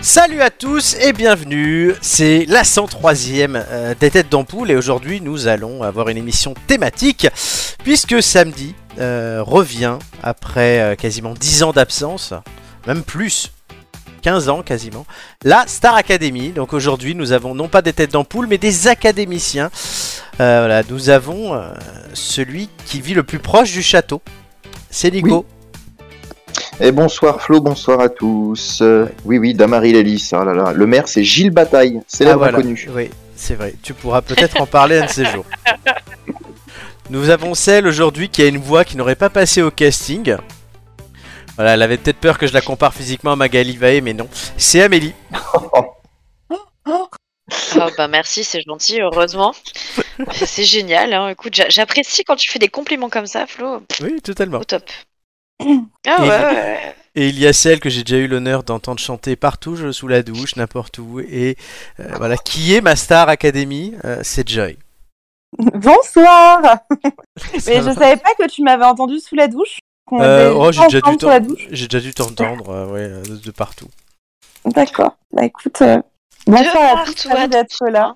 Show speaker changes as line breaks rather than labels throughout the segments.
Salut à tous et bienvenue, c'est la 103ème euh, des têtes d'ampoule et aujourd'hui nous allons avoir une émission thématique puisque samedi euh, revient après euh, quasiment 10 ans d'absence, même plus, 15 ans quasiment, la Star Academy. Donc aujourd'hui nous avons non pas des têtes d'ampoule mais des académiciens. Euh, voilà, nous avons euh, celui qui vit le plus proche du château, c'est Nico.
Et bonsoir Flo, bonsoir à tous. Euh, oui, oui, Damary Lélis, ah là là. Le maire, c'est Gilles Bataille,
Ah,
célèbre
voilà.
inconnu.
Oui, c'est vrai. Tu pourras peut-être en parler un de ces jours. Nous avons celle aujourd'hui qui a une voix qui n'aurait pas passé au casting. Voilà, elle avait peut-être peur que je la compare physiquement à Magali Vaé, mais non. C'est Amélie.
Oh, bah merci, c'est gentil, heureusement. C'est- C'est génial, hein. écoute, j'a- j'apprécie quand tu fais des compliments comme ça, Flo,
Oui, totalement.
au top. Ah
Et-
ouais, ouais.
Et il y a celle que j'ai déjà eu l'honneur d'entendre chanter partout, je- sous la douche, n'importe où. Et euh, voilà, qui est ma star académie Euh, C'est Joy.
Bonsoir
Ça
Mais
va
je savais pas que tu m'avais entendu sous la douche. qu'on
Euh,
était
oh, j'ai déjà dû
ensemble sous la
t'en-
douche.
j'ai déjà dû t'entendre, euh, ouais, euh, de- de partout.
D'accord. Bah écoute, euh, bonsoir à tous,
partout,
merci d'être là.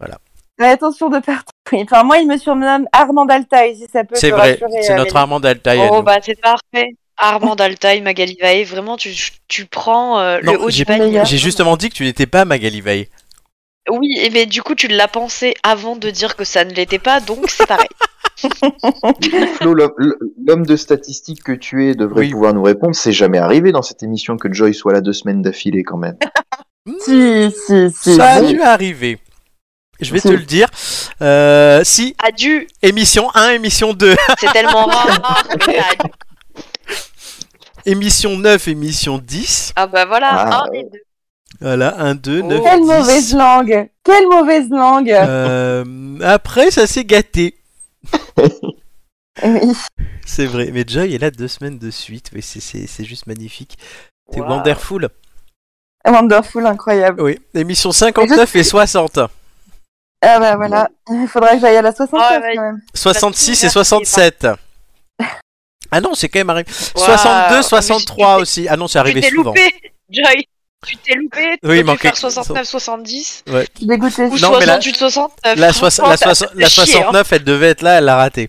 Voilà.
Mais attention de partout. Oui, enfin moi il me surnomme Armand Altaï si ça peut
C'est
te
vrai,
rassurer,
c'est
euh,
notre Armand Altaï. à
Oh
nous.
bah c'est parfait. Armand Altaï, Magali Vaé, vraiment tu, tu prends euh,
Non,
le haut
j'ai-
du panier.
J'ai justement dit que tu n'étais pas Magali Vaé.
Oui, et mais du coup tu l'as pensé avant de dire que ça ne l'était pas, donc c'est pareil.
Flo, l'homme- l'homme de statistiques que tu es devrait
Oui.
pouvoir nous répondre. C'est jamais arrivé dans cette émission que Joy soit là deux semaines d'affilée quand même.
Si, si, si.
Ça a
si.
dû arriver. Je vais te
Si.
le dire. Euh, si,
Adieu,
émission 1, émission 2,
c'est tellement rare. que ça a-
émission 9, émission 10.
Ah bah voilà,
Ah,
un et deux.
Voilà, 1, 2,
Oh.
9,
Quelle
10.
mauvaise langue Quelle mauvaise langue
Euh, après, ça s'est gâté.
Oui.
C'est vrai. Mais Joy est là deux semaines de suite. Oui, c'est- c'est c'est juste magnifique. C'est
Wow.
wonderful.
Wonderful, incroyable.
Oui, émission 59 et 60.
Ah bah voilà, il faudrait que j'aille à la 69
Ouais, ouais.
quand même.
66 et
Merci,
67. Ah non, c'est quand même arrivé.
Wow.
62,
Mais tu-
63
tu
aussi. Ah non, c'est
t'es- Tu
arrivé
t'es
souvent.
loupé, Joy. Tu t'es loupé, tu
Oui, il
dû
manquait-
faire 69, 70.
Je suis dégoûtée.
Ou
Non, mais la-
68, 69.
La, soix- la,
Franchement,
soix-
t'as-
la
t'as chié, hein.
69, elle devait être là, elle l'a ratée.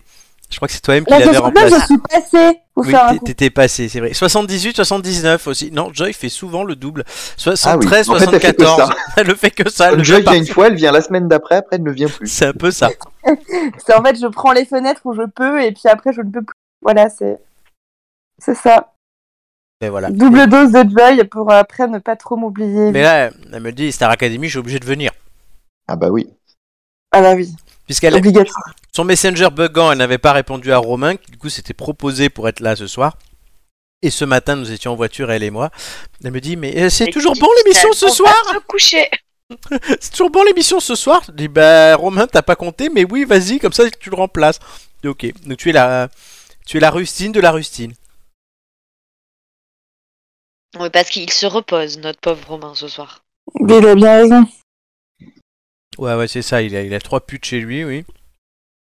Je crois que c'est toi-même qui
La
l'avais
69
remplacée.
je suis passée pour
Oui,
faire un
t'é-
coup.
t'étais passé, c'est vrai. 78, 79 aussi. Non, Joy fait souvent le double. 73,
Ah oui, en fait, elle fait que
74. Elle ne fait que ça. Elle ne
Joy
fait pas.
vient une fois, elle vient la semaine d'après, après elle ne vient plus.
C'est un peu ça.
C'est en fait, je prends les fenêtres où je peux et puis après, je ne peux plus. Voilà, c'est. C'est ça.
Mais voilà.
Double dose de joy pour après ne pas trop m'oublier.
Mais là, elle me dit Star Academy, je suis obligé de venir.
Ah bah oui.
Ah bah oui,
Puisqu'elle
obligatoire.
Son messenger buggant, elle n'avait pas répondu à Romain, qui du coup s'était proposé pour être là ce soir. Et ce matin, nous étions en voiture, elle et moi. Elle me dit, mais euh, c'est
Et
toujours
qui-
bon l'émission
qui-
ce
on va
soir
se coucher.
C'est toujours bon l'émission ce soir Je dis, bah Romain, t'as pas compté, mais oui, vas-y, comme ça tu le remplaces. Je dis, Ok, donc tu es la, tu es la rustine de la rustine.
Ouais, parce qu'il se repose, notre pauvre Romain, ce soir.
Mais il a bien raison.
Ouais, ouais, c'est ça, il a, il a trois putes chez lui, oui.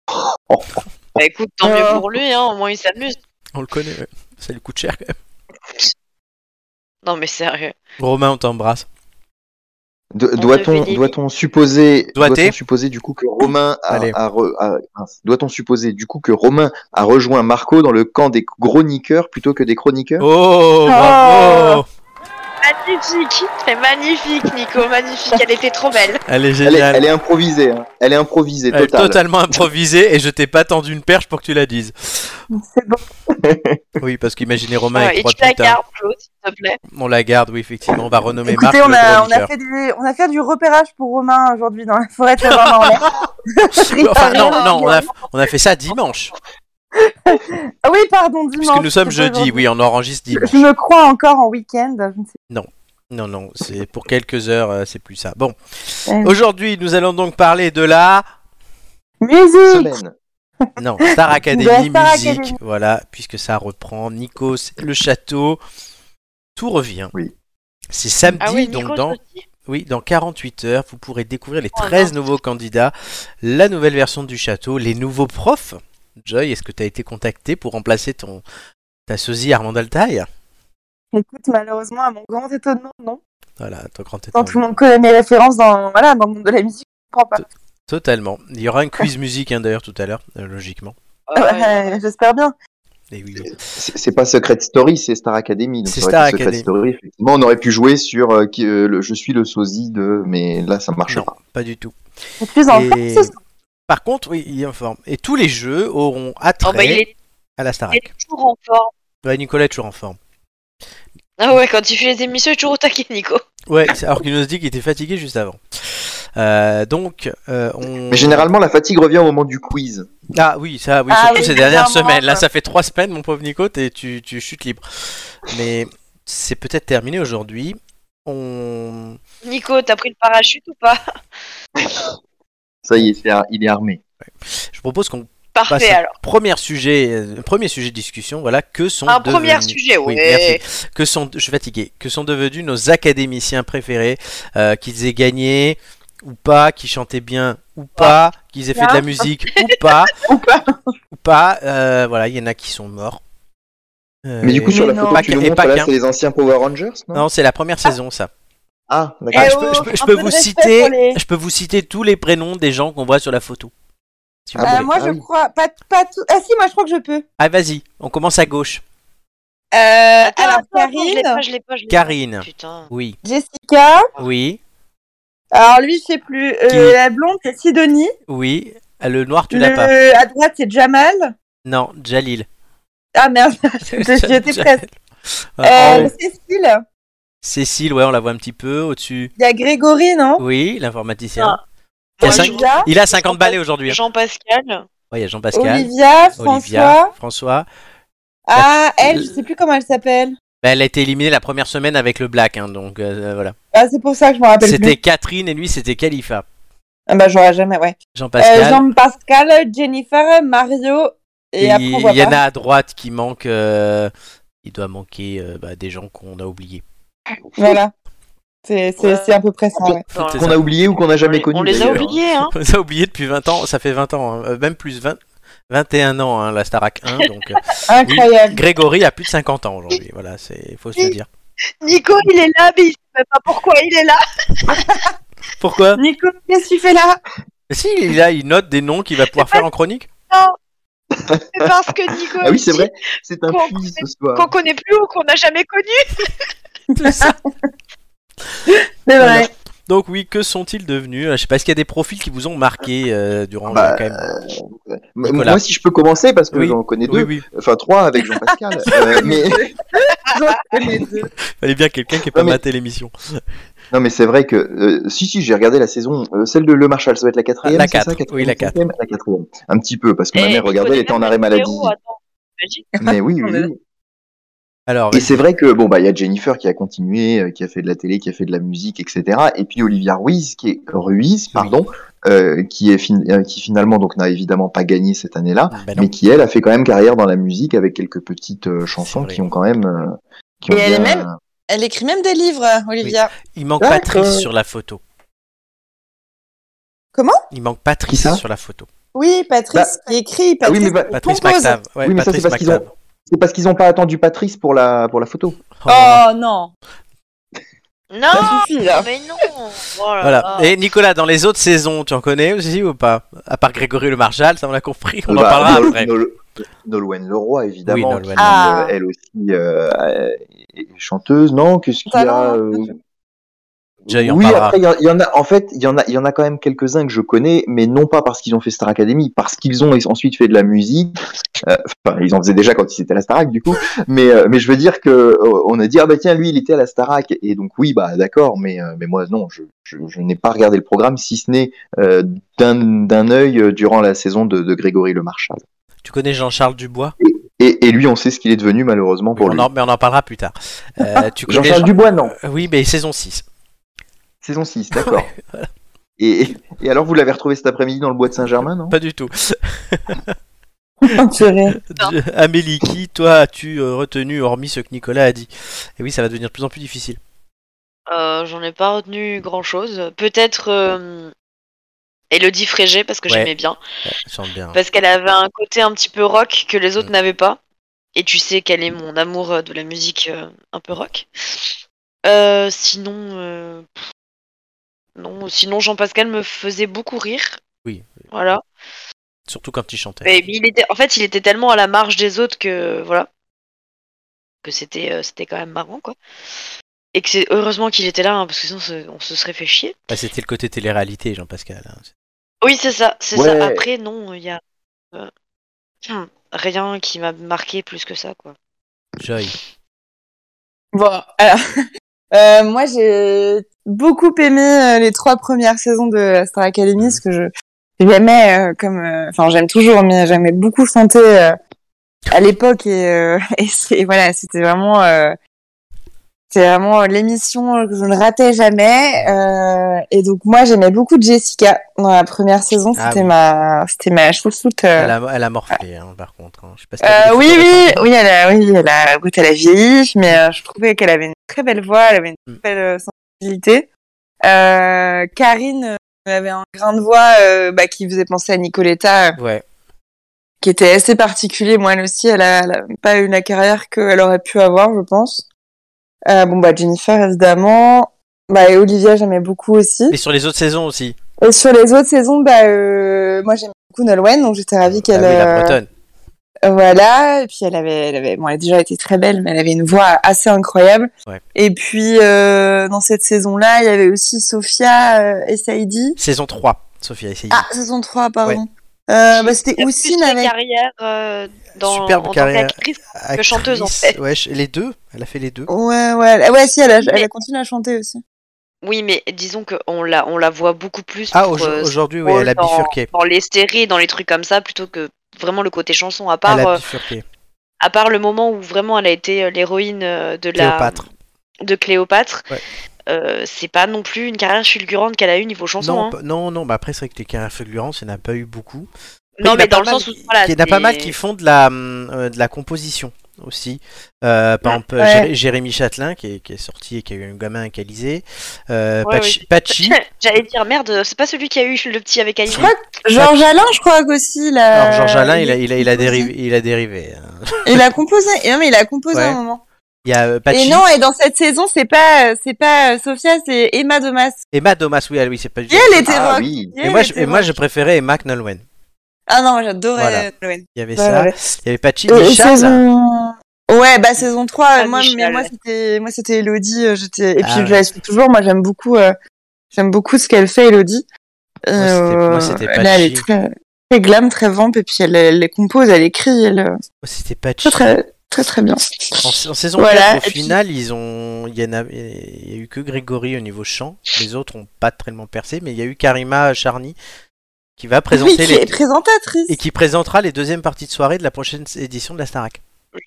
Bah écoute, tant mieux
Ah.
pour lui, hein, au moins il s'amuse.
On le connaît, ouais. ça lui coûte cher quand même.
Non mais sérieux.
Romain, on t'embrasse.
Do-
On
Doit-on
te fait des-
doit-on supposer
Doit-on
doit-on supposer du coup que Romain a,
Allez.
a re- a- mince. doit-on supposer du coup que Romain a rejoint Marco dans le camp des chroniqueurs plutôt que des chroniqueurs
Oh,
Ah.
bravo
Magnifique C'est magnifique, Nico, magnifique. Elle était trop belle.
Elle est géniale.
elle est, elle est improvisée, hein. elle est improvisée
Elle est
totale.
totalement improvisée et je t'ai pas tendu une perche pour que tu la dises.
C'est bon.
Oui, parce qu'imaginez Romain
Ouais,
avec
et
trois
tu la
putains.
gardes, Flo, s'il te plaît.
On la garde, oui, effectivement. On va renommer Marc
Écoutez, on
le
a,
gros
on, a
liqueur.
fait du, on a fait du repérage pour Romain aujourd'hui dans la forêt de Savin en l'air.
Enfin, non, non, on a, on a fait ça dimanche.
Ah oui, pardon, dimanche.
Puisque nous sommes
c'est pas
jeudi, oui,
aujourd'hui.
on enregistre dimanche.
Je me crois encore en week-end. je ne sais
Non, non, c'est pour quelques heures, euh, c'est plus ça. Bon,
Ouais.
aujourd'hui, nous allons donc parler de la...
pas. Musique
Semaine.
Non, Star
De la
Academy
Star
Musique.
Academy.
Voilà, puisque ça reprend. Nikos, le château, tout revient.
Oui.
C'est samedi,
Ah oui,
donc
Nico,
dans
toi aussi
Oui, dans 48 heures, vous pourrez découvrir les
Oh,
13 nouveaux candidats, la nouvelle version du château, les nouveaux profs. Joy, est-ce que tu as été contacté pour remplacer ton ta sosie Armand Altaï
Écoute, malheureusement, à mon grand étonnement, non.
Voilà, ton grand
Quand
étonnement.
tout le monde connaît mes références dans, voilà, dans le monde de la musique, je comprends pas.
Totalement. Il y aura un quiz musique hein, d'ailleurs tout à l'heure, euh, logiquement.
Ouais, J'espère bien.
Et oui, oui.
C'est c'est pas Secret Story, c'est Star Academy. donc
C'est
ça aurait
Star
été Secret
Academy.
Story, effectivement. On aurait pu jouer sur euh, qui- euh, le- Je suis le sosie de. Mais là, ça marche
Non,
pas.
pas du tout.
De plus en
Et-
plus, ce sont-
Par contre, oui, il est en forme. Et tous les jeux auront attrait
Oh, bah, il est,
à la
il
Starac.
est toujours en forme.
Ouais, Nicolas est toujours en forme.
Ah ouais, quand il fait les émissions, il est toujours au taquet, Nico.
Ouais, c'est- alors qu'il nous dit qu'il était fatigué juste avant. Euh, donc, euh, on...
Mais généralement, la fatigue revient au moment du quiz.
Ah oui, ça, oui,
Ah
surtout
oui,
ces dernières
clairement,
semaines. Là,
ça.
ça fait trois semaines, mon pauvre Nico, t'es- tu, tu chutes libre. Mais c'est peut-être terminé aujourd'hui. On...
Nico, t'as pris le parachute ou pas
Ça y est, c'est ar- il est armé.
Je propose qu'on passe
Parfait,
au
alors.
premier sujet, euh, premier sujet de discussion. Voilà, que sont
Un premier
devenus-
sujet,
Oui,
ouais.
merci. Que sont, je suis fatigué. Que sont devenus nos académiciens préférés, euh, qu'ils aient gagné ou pas, qu'ils chantaient bien ou
Ah.
pas, qu'ils aient fait de la
Bien.
musique ou pas,
ou pas.
ou pas. euh, voilà, il y en a qui sont morts. Euh,
Mais du coup, sur
Mais
la
non.
photo que tu
Et
nous
pas
montres, là,
qu'un.
c'est les anciens Power Rangers, non,
non, c'est la première saison, ça.
Ah,
Eh
d'accord.
Ah, je
oh,
peux, je peux- je
un
peux
peu de
vous
respect
citer,
pour les-
je peux vous citer tous les prénoms des gens qu'on voit sur la photo. Si vous
Ah
Euh,
voulez.
bon
moi,
Ah
je
oui.
crois pas pas tout. Ah si, moi, je crois que je peux.
Ah, vas-y, on commence à gauche.
Euh,
Attends,
alors,
attends, attends, je l'ai pas,
Karine,
je l'ai pas, je l'ai pas.
Karine.
Putain.
Oui,
Jessica.
oui,
Alors lui, je sais plus. Euh,
Qui
la blonde, c'est Sidonie.
oui. Ah, Le noir, tu l'as pas.
Le... À droite, c'est Jamal.
Non, Jalil.
Ah merde, j'étais
Jalil.
presque.
Ah, en
Euh,
haut.
Cécile.
Cécile, ouais, on la voit un petit peu au-dessus.
Il y a Grégory, non
Oui, l'informaticien.
Ah.
Il y a
Moi,
cinq-
je-
Olivia,
Il a 50 balais aujourd'hui. hein.
Jean-Pascal.
Ouais, il y a Jean-Pascal,
Olivia,
Olivia,
François.
François.
Ah, elle, je sais plus comment elle s'appelle.
Bah, elle a été éliminée la première semaine avec le Black, hein, donc euh, voilà.
Ah, c'est pour ça que je m'en rappelle plus.
C'était Catherine et lui, c'était Khalifa.
Ah bah, j'aurais jamais, ouais.
Jean-Pascal.
Euh, Jean-Pascal, Jennifer, Mario. Et,
Et
après, on voit
il y en
pas.
a à droite qui manque. euh, il doit manquer euh, bah, des gens qu'on a oubliés.
Voilà. C'est c'est- c'est à peu près ça, ouais.
Enfin,
C'est
Qu'on
ça.
a oublié ou qu'on n'a jamais connu.
On les a
d'ailleurs.
oubliés, hein.
On les a oubliés depuis 20 ans. Ça fait 20 ans, hein, euh, même plus 20, 21 ans, hein, la Starac 1. Donc, euh,
Incroyable.
Grégory a plus de 50 ans aujourd'hui. Voilà, c'est faut se le dire.
Nico, il est là, mais il sait même pas pourquoi il est là.
Pourquoi
Nico, qu'est-ce que tu fais là
Si, il, a, il note des noms qu'il va pouvoir faire en chronique.
C'est parce que Nico.
Ah oui,
il
c'est
dit
vrai, c'est un
Qu'on-
quiz ce
Qu'on
soir.
connaît plus ou qu'on n'a jamais connu.
C'est ça.
C'est vrai.
Donc oui, que sont-ils devenus Euh, Je sais pas, est-ce qu'il y a des profils qui vous ont marqué euh, durant
Bah,
quand même
M-
Nicolas.
Moi, si je peux commencer, parce que
Oui.
j'en connais
Oui,
deux,
oui.
enfin trois avec Jean-Pascal. euh, mais...
Fallait bien quelqu'un qui ait pas
Non, mais-
maté l'émission.
Non, mais c'est vrai que euh, si, si, j'ai regardé la saison, euh, celle de Le Marshall, ça doit être la quatrième.
La
c'est ça,
quatre, oui,
quatrième,
la quatre.
cinquième, la quatrième. Un petit peu, parce que ma
Eh,
mère
Nico,
regardait, elle
c'est
était en
même
arrêt
pas
maladie.
zéro, attends, imagine.
Mais oui, oui,
On est
oui.
Alors,
Et c'est vrai que bon bah il y a Jennifer qui a continué, euh, qui a fait de la télé, qui a fait de la musique, etc. Et puis Olivia Ruiz, qui est Ruiz, pardon, euh, qui est fin- euh, qui finalement donc n'a évidemment pas gagné cette année-là,
bah non.
mais qui elle a fait quand même carrière dans la musique avec quelques petites euh, chansons
vrai.
qui ont quand même. euh, qui
Et
ont
elle est
bien-
même- Elle écrit même des livres, Olivia.
il manque
D'accord.
Patrice sur la photo.
Comment
Il manque
Qui
Patrice
ça
sur la photo.
Oui, Patrice qui écrit,
Ah oui,
Patrice
mais bah,
qui
Patrice
compose.
McTav. Ouais,
Oui, mais ça,
Patrice
c'est parce qu'ils
McTav.
C'est parce qu'ils n'ont pas attendu Patrice pour la pour la photo.
Oh.
Oh non,
Non, Bah.
ça suffit là.
mais non. Oh là
Voilà.
là.
Et Nicolas, dans les autres saisons, tu en connais aussi ou pas À part Grégory Le Marchal, ça on l'a compris, on en
Bah,
parlera
Nol-
après.
Nol- Nolwenn Leroy évidemment.
Oui, Nolwenn.
qui,
Ah.
euh, elle aussi euh, euh, est chanteuse, non Qu'est-ce qu'il y a
Talent.
euh,
Déjà, il en
oui,
parlera.
après, il y en- il y, en a, en fait, il y en a, il y en a quand même quelques-uns que je connais, mais non pas parce qu'ils ont fait Star Academy, parce qu'ils ont ensuite fait de la musique. Euh, Enfin, ils en faisaient déjà quand ils étaient à la Starac, du coup. Mais, euh, mais je veux dire que euh, on a dit, ah bah tiens, lui, il était à la Starac. Et donc, oui, bah d'accord, mais, euh, mais moi, non, je, je, je n'ai pas regardé le programme, si ce n'est euh, d'un d'un œil euh, durant la saison de, de Grégory Le Marchal.
Tu connais Jean-Charles Dubois
Et, et lui, on sait ce qu'il est devenu, malheureusement, pour
on
lui. Ah,
en, Mais on en parlera plus tard. Euh, tu connais
Jean-Charles Dubois, non. Ah
Jean- Oui, mais saison 6.
Saison 6, d'accord. Et, et- et alors, vous l'avez retrouvé cet après-midi dans le bois de Saint-Germain, non
Pas du tout.
Ah. purée.
Non.
Je- Amélie, qui, toi, as-tu euh, retenu, hormis ce que Nicolas a dit Et oui, ça va devenir de plus en plus difficile.
Euh, J'en ai pas retenu grand chose. Peut-être euh, Elodie Frégé, parce que
Ouais.
j'aimais bien.
Ouais, je sens bien.
Parce qu'elle avait un côté un petit peu rock que les autres n'avaient pas. Et tu sais quel est mon amour euh, de la musique euh, un peu rock. Euh, sinon, euh, pff, non, sinon Jean-Pascal me faisait beaucoup rire.
Oui.
Voilà.
Surtout quand il chantait.
Mais il était, en fait, il était tellement à la marge des autres que voilà, que c'était, euh, c'était quand même marrant quoi. Et que c'est heureusement qu'il était là hein, parce que sinon ce- on se serait fait chier.
Bah, C'était le côté télé-réalité, Jean-Pascal. hein.
Oui, c'est ça, c'est
Ouais.
ça. Après, non, il y a euh, hmm, rien qui m'a marqué plus que ça, quoi.
Joy.
Bon, alors, euh, moi j'ai beaucoup aimé euh, les trois premières saisons de la Star Academy, parce que je j'aimais euh, comme, euh, enfin j'aime toujours, mais j'aimais beaucoup chanter euh, à l'époque et, euh, et c'est- voilà, c'était vraiment, euh, c'était vraiment l'émission que je ne ratais jamais. euh, et donc moi j'aimais beaucoup Jessica dans la première saison,
Ah
c'était
oui.
ma, c'était ma chouchoute. euh,
Elle, a, elle a morflé, hein, par contre. hein. Je sais pas si t'as vu
euh,
les
oui,
photos
oui,
récentes.
oui, elle a, oui, elle a, écoute, elle a vieilli, mais euh, je trouvais qu'elle avait une très belle voix, elle avait une
Mm.
très belle euh, sensibilité. Euh, Karine euh, avait un grain de voix euh, bah, qui faisait penser à Nicoletta, euh,
Ouais.
qui était assez particulier. Moi, elle aussi, elle a, elle a pas eu la carrière qu'elle aurait pu avoir, je pense. Euh, bon, bah, Jennifer, évidemment. Bah, et Olivia, j'aimais beaucoup aussi.
Et sur les autres saisons aussi.
Et sur les autres saisons, bah, euh, moi, j'aimais beaucoup Nolwenn, donc j'étais ravie
Ah
qu'elle...
oui, la
euh,
bretonne.
voilà, et puis elle avait, elle avait, bon, elle a déjà été très belle, mais elle avait une voix assez incroyable.
Ouais.
Et puis euh, dans cette saison-là, il y avait aussi Sophia euh, et Saïdi.
Saison 3, Sophia, essayez.
Ah, saison 3, pardon. Euh, bah,
Il y
c'était
a
Oussine
plus de
avec.
carrière euh, dans
Superbe
en tant
carrière.
qu'actrice.
Actrice,
chanteuse, en fait.
Ouais, ch- les deux. Elle a fait les deux.
Ouais, ouais, elle- ouais, si, elle a, elle
Mais-
a continué à chanter aussi.
Oui, mais disons qu'on la on la voit beaucoup plus
Ah,
pour,
aujo-
euh,
aujourd'hui,
son
oui, elle a
rôle dans-
bifurqué.
dans les séries, dans les trucs comme ça, plutôt que vraiment le côté chanson. À part
Elle a
euh,
bifurqué.
à part le moment où vraiment elle a été euh, l'héroïne euh, de la
Cléopâtre.
de Cléopâtre.
Ouais.
euh, c'est pas non plus une carrière fulgurante qu'elle a eu niveau chanson.
Non,
hein.
p- non, non, mais après, c'est vrai que les carrières fulgurantes, il n'y en a pas eu beaucoup.
Non,
il y en a
mais dans
pas
le
mal
sens où.
qui-
Voilà,
il y en a pas
c'est-
mal qui font de la, hum, euh, de la composition aussi. Euh, par
Ouais.
exemple,
Ouais.
Jéré- Jérémy Châtelain, qui est, qui est sorti et qui a eu un gamin égalisé. Euh,
Ouais,
Pachi, Pachi,
J'allais dire merde, c'est pas celui qui a eu le petit avec Aïe.
Je crois que Georges Alain, je crois qu'aussi. il a-
Alors Georges Alain, il a, il a, il a,
composé.
dérivé, il a dérivé. hein.
Il a composé. Et non, mais il a composé
Ouais.
un moment.
Il y a euh, Pachi,
Et non, et dans cette saison, c'est pas, euh, c'est pas euh, Sophia, c'est Emma Domas.
Emma Domas, oui, elle, oui, c'est pas du
Et elle était
Ah
rock.
oui.
Et moi, je,
Elle était
et moi,
rock.
je préférais Emma Knowlwen.
Ah non, moi, j'adorais
Voilà.
Nolwenn.
Il y avait
Ouais,
ça.
ouais.
Il y avait Pachi,
Et- et
Michal.
Euh, saison- Ouais, bah saison 3,
Ah,
moi, mais
Michel,
moi
ouais.
c'était moi c'était Elodie, euh, j'étais et puis
Ah,
je
ouais.
la suis toujours, moi j'aime beaucoup euh, j'aime beaucoup ce qu'elle fait Elodie.
c'était- moi, c'était
elle, elle est
Pachi.
très, très glam, très vamp et puis elle, elle les compose, elle écrit, elle euh,
Oh, C'était Pachi.
très très très très bien.
En, sa- en saison
Voilà,
4, au
et puis-
final, ils ont... il n'y a, il y a eu que Grégory au niveau chant. Les autres n'ont pas tellement percé, mais il y a eu Karima Charny qui va
Oui,
présenter
qui
les...
est présentatrice.
et qui présentera les deuxièmes parties de soirée de la prochaine édition de la Starac.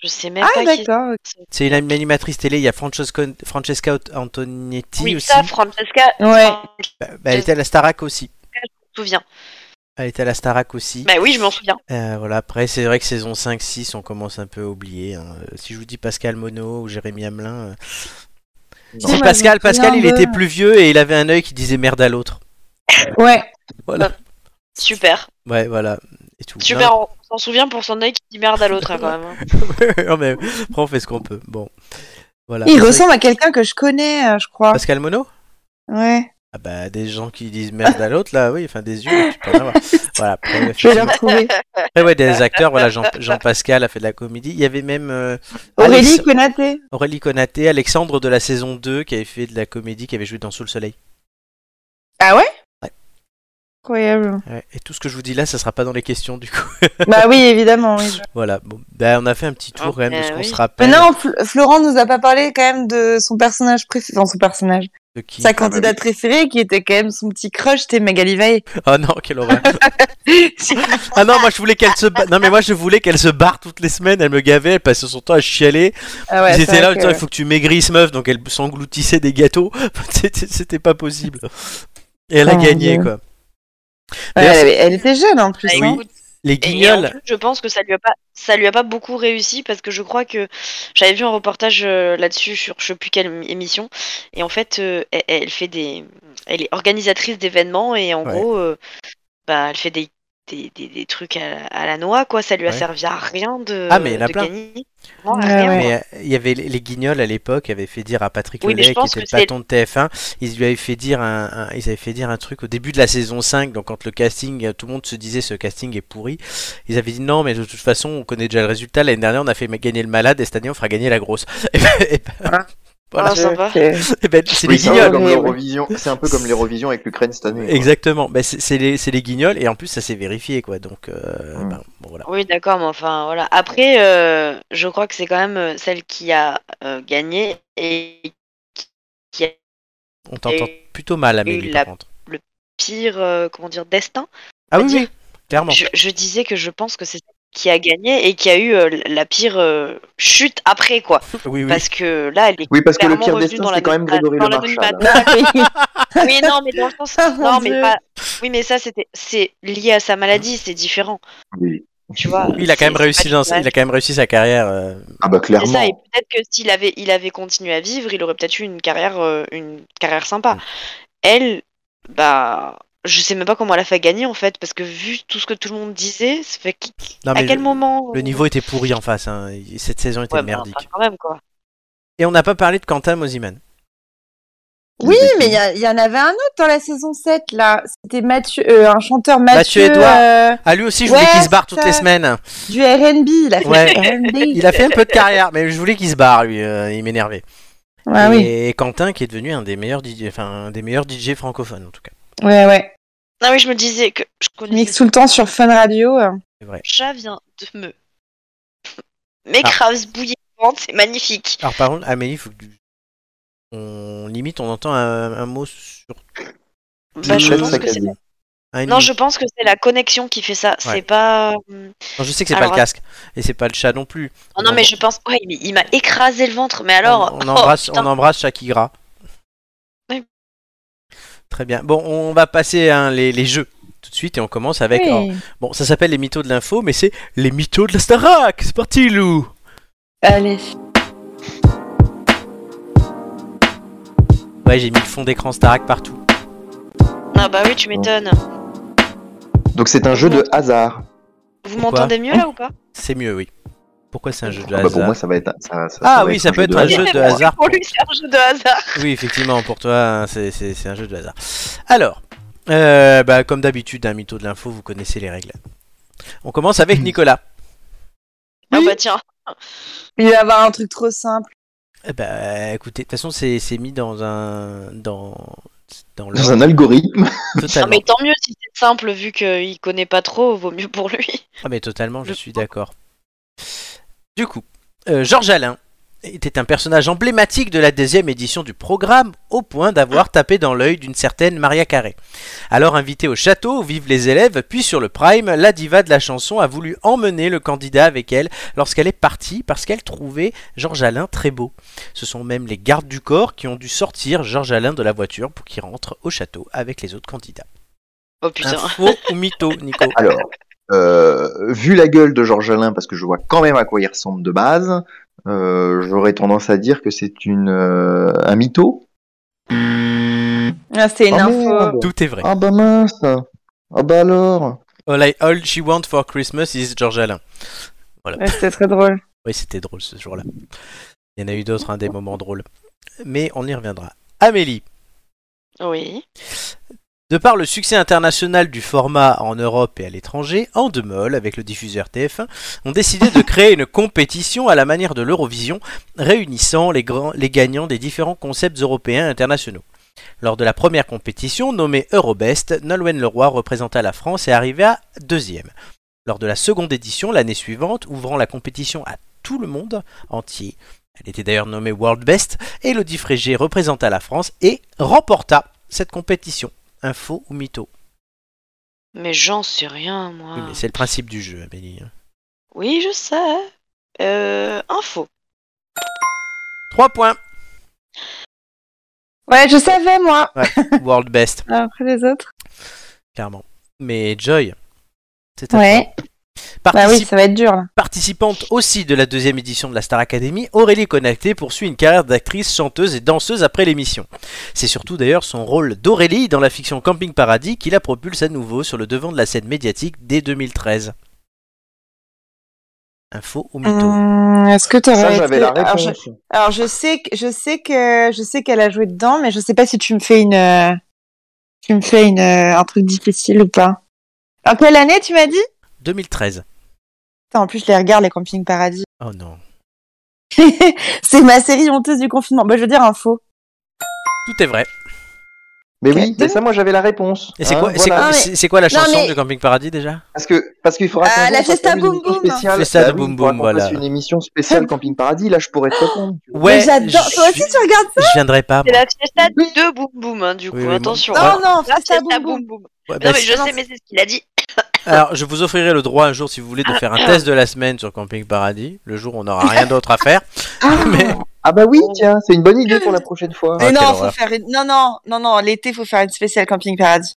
Je sais même
Ah
pas qui
d'accord.
C'est une animatrice télé. Il y a Francesco- Francesca Antonietti
Oui,
aussi.
ça, Francesca,
Ouais.
enfin, je
Bah, bah, elle était à la Starac aussi.
me souviens.
Elle était à la Starac aussi.
Bah oui, je m'en souviens.
Euh, voilà, après, c'est vrai que saison 5-6, on commence un peu à oublier. hein. Euh, Si je vous dis Pascal Monod ou Jérémy Hamelin. euh,
Non.
si Pascal,
moi, je me souviens
Pascal, il
d'eux.
était plus vieux et il avait un œil qui disait merde à l'autre.
Ouais.
Voilà.
Super.
Ouais, voilà. Et tout.
Super, on on s'en souvient pour son œil qui dit merde à l'autre, hein, quand même. hein.
Non, non, mais après, on fait ce qu'on peut. Bon. Voilà. C'est
Il
vrai
ressemble à quelqu'un que je connais, euh, je
que
crois.
Pascal Monod
Ouais.
Ah bah, des gens qui disent merde à l'autre, là, oui, enfin, des yeux, tu peux en avoir. Voilà. Après,
Je vais le
effectivement.
retrouver.
Après, ouais, des acteurs, voilà, Jean- Jean-Pascal a fait de la comédie. Il y avait même euh,
Aurélie
Alex-
Konaté.
Aurélie Conaté, Alexandre de la saison 2, qui avait fait de la comédie, qui avait joué dans Sous le Soleil.
Ah ouais
Ouais.
Incroyable.
Ouais, et tout ce que je vous dis là, ça sera pas dans les questions du coup.
bah oui, évidemment, oui.
voilà, bon, ben, on a fait un petit tour
Ah,
quand même de ce
euh,
qu'on
oui.
se
Mais
rappelle.
non, Fl- Florent nous a pas parlé quand même de son personnage préféré, enfin son personnage,
de qui
sa candidate préférée qui était quand même son petit crush, c'était Magali Veil.
Oh non, quelle horreur. ah non, moi je voulais qu'elle se ba- Non mais moi je voulais qu'elle se barre toutes les semaines, elle me gavait, elle passait son temps à chialer.
Ah ouais,
Ils
c'est
étaient là,
vrai que-
putain, il faut que tu maigrisses meuf, donc elle s'engloutissait des gâteaux. C'était- C'était pas possible. Et elle a
Oh, mon
gagné
Dieu.
quoi.
Ouais,
D'ailleurs,
elle, avait- elle était jeune en plus.
Ah,
Bah,
hein.
écoute,
Les
Et- Et, en
guignols.
plus, je pense que ça lui a pas, ça lui a pas beaucoup réussi parce que je crois que j'avais vu un reportage euh, là-dessus sur je sais plus quelle m- émission et en fait euh, elle, elle fait des, elle est organisatrice d'événements et en
Ouais.
gros, euh, bah elle fait des, des, des, des trucs à, à la noix, quoi. Ça lui a
Ouais.
servi à rien de,
Ah, mais il y en a
de
plein.
gagner. Non, à
Ouais,
rien.
ouais.
Mais euh, il y avait les- les guignols à l'époque avaient fait dire à Patrick
Oui, mais je
Lelay, qui
pense
était
que
le
c'est-
patron de TF1, ils lui avaient fait dire un, un- ils avaient fait dire un truc au début de la saison 5, donc quand le casting, euh, tout le monde se disait ce casting est pourri, ils avaient dit non mais de toute façon on connaît déjà le résultat, l'année dernière on a fait gagner le malade et cette année on fera gagner la grosse. Et ben, et ben, voilà.
Ah, sympa.
Ok.
Et ben, c'est
Oui,
les
c'est un
guignols.
peu
horrible.
comme
oui.
l'Eurovision- C'est un peu comme l'Eurovision avec l'Ukraine cette année. quoi.
Exactement, ben, c'est c'est les, c'est les guignols et en plus ça s'est vérifié quoi, donc euh,
Mm.
ben, bon, voilà.
Oui, d'accord, mais enfin, voilà. Après, euh, je crois que c'est quand même euh, celle qui a euh, gagné et qui a
On t'entend
eu
plutôt mal Amélie
eu
par
la-
contre.
pire, euh, comment dire, destin.
Ah
va
oui,
dire.
oui, clairement.
Je, je disais que je pense que c'est celle qui a gagné et qui a eu euh, la pire euh, chute après, quoi.
Oui, oui.
Parce que là, elle est
Oui, parce que le
clairement
pire
revenue
destin,
dans la
c'est quand même
dans-
Grégory
dans
Le
la
Marchal.
bonne patte. Oui, non, mais dans le sens.
Ah, mon
Non, mais
Dieu.
pas. Oui, mais ça, c'était, c'est lié à sa maladie, c'est différent.
Oui.
Tu vois.
Oui, il a quand même
c'est- c'est
réussi
pas
dans-
du mal.
il a quand même réussi sa carrière. euh,
Ah bah
C'est ça, et
clairement.
peut-être que s'il avait, il avait continué à vivre, il aurait peut-être eu une carrière, euh, une carrière
Mm.
sympa. Elle, bah, je sais même pas comment elle a fait gagner en fait, parce que vu tout ce que tout le monde disait, ça fait qui-
Non,
à
mais
quel
le,
moment euh,
le niveau était pourri en face. hein. Cette saison était
ouais, bah,
merdique.
enfin, quand même quoi.
Et on n'a pas parlé de Quentin Mosiman.
Oui, mais il y, a- il y en avait un autre dans la saison 7, là. C'était Mathieu, euh, un chanteur
Mathieu
Mathieu,
Edouard.
euh,
Ah, lui aussi, je voulais
Ouais,
qu'il se barre
c'est
toutes les
ça.
semaines.
du RB. Il a fait
Ouais.
du RB.
Il a fait un peu de carrière, mais je voulais qu'il se barre, lui. euh, il m'énervait.
Ouais, Ah oui.
Et Quentin, qui est devenu un des meilleurs DJ, enfin, un des meilleurs DJ francophones, en tout cas.
Ouais, ouais.
Non mais je me disais que je
Il
connais
mixe tout le temps sur Fun Radio. euh.
C'est vrai.
chat vient de me. Mes
Ah.
craves bouillantes, c'est magnifique.
Alors, par contre, Amélie, faut que tu- On limite, on entend un, un mot sur
Bah, je
Chat
pense que c'est...
saccadé.
un et
Non,
demi.
je pense que c'est la connexion qui fait ça.
Ouais.
C'est pas. hum,
Non, je sais que c'est
Alors,
pas le casque et c'est pas le chat non plus.
Oh non, mais je pense. Ouais, mais il m'a écrasé le ventre. Mais alors.
on, on embrasse,
oh,
on
putain.
embrasse Shakira.
Oui.
Très bien. Bon, on va passer à les, les jeux tout de suite et on commence avec. alors,
Oui.
bon, ça s'appelle les mythos de l'info, mais c'est les mythos de la Starac. C'est parti, Lou.
Allez.
Ouais, j'ai mis le fond d'écran Starac partout.
Ah bah oui, tu m'étonnes.
Donc c'est un jeu de hasard.
Vous
Pourquoi
m'entendez mieux là ou pas
C'est mieux, oui. Pourquoi c'est un jeu de
Ah bah
hasard
pour moi ça va être. un- Ça, ça-
Ah
va
oui, ça peut être un jeu de
hasard.
hasard.
Pour lui, c'est un jeu de hasard.
Oui, effectivement, pour toi, hein, c'est- c'est c'est un jeu de hasard. Alors, euh, bah, comme d'habitude, un mytho de l'info, vous connaissez les règles. On commence avec Nicolas.
Ah
Oui.
bah tiens.
Il va avoir un truc trop simple.
Eh ben, écoutez, de toute façon, c'est c'est mis dans un. dans. dans le.
Dans un algorithme.
Non,
totalement.
mais tant mieux si c'est simple vu qu'il connaît pas trop, vaut mieux pour lui.
Ah, mais totalement, je suis d'accord. Du coup, euh, Georges Alain était un personnage emblématique de la deuxième édition du programme, au point d'avoir tapé dans l'œil d'une certaine Maria Carré. Alors invité au château où vivent les élèves, puis sur le prime, la diva de la chanson a voulu emmener le candidat avec elle lorsqu'elle est partie parce qu'elle trouvait Georges Alain très beau. Ce sont même les gardes du corps qui ont dû sortir Georges Alain de la voiture pour qu'il rentre au château avec les autres candidats.
Oh putain.
Info ou mytho, Nico
Alors, euh, vu la gueule de Georges Alain, parce que je vois quand même à quoi il ressemble de base, euh, j'aurais tendance à dire que c'est une euh, un mytho.
Ah, c'est
Oh,
une
Ah,
info.
merde.
Tout est vrai.
Ah bah mince. Ah bah alors.
All, I- Oh, all she wants for Christmas is George Alain.
Ouais, C'était très drôle.
Oui, c'était drôle ce jour-là. Il y en a eu d'autres, hein, des moments drôles. Mais on y reviendra. Amélie,
Oui.
de par le succès international du format en Europe et à l'étranger, Endemol, avec le diffuseur TF1, ont décidé de créer une compétition à la manière de l'Eurovision, réunissant les, grands, les gagnants des différents concepts européens et internationaux. Lors de la première compétition, nommée Eurobest, Nolwenn Leroy représenta la France et arriva deuxième. Lors de la seconde édition, l'année suivante, ouvrant la compétition à tout le monde entier, elle était d'ailleurs nommée World Best, Elodie Frégé représenta la France et remporta cette compétition. Info ou mytho
Mais j'en sais rien, moi.
Oui, mais c'est le principe du jeu, Amélie. hein.
Oui, je sais. Euh. Info.
3 points
Ouais, je savais, moi.
World Best,
Après les autres.
clairement. Mais Joy, c'est à
Ouais.
toi.
Bah oui,
Participe-
ça va être dur. Là.
Participante aussi de la deuxième édition de la Star Academy, Aurélie Conacté poursuit une carrière d'actrice, chanteuse et danseuse après l'émission. C'est surtout d'ailleurs son rôle d'Aurélie dans la fiction Camping Paradis qui la propulse à nouveau sur le devant de la scène médiatique dès 2013. Info ou mytho
Hum, Est-ce que tu
Ça, j'avais la
alors,
réponse.
je, alors, je sais que je sais que je sais qu'elle a joué dedans, mais je sais pas si tu me fais une euh, tu me fais une euh, un truc difficile ou pas. En quelle année tu m'as dit
2013.
Putain, En plus, je les regarde les Camping Paradis.
Oh non.
C'est ma série honteuse du confinement. Bah, je veux dire un faux.
Tout est vrai.
Mais
Ok.
oui, mais ça, moi, j'avais la réponse.
Et c'est
Hein,
quoi, c'est
voilà.
quoi-
Non, Ah, mais-
c'est- c'est quoi la
Non,
chanson
mais-
du Camping Paradis déjà
Parce que parce qu'il faudra.
Ah,
qu'un jour, on
la
fasse
fiesta
quand même une
boum boum.
émission spéciale.
Fiesta
Bah
boum
oui,
boum,
il faudra qu'on
voilà.
fasse une émission spéciale camping paradis. Là, je pourrais te répondre.
Mais
Ouais,
J'adore.
je-
Toi aussi, tu regardes ça
Je viendrai pas.
C'est
moi.
la fiesta
Oui.
de Boum Boum, hein, du coup,
Oui, oui, moi-
attention.
Ah,
hein.
Non, non,
La
Fiesta
fiesta
Boum
Boum
Boum.
Boum.
Ouais,
Non,
bah,
mais je
non,
sais, mais c'est ce qu'il a dit.
Alors, je vous offrirai le droit un jour, si vous voulez, de faire un test de la semaine sur Camping Paradis. Le jour où on n'aura rien d'autre à faire. Mais-
Ah bah oui, tiens, c'est une bonne idée pour la prochaine fois.
Ah,
Mais
quelle
non, faut
horreur.
faire une... non, non, non, non. L'été, faut faire une spéciale Camping Paradis.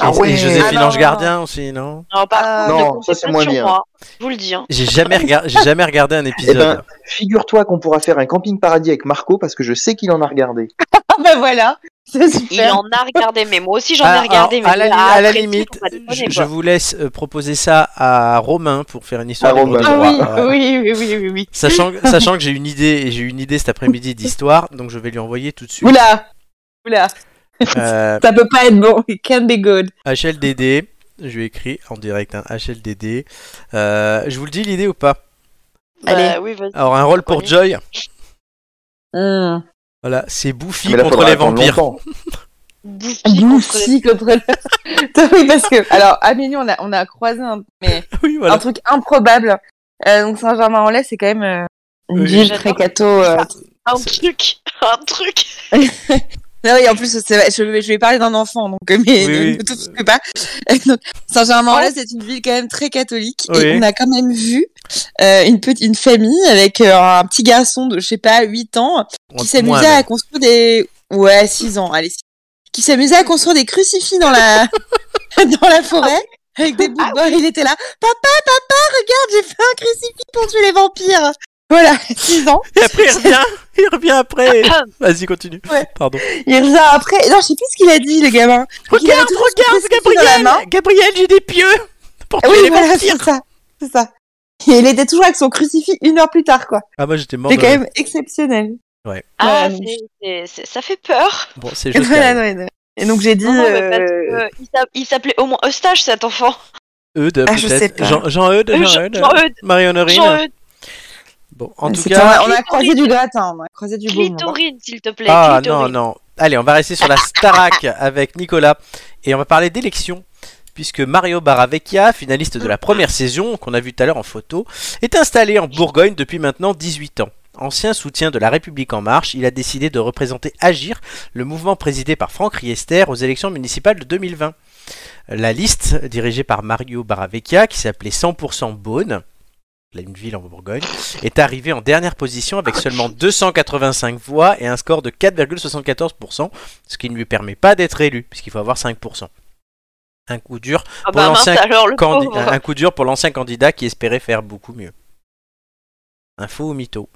Ah
et,
ouais.
et Joséphine
Ah non,
Ange
non,
Gardien aussi, non
Non, par
Ah,
contre,
non,
ne
ça, c'est
comptez pas
moins
sur
bien.
moi, Je vous le dis. Hein.
J'ai jamais, rega- j'ai jamais regardé un épisode.
ben, Figure-toi qu'on pourra faire un camping paradis avec Marco parce que je sais qu'il en a regardé.
Ah bah voilà. C'est
Il
super.
en a regardé, mais moi aussi j'en
Ah,
ai regardé.
alors,
mais
à, la,
il a
à la
apprécié,
limite,
faut pas déconner,
je,
quoi.
je vous laisse euh, proposer ça à Romain pour faire une histoire.
À
libre de
Romain.
Ah oui,
droit. Ouais.
oui, oui, oui, oui, oui.
Sachant, que- sachant que j'ai une idée, et j'ai une idée cet après-midi d'histoire, donc je vais lui envoyer tout de suite.
Oula, oula.
Euh,
Ça peut pas être bon. It can be good.
HLDD, je lui ai écrit en direct hein, un HLDD. Euh, je vous le dis l'idée ou pas
Bah,
Allez.
oui, vas-y.
Alors un rôle pour
Oui.
Joy.
Hum.
Voilà, c'est Bouffy
Mais là,
contre
faudra
les
attendre
vampires.
longtemps.
Bouffi contre les-
Bouffi contre le. Putain, oui, parce que, alors, Amélie, on a, on a croisé un, mais
Oui, voilà.
un truc improbable. Euh, donc, Saint-Germain-en-Laye, c'est quand même euh, une
Oui,
ville
j'adore.
très catho. euh.
Un
C'est-
truc, un truc.
Non, Ah oui, en plus, c'est vrai, je, vais- je vais parler d'un enfant, donc, euh, mais
Oui,
ne-
oui.
ne t'occupez pas. Donc, Saint-Germain-en-Laye, c'est une ville quand même très catholique.
Oui.
Et on a quand même vu euh, une petite une famille avec euh, un petit garçon de, je sais pas, 8 ans, qui
Moins,
s'amusait
mais-
à construire des. Ouais, 6 ans, allez, six- qui s'amusait à construire des crucifix dans la, dans la forêt. Avec des
Ah
bouts de bois, il était là. Papa, papa, regarde, j'ai fait un crucifix pour tuer les vampires. Voilà, 6 ans.
Et après, il revient, il revient après. Vas-y, continue.
Ah. Ouais.
Pardon.
Il revient après. Non, je sais plus ce qu'il a dit, le gamin. Il avait
Regarde,
toujours
regarde,
son crucifix dans la main.
Gabriel Gabriel, j'ai des pieux pour
Ah
tuer
Oui,
les
voilà,
vampires
c'est ça. C'est ça. Et il était toujours avec son crucifix une heure plus tard, quoi.
Ah, moi j'étais mort.
C'est
de
quand
rire.
même exceptionnel.
Ah,
Euh,
Ouais,
c'est- c'est- c'est- ça fait peur.
Bon, c'est
Et
juste.
voilà, non, non. Et donc j'ai dit.
Non, non, mais parce
euh,
que il s'app- il s'appelait au moins Eustache, cet enfant.
Eudes,
Ah, je sais
peut-être.
pas.
Jean- Jean-Eudes,
Euh,
Jean-Eudes.
Jean-Eudes,
Marie Honorine.
Jean-Eudes,
Bon, en tout
c'était-
cas.
on a croisé du gratin, on a croisé du beau. monde.
Clitorine, s'il te plaît.
hein. Ah, non,
clitorine.
non. Allez, on va rester sur la Starac avec Nicolas. Et on va parler d'élection. Puisque Mario Baravecchia, finaliste de la première saison, qu'on a vu tout à l'heure en photo, est installé en Bourgogne depuis maintenant 18 ans. Ancien soutien de La République En Marche, il a décidé de représenter Agir, le mouvement présidé par Franck Riester aux élections municipales de 2020. La liste, dirigée par Mario Baravecchia, qui s'appelait 100% Beaune, une ville en Bourgogne, est arrivée en dernière position avec seulement 285 voix et un score de 4,74%, ce qui ne lui permet pas d'être élu, puisqu'il faut avoir 5%. Un coup dur
Ah bah
Pour
mince,
l'ancien
alors le
Candi-
pauvre.
un, un coup dur pour l'ancien candidat qui espérait faire beaucoup mieux. Info ou mytho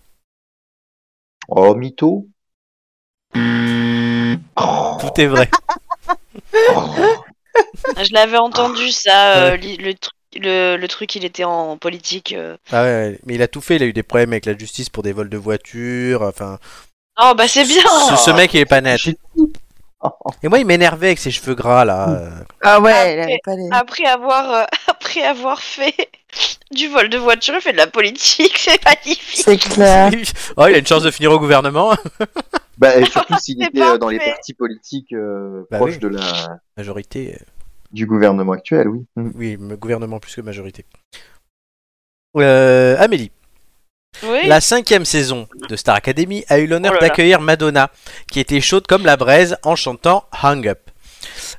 Oh, mytho.
Hmm.
Oh,
Tout est vrai.
oh.
Ah,
Je l'avais entendu, ça, euh, li- le, truc- le, le truc, il était en politique. euh.
Ah ouais, ouais, mais il a tout fait, il a eu des problèmes avec la justice pour des vols de voitures, enfin...
Oh, bah c'est bien
Ce, ce mec, il est pas net.
J'ai-
Et moi, il m'énervait avec ses cheveux gras, là. euh.
Ah ouais,
Après-
elle avait pas les.
Après avoir, euh, après avoir fait du vol de voiture, il fait de la politique, c'est magnifique.
C'est clair.
oh, il a une chance de finir au gouvernement.
Bah, et surtout s'il
C'est
était euh, dans les
parfait.
partis politiques euh,
Bah
proches
oui.
de la
Majorité, euh,
du gouvernement actuel, oui. Mm.
oui, me- gouvernement plus que majorité. Euh, Amélie.
Oui.
La cinquième saison de Star Academy a eu l'honneur
Oh là là.
d'accueillir Madonna, qui était chaude comme la braise en chantant Hang Up.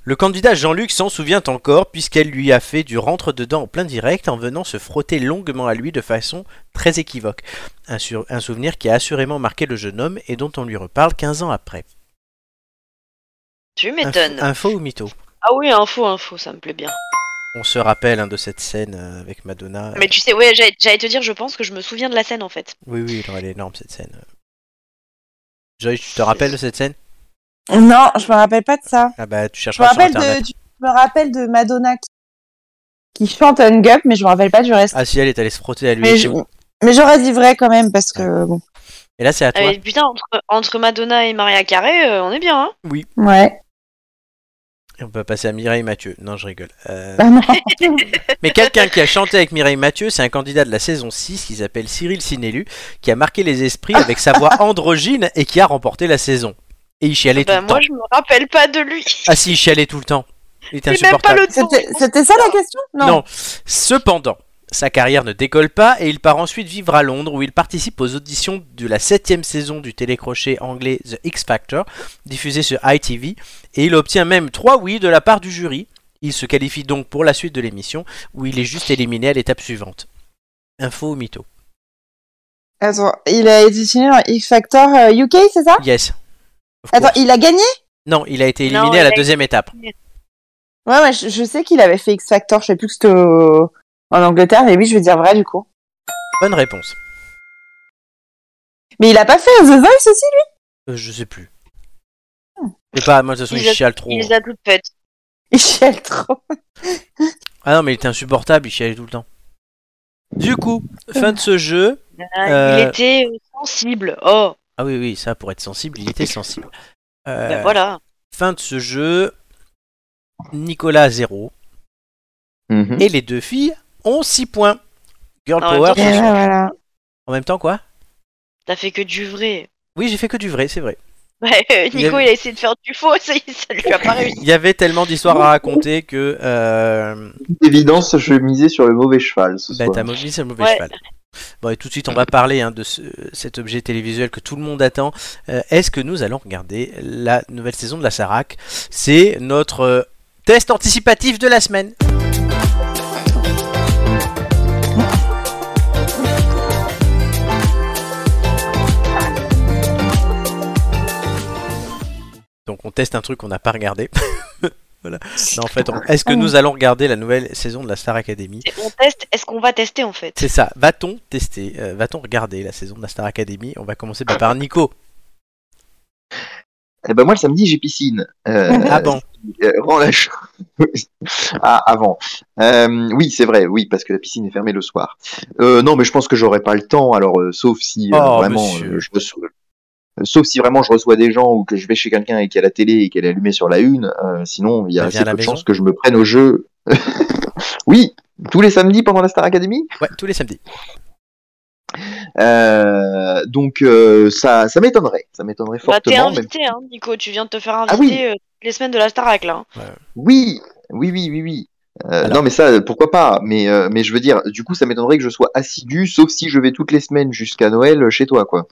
Le candidat Jean-Luc s'en souvient encore puisqu'elle lui a fait du rentre-dedans en plein direct en venant se frotter longuement à lui de façon très équivoque. Un, sur- un souvenir qui a assurément marqué le jeune homme et dont on lui reparle 15 ans après.
Tu
Info,
m'étonnes.
info ou mytho
Ah oui, info, info, ça me plaît bien.
On se rappelle hein, de cette scène euh, avec Madonna.
Mais tu sais, ouais, j'allais j'allais te dire, je pense que je me souviens de la scène en fait.
Oui, oui, non, elle est énorme cette scène. euh. Joy, tu te rappelles de cette scène
Non, je me rappelle pas de ça.
Ah bah, tu
Je me
chercheras sur
rappelle
internet.
de, du- je me rappelle de Madonna qui, qui chante Hung Up, mais je me rappelle pas du reste.
Ah si, elle est allée se frotter à lui.
mais je- mais j'aurais dit vrai quand même parce que bon.
Et là, c'est à toi.
Ah, mais putain, entre, entre Madonna et Maria Carré, euh, on est bien, hein
Ouais.
Et On peut passer à Mireille Mathieu. Non, je rigole. Euh,
Bah non.
Mais quelqu'un qui a chanté avec Mireille Mathieu, c'est un candidat de la saison 6 qui s'appelle Cyril Sinélu, qui a marqué les esprits avec sa voix androgyne et qui a remporté la saison. Et il
Ah
chialait
Bah
tout le
moi,
temps.
je me rappelle pas de lui.
Ah si, il chialait tout le temps. Il était
C'est même pas
insupportable.
le temps.
C'était c'était ça la question
Non. Cependant, sa carrière ne décolle pas et il part ensuite vivre à Londres où il participe aux auditions de la septième saison du télécrochet anglais The X Factor, diffusé sur ITV, et il obtient même trois oui de la part du jury. Il se qualifie donc pour la suite de l'émission où il est juste éliminé à l'étape suivante. Info ou mytho
Attends, il a éditionné dans X Factor euh, UK, c'est ça
Yes. Of
Attends,
course.
il a gagné
Non, il a été
Non,
éliminé
il
à la
a été-
deuxième étape.
Ouais, ouais, je, je sais qu'il avait fait X Factor, je sais plus que c'était au- en Angleterre, mais oui, je vais dire vrai du coup.
Bonne réponse.
Mais il a pas fait The Voice aussi lui
Euh, je sais plus. Je sais pas, moi de toute façon,
Hmm. Il
il
a-
chiale trop.
Il les a toutes faites.
Il chiale trop.
Ah non, mais il était insupportable, il chialait tout le temps. Du coup, fin de ce jeu.
Ah,
Euh.
Il était sensible. Oh,
Ah oui, oui, ça, pour être sensible, il était sensible. Euh,
bah voilà.
Fin de ce jeu, Nicolas 0
Mhm.
et les deux filles ont 6 points. Girl
En même
Power,
temps,
Eh ouais,
attention.
voilà.
en même temps quoi
T'as fait que du vrai.
Oui, j'ai fait que du vrai, c'est vrai.
Ouais, euh,
Il y
Nico,
avait-
il a essayé de faire du faux, ça, ça lui a pas réussi.
Il y avait tellement d'histoires à raconter que... Euh,
Évidence, je misais sur le mauvais cheval ce
bah,
soir.
t'as mobilisé le mauvais
Ouais.
cheval. Bon, et tout de suite, on va parler hein, de ce- cet objet télévisuel que tout le monde attend. Euh, Est-ce que nous allons regarder la nouvelle saison de la Sarac C'est notre euh, test anticipatif de la semaine. Donc on teste un truc qu'on n'a pas regardé. voilà. Non, en fait, on- est-ce que nous allons regarder la nouvelle saison de la Star Academy
C'est- On teste, est-ce qu'on va tester en fait
C'est ça. Va-t-on tester euh, Va-t-on regarder la saison de la Star Academy On va commencer bah, par Nico.
Eh ben moi le samedi j'ai piscine. Euh,
Ah bon
euh, rends la chose. ah, avant. Euh, oui, c'est vrai, oui, parce que la piscine est fermée le soir. Euh, non, mais je pense que j'aurai pas le temps, alors euh, sauf si euh,
Oh,
vraiment
monsieur.
euh, je reçois- euh, Sauf si vraiment je reçois des gens ou que je vais chez quelqu'un et qu'il y a la télé et qu'elle est allumée sur la une, euh, sinon il y a
Elle vient à
assez
la
peu de
maison
chances que je me prenne au jeu. oui, tous les samedis pendant la Star Academy.
Ouais, tous les samedis.
Euh, donc euh, ça, ça m'étonnerait, ça m'étonnerait
Bah, t'es
fortement. mais-
invité, hein, Nico, tu viens de te faire inviter
Ah oui.
euh, toutes les semaines de la Starac, là. hein.
Oui, oui, oui, oui, oui. Euh,
Alors.
non, mais ça, pourquoi pas? Mais, euh, mais je veux dire, du coup, ça m'étonnerait que je sois assidu, sauf si je vais toutes les semaines jusqu'à Noël euh, chez toi, quoi.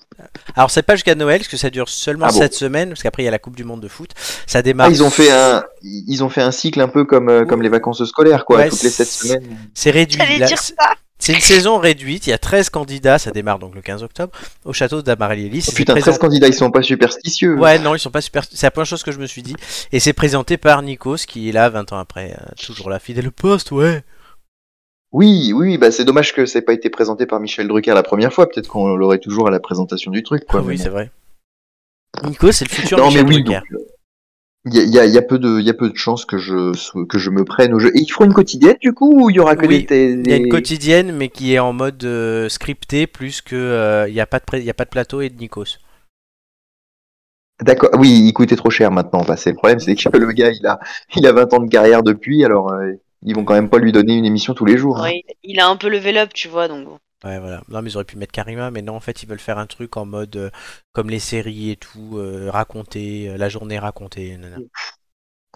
Alors c'est pas jusqu'à Noël, parce que ça dure seulement
Ah bon
7 semaines, parce qu'après il y a la Coupe du Monde de foot. Ça démarre.
Ah, ils ont fait un, ils ont fait un cycle un peu comme, euh, comme les vacances scolaires, quoi,
Ouais,
toutes les sept
c'est-
semaines. Oh,
C'est réduit.
J'allais
là.
dire
C'est-
ça
C'est une saison réduite. Il y a 13 candidats. Ça démarre donc le 15 octobre au château d'Amaryllis.
Oh, putain, 13 candidats, ils sont pas superstitieux.
Ouais, non, ils sont pas super. C'est la première chose que je me suis dit. Et c'est présenté par Nikos, qui est là 20 ans après. euh, toujours là, fidèle au poste, ouais.
Oui, oui, bah, c'est dommage que ça ait pas été présenté par Michel Drucker la première fois. Peut-être qu'on l'aurait toujours à la présentation du truc, quoi.
Ah oui,
mais
c'est vrai. Nikos, c'est le futur
Non, mais
Michel
oui,
Drucker.
donc, euh, il y a, il y a- il y a peu de, il y a peu de chances que je, so- que je me prenne au jeu. Et ils feront une quotidienne, du coup, ou il y aura que
Oui,
des, thé-
Il y a une
des-
quotidienne, mais qui est en mode euh, scripté, plus que euh, il n'y a, pas de pré- il y a pas de plateau et de Nikos.
D'accord, oui, il coûtait trop cher maintenant. Bah, c'est le problème, c'est que le gars, il a, il a 20 ans de carrière depuis, alors euh, ils vont quand même pas lui donner une émission tous les jours. hein.
Ouais, il- Il a un peu level up, tu vois, donc bon.
Ouais, voilà. Non, mais ils auraient pu mettre Karima, mais non, en fait, ils veulent faire un truc en mode euh, comme les séries et tout, euh, raconter, euh, la journée racontée. nanana.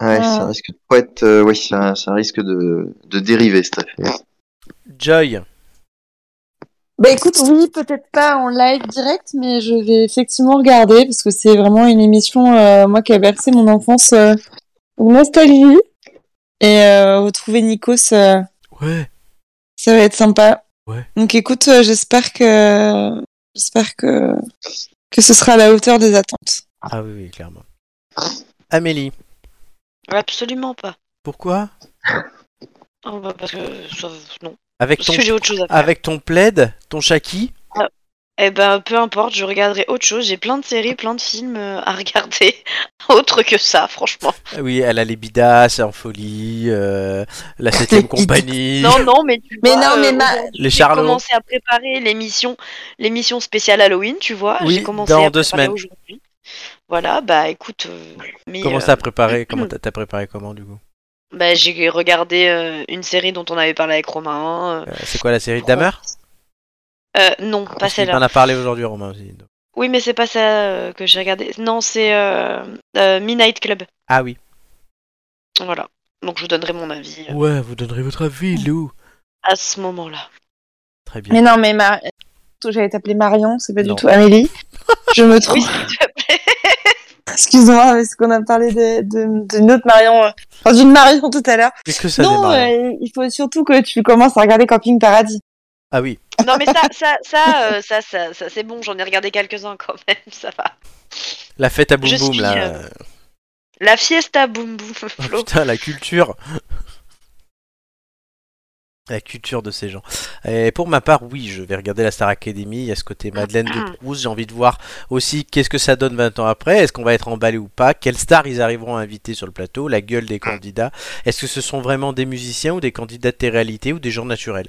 Ouais,
Ah.
ça risque de pas être, euh, ouais, ça, ça risque de, de dériver cette affaire.
Joy,
Bah écoute, oui, peut-être pas en live direct, mais je vais effectivement regarder parce que c'est vraiment une émission, euh, moi, qui a versé mon enfance euh, en nostalgie. Et euh, retrouver Nikos, euh,
ouais.
ça va être sympa.
Ouais.
Donc écoute, euh, j'espère que j'espère que que ce sera à la hauteur des attentes.
Ah oui, oui, clairement. Amélie,
Absolument pas.
pourquoi
Oh, bah, parce que ça- non.
Avec
Parce
ton,
que j'ai autre chose à faire.
avec ton plaid, ton shaki.
Eh ben, peu importe, je regarderai autre chose. J'ai plein de séries, plein de films euh, à regarder. Autre que ça, franchement.
Ah Oui, elle a les bidas, en folie, euh, la septième compagnie,
Non, non, mais tu
Mais
vois,
non,
euh,
mais ma-
aujourd'hui,
les
j'ai
charlots.
commencé à préparer l'émission, l'émission spéciale Halloween, tu vois.
Oui,
j'ai commencé
dans
à
deux
préparer
semaines.
aujourd'hui. Voilà, bah écoute, euh, mais,
Comment
euh,
ça à préparer Comment t'as t'as préparé comment du coup
bah, j'ai regardé euh, une série dont on avait parlé avec Romain. euh,
Euh, C'est quoi la série Damer
euh, non, pas
On
celle-là.
en a parlé aujourd'hui, Romain. aussi.
Oui, mais c'est pas ça euh, que j'ai regardé. Non, c'est euh, euh, Midnight Club.
Ah oui.
Voilà. Donc je vous donnerai mon avis euh,
Ouais, vous donnerez votre avis, Lou.
à ce moment-là.
Très bien.
Mais non, mais Mar... j'allais t'appeler Marion, c'est pas
Non.
du tout Amélie. Je me
Oui,
trompe.
s'il te plaît.
Excuse-moi, parce qu'on a parlé de- de- d'une autre Marion, euh, enfin d'une Marion tout à l'heure.
Qu'est-ce que ça
Non,
démarre
euh, il faut surtout que tu commences à regarder Camping Paradis.
Ah oui.
Non, mais ça, ça, ça, euh, ça, ça, ça, c'est bon, j'en ai regardé quelques-uns quand même, ça va.
La fête à boum
je
boum
suis,
là.
La fiesta boum boum
Oh,
Flo.
putain, la culture. La culture de ces gens. Et pour ma part, oui, je vais regarder la Star Academy. Il y a ce côté Madeleine de Proust. J'ai envie de voir aussi qu'est-ce que ça donne 20 ans après. Est-ce qu'on va être emballé ou pas Quelles stars ils arriveront à inviter sur le plateau La gueule des candidats Est-ce que ce sont vraiment des musiciens ou des candidats de télé-réalité ou des gens naturels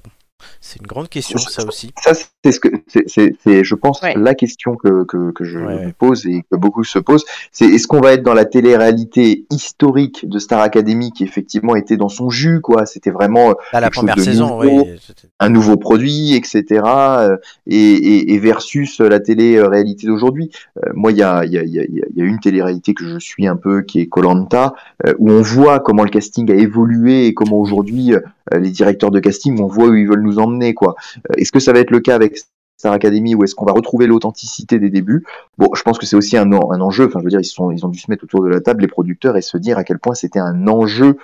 C'est une grande question, ça aussi.
Ça, c'est ce que, c'est, c'est, c'est, je pense,
Ouais.
la question que, que, que je
Ouais.
me pose et que beaucoup se posent. C'est est-ce qu'on va être dans la télé-réalité historique de Star Academy qui effectivement était dans son jus, quoi. C'était vraiment
À la
Quelque chose
première
de
saison,
nouveau.
oui.
un nouveau produit, etc. euh, Et, et, et versus la télé-réalité d'aujourd'hui. Euh, moi, il y a, il y, a, il y, a, il y a- il y a une télé-réalité que je suis un peu, qui est Colanta, euh, où on voit comment le casting a évolué et comment aujourd'hui euh, les directeurs de casting, on voit où ils veulent nous emmener. quoi. Euh, Est-ce que ça va être le cas avec Star Academy ou est-ce qu'on va retrouver l'authenticité des débuts Bon, je pense que c'est aussi un, en- un enjeu. Enfin, je veux dire, ils, se sont, ils ont dû se mettre autour de la table, les producteurs, et se dire à quel point c'était un enjeu.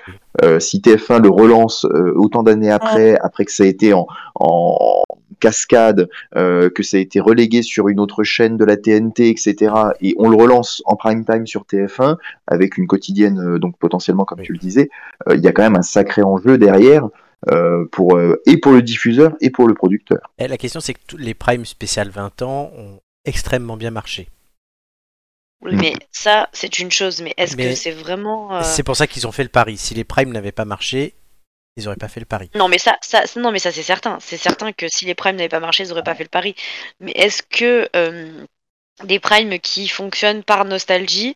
Euh, si TF1 le relance euh, autant d'années après, après que ça a été en, en cascade, euh, que ça a été relégué sur une autre chaîne de la TNT, etc. Et on le relance en prime time sur TF1 avec une quotidienne, euh, donc potentiellement, comme tu le disais, euh, il y a quand même un sacré enjeu derrière euh, pour euh, et pour le diffuseur et pour le producteur.
Et Eh, la question, c'est que tous les primes spéciales 20 ans ont extrêmement bien marché.
Oui, mais ça, c'est une chose, mais est-ce
Mais
que c'est vraiment. euh,
C'est pour ça qu'ils ont fait le pari. Si les primes n'avaient pas marché, ils n'auraient pas fait le pari.
Non, mais ça, ça, ça- non, mais ça, c'est certain. C'est certain que si les primes n'avaient pas marché, ils n'auraient pas fait le pari. Mais est-ce que euh, des primes qui fonctionnent par nostalgie,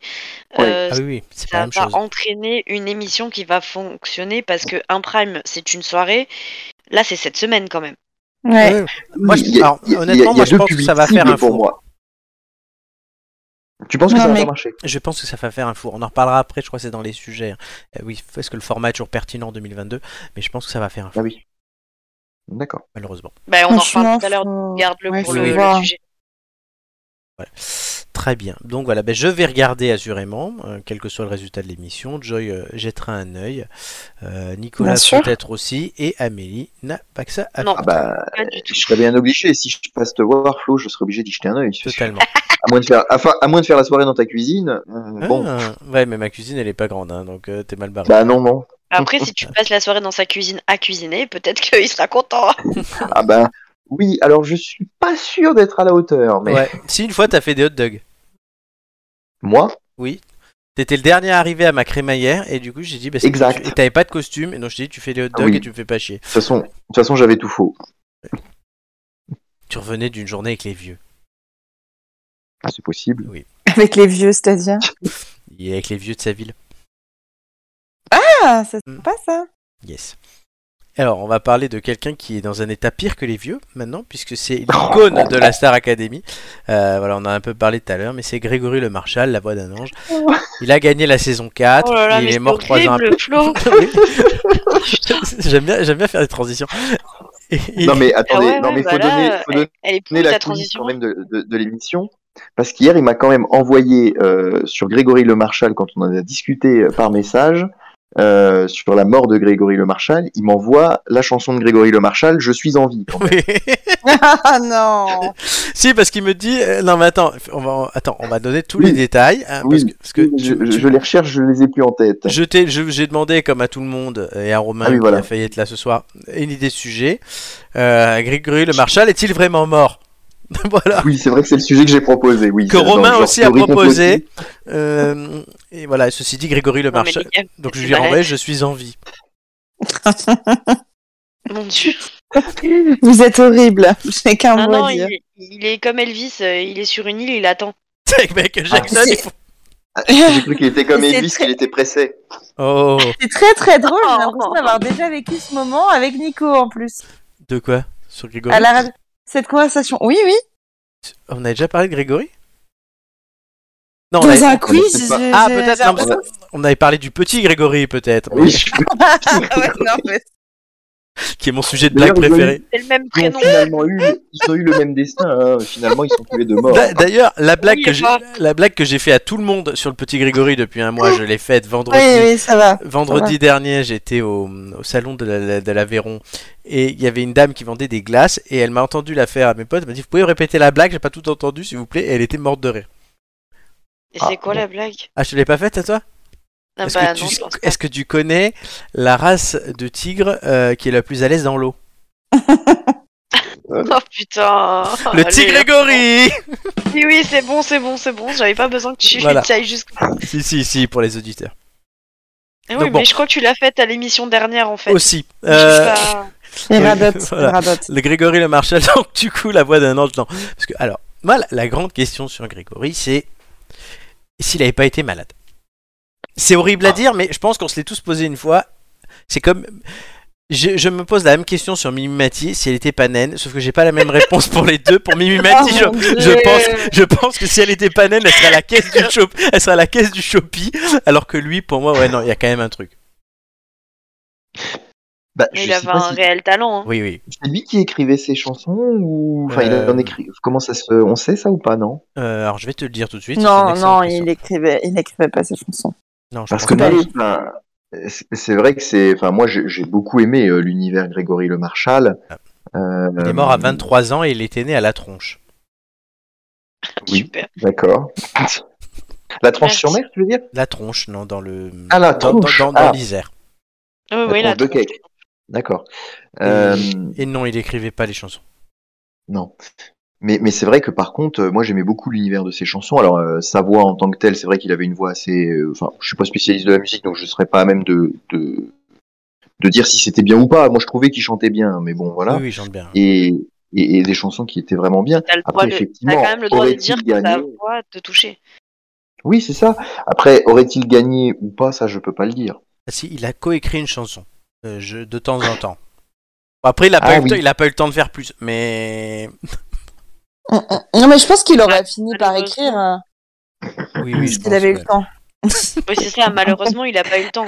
Oui.
euh,
Ah oui, oui, c'est pas la
ça
même
va
chose.
entraîner une émission qui va fonctionner parce que un prime, c'est une soirée. Là, c'est cette semaine quand même.
Ouais.
Ouais. Moi, je-
Il y a-
alors,
il y a-
honnêtement,
il y a- il y a
moi, je
deux
pense que
publics
ça va faire
cibles
un
pour
four.
moi. Tu penses que
Non,
ça va
mais-
pas marcher
Je pense que ça va faire un four. On en reparlera après, je crois que c'est dans les sujets. hein. Euh, oui, parce que le format est toujours pertinent en 2022, mais je pense que ça va faire un four,
Ah oui. D'accord.
malheureusement.
Ben, on en reparle
Franchement,
tout à l'heure.
faut-
Regarde-le
ouais,
pour
faut
le, le
voir.
sujet.
Voilà. Très bien. Donc voilà, ben, je vais regarder assurément, euh, quel que soit le résultat de l'émission. Joy euh, jettera un œil. Euh, Nicolas
Bien sûr.
peut-être aussi. Et Amélie n'a pas que ça à
Non.
faire.
Ah bah,
Pas du tout.
je serais bien obligé. Si je passe te voir, Flo, je serais obligé d'y jeter un œil. c'est sûr.
Totalement.
À moins de faire, enfin, à moins de faire la soirée dans ta cuisine. euh, Bon.
Ah, ouais, mais ma cuisine, elle est pas grande, hein, donc euh, t'es mal barré.
Bah non, non.
Après, si tu passes la soirée dans sa cuisine à cuisiner, peut-être qu'il sera content.
Ah bah oui. Alors je suis pas sûr d'être à la hauteur, mais
Ouais. Si une fois t'as fait des hot dogs.
moi,
T'étais le dernier arrivé à ma crémaillère et du coup j'ai dit bah, c'est
Exact.
que tu- et t'avais pas de costume et donc je t'ai dit tu fais les hot dogs
Oui.
et tu me fais pas chier.
de toute façon, de toute façon, j'avais tout faux.
Tu revenais d'une journée avec les vieux.
Ah, C'est possible.
Avec les vieux, c'est-à-dire.
Et avec les vieux de sa ville.
Ah, ça
Mm.
c'est pas ça.
Yes. Alors on va parler de quelqu'un qui est dans un état pire que les vieux maintenant puisque c'est l'icône de la Star Academy. Euh, voilà on en a un peu parlé tout à l'heure mais c'est Grégory Le Marchal, la voix d'un ange.
Oh.
Il a gagné la saison 4,
Oh là là,
il
mais
est
c'est
mort 3 ans après.
horrible, Flo.
Oui. j'aime bien, j'aime bien faire des transitions. Et- et-
Non mais
Ah
attendez,
ouais,
non
ouais,
mais
bah
faut
là,
donner, faut
elle-
donner
Elle est
donner
plus
la
la
coulisses
transition.
quand même de, de- de l'émission, parce qu'hier, il m'a quand même envoyé euh, sur Grégory Le Marchal, quand on en a discuté euh, par message, euh, sur la mort de Grégory Le Marchal, il m'envoie la chanson de Grégory Le Marchal, Je suis en vie. en fait.
ah non
si, parce qu'il me dit. euh, non, mais attends, on va, attends, on va donner tous les
Oui.
détails. hein,
Oui,
parce que, parce que
je,
tu-
je-
tu-
je les recherche, je les ai plus en tête.
Je t'ai- je- j'ai demandé, comme à tout le monde, euh, et à Romain
Ah oui, voilà.
qui a failli être là ce soir, une idée de sujet. Euh, Grégory Le Marchal est-il vraiment mort Voilà.
Oui, c'est vrai que c'est le sujet que j'ai proposé. Oui,
Que
Dans le
Romain
genre
aussi a
théorie
proposé.
complotiste.
Euh, et voilà, ceci dit, Grégory Le
Non, mais
Marchal.
nickel.
Donc je
c'est
lui renvoie,
pareil.
je suis en vie.
Mon dieu.
Vous êtes horrible. Je n'ai qu'un
Ah
mot
non,
à dire.
il, il est comme Elvis, euh, il est sur une île, il attend.
C'est le mec
Ah.
que Jackson,
c'est-
il faut-
J'ai cru qu'il était comme
C'est
Elvis,
très-
qu'il était pressé.
Oh,
C'est très très drôle. J'ai
Oh.
l'impression d'avoir déjà vécu ce moment avec Nico en plus.
Ah de quoi Sur Grégory
À la radio- Cette conversation. Oui, oui.
On a déjà parlé de Grégory Non, on
Dans
avait...
un quiz.
pas.
j'ai-
Ah,
j'ai-
peut-être,
j'ai
non, mais-
l'impression-
on avait parlé du petit Grégory, peut-être, mais-
Oui, je-
Ah ouais, non, mais-
qui est mon sujet de blague
D'ailleurs, je l'ai-
préféré.
C'est le même
ils
prénom.
ont finalement eu, ils ont eu le même destin. hein. Finalement, ils sont tous les deux morts.
D'a- D'ailleurs, la blague
Oui,
que j'ai,
bah.
la blague que j'ai fait à tout le monde sur le petit Grégory depuis un mois, je l'ai faite vendredi.
Oui, oui, ça va.
Vendredi dernier, j'étais au, au salon de la- de l'Aveyron et il y avait une dame qui vendait des glaces et elle m'a entendu la faire à mes potes. Elle m'a dit Vous pouvez répéter la blague J'ai pas tout entendu, s'il vous plaît. Et elle était morte de rire.
Et
Ah,
c'est quoi la blague
Ah, je te l'ai pas faite à toi
Ah
Est-ce
bah
que,
non,
tu-
je pense pas.
est-ce que tu connais la race de tigre euh, qui est la plus à l'aise dans l'eau
Oh putain
Le petit Grégory
Oui, oui, c'est bon, c'est bon, c'est bon, j'avais pas besoin que tu
Voilà.
tu ailles jusqu'au...
Si, si, si, pour les auditeurs.
Ah
Donc
oui,
bon.
mais je crois que tu l'as faite à l'émission dernière, en fait.
Aussi.
Je
Euh,
sais pas.
Il
Oui,
radote.
voilà.
Il radote.
Le Grégory le Marshal, donc du coup la voix d'un ange, non. Parce que, alors, moi, la, la grande question sur Grégory, c'est s'il n'avait pas été malade. C'est horrible
Ah.
à dire, mais je pense qu'on se l'est tous posé une fois. C'est comme. Je, je me pose la même question sur Mimimati, si elle était pas naine, sauf que j'ai pas la même réponse pour les deux. Pour
Ah
Mimimati, je,
Oh mon
je
Dieu.
pense, je pense que si elle était pas naine, elle serait à la caisse du, Shop- elle serait à la caisse du Shopee, alors que lui, pour moi, ouais, non, il y a quand même un truc.
Bah,
Mais
je
il
sais
avait
pas
un
si-
réel talent. hein.
Oui, oui.
C'est lui qui écrivait ses chansons ou enfin il
Euh,
en écrit. Comment ça se On sait ça ou pas non
Euh, alors, je vais te le dire tout de suite. c'est
Non,
une excellente
non,
question.
il écrivait, il écrivait pas ses chansons.
Non, je
Parce
pense
que
pas.
moi, euh,
lui.
Bah,
enfin, c'est- c'est vrai que c'est. Enfin moi j'ai j'ai beaucoup aimé euh, l'univers Grégory Le Marchal. Euh,
Ah. Il est mort à 23 ans et il était né à la tronche.
oui.
Super.
D'accord. La tranche sur mer, tu veux dire
La tronche, non, dans le.
Ah, la
dans- dans-
tronche,
Dans, dans
ah.
l'Isère.
Oui, oui,
La tranche
la
de
tronche.
cake. D'accord. Euh,
Et non, il écrivait pas les chansons.
Non. Mais, mais c'est vrai que par contre, euh, moi j'aimais beaucoup l'univers de ses chansons. Alors euh, sa voix en tant que telle, c'est vrai qu'il avait une voix assez. euh, Enfin, je suis pas spécialiste de la musique, donc je serais pas à même de de, de dire si c'était bien ou pas. Moi, je trouvais qu'il chantait bien, mais bon, voilà.
Oui, oui, chante bien.
Et, et et des chansons qui étaient vraiment bien.
T'as le droit
Après,
de...
effectivement,
T'as quand même le droit de
aurait-il
dire que ta
gagné
voix te touchait.
Oui, c'est ça. Après, aurait-il gagné ou pas Ça, je peux pas le dire.
Ah, si, il a coécrit une chanson. euh, je- de temps en temps. Bon, Après, il a,
Ah,
pas eu le
oui.
temps- il a pas eu le temps de faire plus. Mais.
Non, mais je pense qu'il aurait fini par
malheureusement.
écrire euh,
Oui, oui, je
s'il avait eu le
ouais.
temps.
Oui, c'est ça, malheureusement, il a pas eu le temps.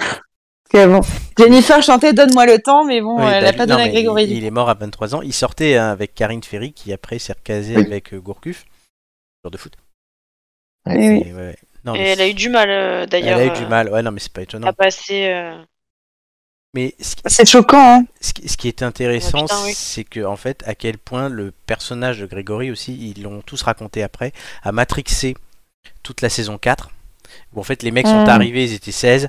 Ok, bon. Jennifer chantait Donne-moi le temps, mais bon,
Oui, bah,
elle a pas
non,
donné à
mais
Grégory.
Il, il est mort à 23 ans. Il sortait hein, avec Karine Ferry, qui après s'est recasée
Oui.
avec euh, Gourcuff. Joueur de foot.
Eh oui.
Et ouais, ouais. Non,
Et
mais
elle a eu du mal, euh,
Ah, elle
d'ailleurs.
a eu du
euh,
mal. Ouais, non, mais c'est pas étonnant.
À passer... euh,
Mais ce qui-
C'est choquant, hein.
Ce qui, ce qui est intéressant,
Ouais, putain, oui.
c'est que en fait, à quel point le personnage de Grégory aussi, ils l'ont tous raconté après, a matrixé toute la saison 4. Où en fait, les mecs sont
Mm.
Euh.
arrivés, ils étaient 16,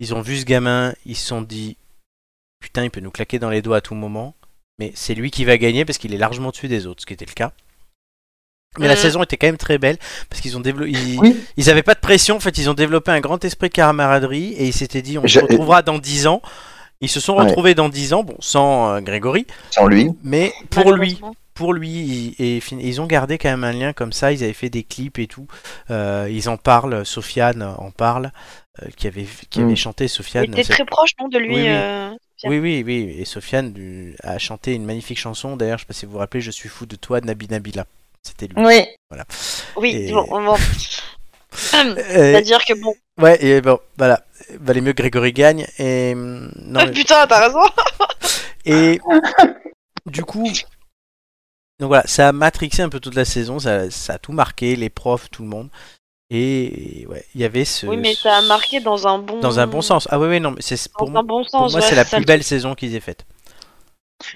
ils ont vu ce gamin, ils se sont dit putain, il peut nous claquer dans les doigts à tout moment, mais c'est lui qui va gagner parce qu'il est largement dessus des autres, ce qui était le cas. Mais la
Mm.
saison était quand même très belle parce qu'ils ont développé, ils,
Oui.
ils avaient pas de pression en fait, ils ont développé un grand esprit de camaraderie et ils s'étaient dit on se
Je-
retrouvera dans 10 ans. Ils se sont
Ouais.
retrouvés dans 10 ans, bon, sans euh, Grégory,
Sans lui.
mais pour lui,
malheureusement.
pour lui, il- et fin- ils ont gardé quand même un lien comme ça. Ils avaient fait des clips et tout. Euh, ils en parlent, Sofiane en parle, euh, qui avait, qui avait
Mm.
chanté
Il
Sofiane.
était
c'est-
très proche, non, de lui
Oui, oui.
euh,
Oui, oui, oui. Et Sofiane du- a chanté une magnifique chanson. D'ailleurs, je sais pas si vous vous rappelez, Je suis fou de toi, de Nabi Nabila. C'était lui.
Oui.
Oui,
Et-
bon, bon. Hum,
Euh,
C'est-à-dire que bon.
ouais, et bon, voilà. Valait mieux que Grégory gagne. Et, hum, non,
Ah,
mais-
Putain, t'as raison.
Et du coup, donc voilà, ça a matrixé un peu toute la saison, ça, ça a tout marqué, les profs, tout le monde. Et ouais, il y avait ce.
Oui, mais ça a
ce-
marqué dans un bon
Dans un bon sens. Ah oui, oui, non, mais c'est
Dans
pour,
un
moi-
bon
pour
sens.
moi,
ouais,
c'est la
ça
plus
le
belle saison qu'ils aient faite.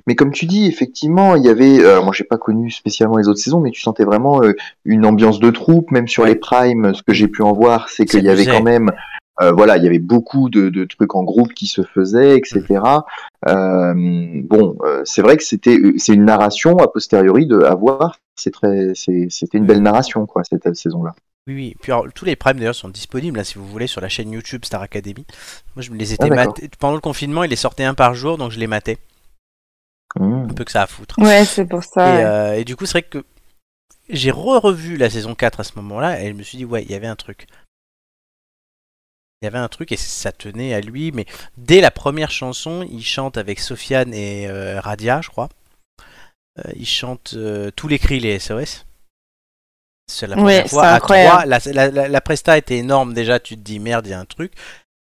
Mais comme tu dis, effectivement, il y avait, euh, moi j'ai pas connu spécialement les autres saisons, mais tu sentais vraiment euh, une ambiance de troupe, même sur les primes, ce que j'ai pu en voir, c'est
Ça
qu'il y avait
faisait.
quand même, euh, voilà, il y avait beaucoup de, de trucs en groupe qui se faisaient, etc. Euh, bon, euh, c'est vrai que c'était, c'est une narration a posteriori de à voir, c'est très, c'est- c'était une belle narration quoi cette saison-là.
Oui, oui. Puis alors, tous les primes d'ailleurs sont disponibles, hein, si vous voulez, sur la chaîne YouTube Star Academy. Moi, je me les étais
d'accord.
matés. Pendant le confinement, il les sortait un par jour, donc je les matais.
Mmh.
Un peu que ça à foutre.
Ouais, c'est pour ça.
Et,
ouais.
euh, et du coup, c'est vrai que j'ai re-revu la saison 4 à ce moment-là et je me suis dit, ouais, il y avait un truc. Il y avait un truc et ça tenait à lui, mais dès la première chanson, il chante avec Sofiane et euh, Radia, je crois. Euh, il chante euh, tous les cris, les SOS. C'est la
Ouais,
première
c'est
fois. à trois,
incroyable.
la, la- la- la presta était énorme déjà, tu te dis merde, il y a un truc.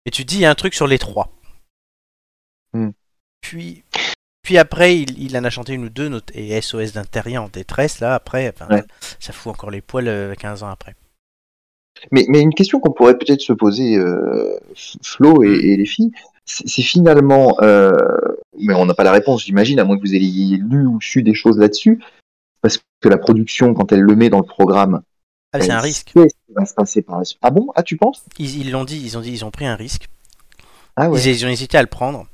Et tu te dis, il y a un truc sur les trois.
Hmm.
Puis, puis après, il, il en a chanté une ou deux, note- et SOS d'un terrien en détresse, là, après, enfin,
Ouais.
ça fout encore les poils euh, 15 ans après.
Mais, mais une question qu'on pourrait peut-être se poser, euh, F- Flo et, et les filles, c'est c'est finalement, euh, mais on n'a pas la réponse, j'imagine, à moins que vous ayez lu ou su des choses là-dessus, parce que la production, quand elle le met dans le programme,
Ah, mais c'est
elle
un risque.
sait ce qui va se passer par la suite. Ah bon Ah, tu penses
Ils ils l'ont dit, ils ont dit, ils ont pris un risque.
Ah ouais,
Ils, ils ont hésité à le prendre. En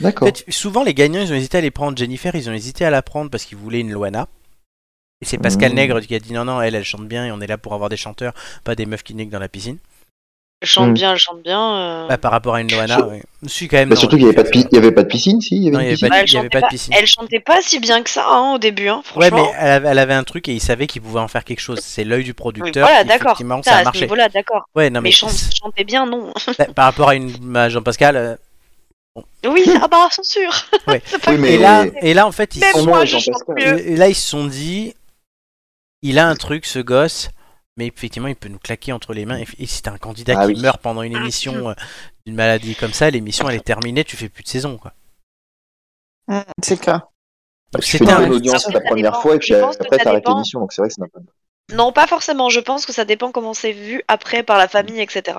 d'accord.
fait, souvent, les gagnants, ils ont hésité à les prendre. Jennifer, ils ont hésité à la prendre parce qu'ils voulaient une Loana. Et c'est Pascal
Mmh.
Nègre qui a dit non, non, elle, elle chante bien et on est là pour avoir des chanteurs, pas des meufs qui niquent dans la piscine.
Chante
Mm.
bien, elle chante bien. euh.
Bah, par rapport à une Loana,
Sur-
ouais. Je suis quand même.
Bah,
non,
surtout qu'il n'y avait, pas de pi- il y avait pas de piscine, si Il y avait
Non,
une
il y
piscine
avait pas
Elle
de- il y avait
chantait
pas de piscine.
Elle chantait pas si bien que ça hein, au début, hein,
Ouais,
franchement.
mais elle avait, elle avait un truc et il savait qu'il pouvait en faire quelque chose. C'est l'œil du producteur.
Oui, voilà,
qui,
d'accord.
effectivement,
Ça,
ça
à
a
ce
marché.
niveau-là, d'accord.
Ouais, non,
Mais
mais
chan- chantait bien, non.
Bah, par rapport à une à Jean-Pascal. euh,
Oui, ah bah, censure.
Ouais.
C'est pas
Oui, mais-
Et
grave.
là, et là, en fait, ils
Même
se sont-
Son nom
moi,
est
je chante
Jean-Pascal.
mieux.
et là, ils se sont dit, il a un truc, ce gosse, mais effectivement, il peut nous claquer entre les mains. Et si t'as un candidat
Ah
qui
oui.
meurt pendant une
Ah,
émission euh, d'une maladie comme ça, l'émission elle est terminée, tu fais plus de saison, quoi.
Mm, C'est clair.
Donc,
Ah, Tu
c'était
fais
un-
une audience
Ça,
la
ça
première
dépend.
fois et
Je
puis
pense que
après
ça
t'arrêtes
dépend.
l'émission, donc c'est vrai que c'est n'importe quoi.
Non, pas forcément. Je pense que ça dépend comment c'est vu après par la famille, etc.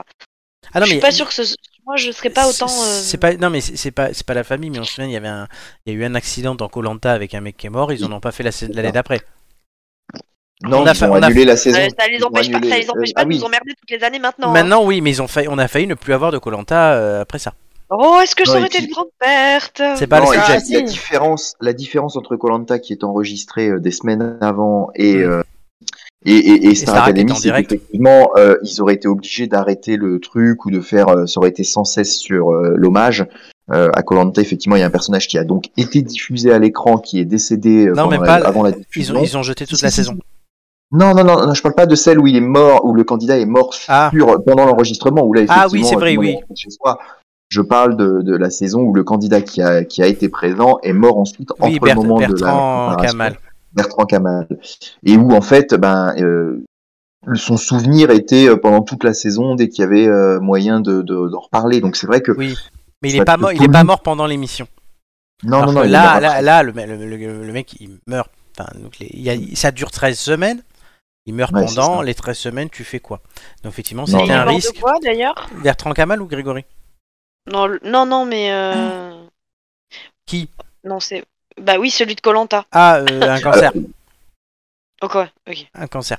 Ah non,
je suis
mais-
pas sûr que ce... moi je serais pas autant. euh,
C'est pas non mais c'est c'est pas c'est pas la famille mais on se souvient il y avait un il y a eu un accident dans Colanta avec un mec qui est mort ils en ont pas fait la sa- l'année d'après
Non,
a
ils
fait-
ont
on a
annulé la
euh,
saison.
ça les
Ils ont
empêche pas, ça
annulé,
les empêche
euh,
pas
ah
de
oui.
nous emmerder toutes les années maintenant. hein.
maintenant oui mais ils ont failli on a failli ne plus avoir de Colanta euh, après ça
Oh, est-ce que ça
Non,
aurait
et
été
puis-
une grande perte
c'est pas
Non,
le
et
sujet
Ah,
puis la, la
si.
différence, la différence entre Colanta qui est enregistrée euh, des semaines avant et
Mm.
euh, et, et, et Star
Starac est
Academy,
en
c'est
direct.
effectivement, ils auraient été obligés d'arrêter le truc ou de faire, euh, ça aurait été sans cesse sur euh, l'hommage. Euh, à Colanta, effectivement, il y a un personnage qui a donc été diffusé à l'écran, qui est décédé euh,
Non,
pendant
mais
la-
pas-
avant la
ils
diffusion.
ont ils ont jeté toute la
Si, si, si.
saison
Non, non, non, non, je parle pas de celle où il est mort, où le candidat est mort
Ah.
sur, pendant l'enregistrement, où là,
Ah
effectivement,
oui, c'est vrai,
tout le monde
oui.
rentre chez soi. Je parle de, de la saison où le candidat qui a, qui a été présent est mort ensuite
oui
entre
Bert-
le moment de la
Bertrand
préparation.
Kamal
Bertrand Kamal. Et où, en fait, ben, euh, son souvenir était euh, pendant toute la saison, dès qu'il y avait euh, moyen de, de- d'en reparler. Donc c'est vrai que.
oui mais il
Ça
est pas
te
mort il est
pollue.
pas mort pendant l'émission
Non,
Alors
non, non,
que
il est mort
là,
après.
là, là, le, me- le- le- le mec, il meurt. Enfin, donc les- il y a- ça dure 13 semaines. Il meurt
Ouais, c'est
pendant
ça.
les 13 semaines, tu fais quoi Donc, effectivement,
Non,
c'était
Il est
un
mort
risque.
de quoi d'ailleurs
Bertrand Kamal ou Grégory
non, le- non, non, mais. euh,
Qui
Non, c'est. Bah oui, celui de Colanta.
Ah, euh, un cancer.
Ok, ouais, ok.
Un cancer.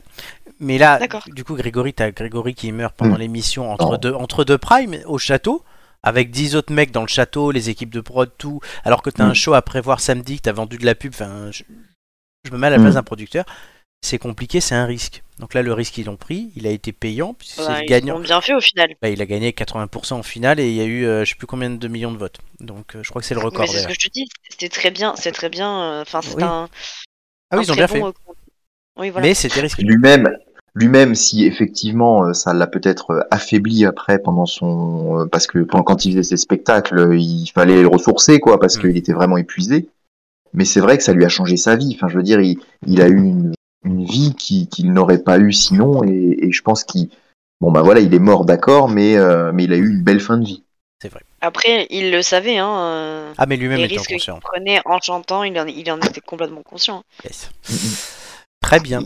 Mais là,
D'accord.
du coup, Grégory, t'as Grégory qui meurt pendant
Hmm.
l'émission entre
Non.
deux, entre deux primes au château, avec 10 autres mecs dans le château, les équipes de prod, tout. Alors que t'as un
Hmm.
show à prévoir samedi, que t'as vendu de la pub. Enfin, je, je me mets à la place
Hmm.
d'un producteur. C'est compliqué, c'est un risque. Donc là, le risque, ils l'ont pris. Il a été payant, puisque c'est
Bah,
le
ils
gagnant.
ont bien fait au final.
Bah, il a gagné 80% en finale et il y a eu euh, je sais plus combien de millions de votes. Donc euh, je crois que c'est le record
Mais c'est ce
d'ailleurs.
que je te dis. C'était très bien. C'est très bien. euh, Enfin, c'est
Oui.
un.
Ah oui,
un
ils ont bien
très
fait.
bon, euh, Oui, voilà.
Mais c'était risqué.
lui-même lui-même si effectivement euh, ça l'a peut-être euh, affaibli après pendant son euh, parce que pen- quand il faisait ses spectacles euh, il fallait le ressourcer quoi parce
Mm.
qu'il était vraiment épuisé mais c'est vrai que ça lui a changé sa vie enfin je veux dire il, il a eu une, une vie qui- qu'il n'aurait pas eu sinon et, et je pense qu'il bon bah voilà il est mort d'accord mais euh, mais il a eu une belle fin de vie
Après, il le savait, hein. euh,
Ah mais lui-même
les
était
risques qu'il
conscient.
hein. prenait en chantant, il en, il en était complètement conscient.
Yes. Très bien.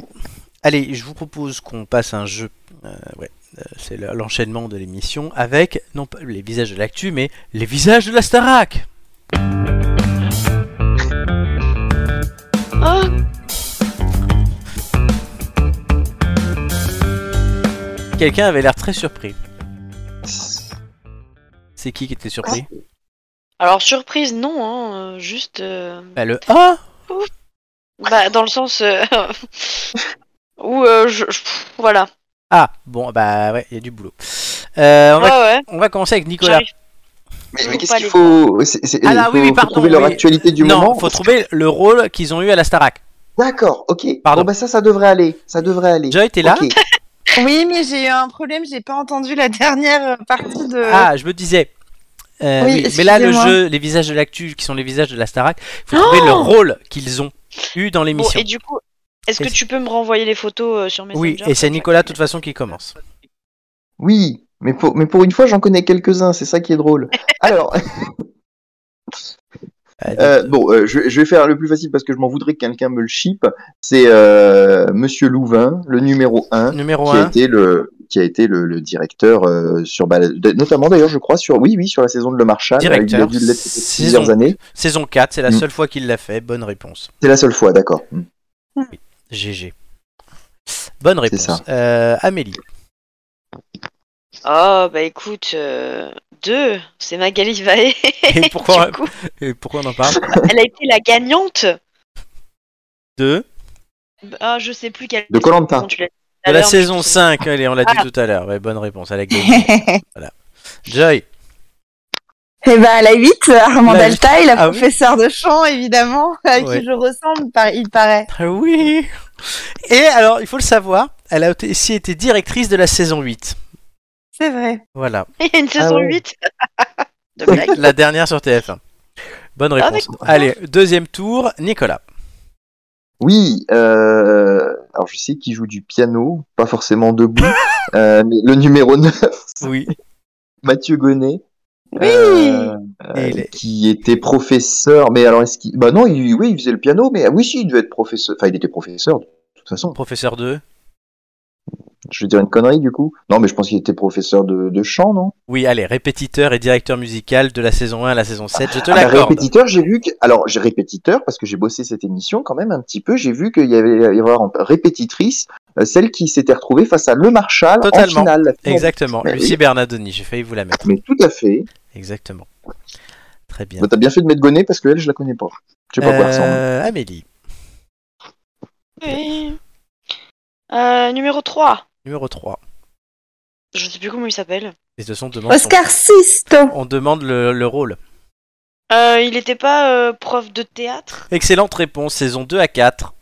Allez, je vous propose qu'on passe à un jeu. Euh, ouais, euh, c'est le- l'enchaînement de l'émission avec, non pas les visages de l'actu, mais les visages de la Starac
Oh
Quelqu'un avait l'air très surpris. C'est qui qui était surpris
Alors surprise, non, hein, euh, juste. euh,
Bah, le Ah
Bah, dans le sens euh, où euh, je, je- pff, voilà.
Ah, bon, bah ouais, il y a du boulot. Euh, on,
Ouais,
va,
ouais.
on va commencer avec Nicolas.
j'arrive.
Mais,
Faut
mais qu'est-ce
pas
qu'il
les
faut c'est- c'est-
Ah là,
faut-
oui, oui,
faut
pardon,
trouver leur
oui.
actualité du
non,
moment.
faut trouver le rôle qu'ils ont eu à la Starac.
D'accord, ok.
Pardon.
Bon bah ça, ça devrait aller. Ça devrait aller.
Joy, t'es là
Ok.
Oui, mais j'ai eu un problème, j'ai pas entendu la dernière euh, partie de.
Ah, je me disais. Euh,
Oui,
oui, mais là, le
excusez-moi.
jeu, les visages de l'actu, qui sont les visages de la Starac, faut trouver le rôle qu'ils ont eu dans
Bon,
l'émission.
et du coup, est-ce que
Est-ce-
tu peux me renvoyer les photos euh, sur Messenger
oui, et c'est Nicolas, de toute façon, qui commence.
Oui, mais pour, mais pour une fois, j'en connais quelques-uns. C'est ça qui est drôle. Alors,
Euh,
euh, bon, euh, je, je vais faire le plus facile parce que je m'en voudrais que quelqu'un me le chip. C'est euh, Monsieur Louvain, le numéro 1.
numéro
euh, qui a
1.
été le qui a été le, le directeur euh, sur bah, de- notamment d'ailleurs je crois sur oui oui sur la saison de Le Marchal Euh,
Directeur,
il a dû l'être depuis
saison.
plusieurs années
Saison 4, c'est la
Mm.
seule fois qu'il l'a fait. Bonne réponse.
c'est la seule fois d'accord Mm.
GG. Bonne réponse.
ça.
Euh, Amélie.
Oh, bah écoute, euh, deux, c'est Magali Vaé.
Et pourquoi,
Du coup,
et pourquoi on en parle
elle a été la gagnante.
De,
Ah, je sais plus quelle.
De Koh-Lanta.
Bon, tu l'as dit tout à
de la
l'heure,
saison
mais je sais-
5. Allez, on l'a dit
Ah.
tout à l'heure. Ouais, bonne réponse. Elle a gagné. Joy.
Eh ben, la 8, Armand
La
Altaï, la
Ah oui.
professeure de chant, évidemment, à
Ouais.
qui je ressemble, par- il paraît.
Ah Oui. Et alors, il faut le savoir, elle a aussi été directrice de la saison 8.
C'est vrai.
Voilà.
Il y a une saison
Ah ouais.
8. de blague.
La dernière sur TF1. Bonne
Ah,
réponse.
mais comment
Allez, deuxième tour, Nicolas.
oui euh, alors je sais qui joue du piano pas forcément debout euh, mais le numéro 9
Oui.
Mathieu Gonnet
Oui.
euh,
Et
euh,
il est-
qui était professeur mais alors est-ce qu'il bah non il, oui il faisait le piano mais ah oui si il devait être professeur enfin il était professeur de toute façon
Professeur 2.
je vais dire une connerie du coup non mais je pense qu'il était professeur de, de chant non
Oui, allez, répétiteur et directeur musical de la saison 1 à la saison 7. Je te
Ah bah,
l'accorde.
répétiteur, j'ai vu que. Alors, j'ai répétiteur, parce que j'ai bossé cette émission quand même un petit peu, j'ai vu qu'il y avait il va y avoir en répétitrice, euh, celle qui s'était retrouvée face à Le Marchal en
Totalement.
finale. la finale.
Exactement.
Mais-
Lucie Bernadoni, j'ai failli vous la mettre.
Mais tout à fait.
Exactement. Très bien.
Bah, T'as bien fait de mettre Gonnet parce que elle, je la connais pas. Je sais pas quoi elle ressemble.
Euh, Amélie,
Oui. Euh, numéro 3.
numéro 3.
Je sais plus comment il s'appelle.
Et de son demande.
Oscar Sisto.
On demande le, le rôle.
Euh, il était pas euh, prof de théâtre.
Excellente réponse, saison 2 à 4.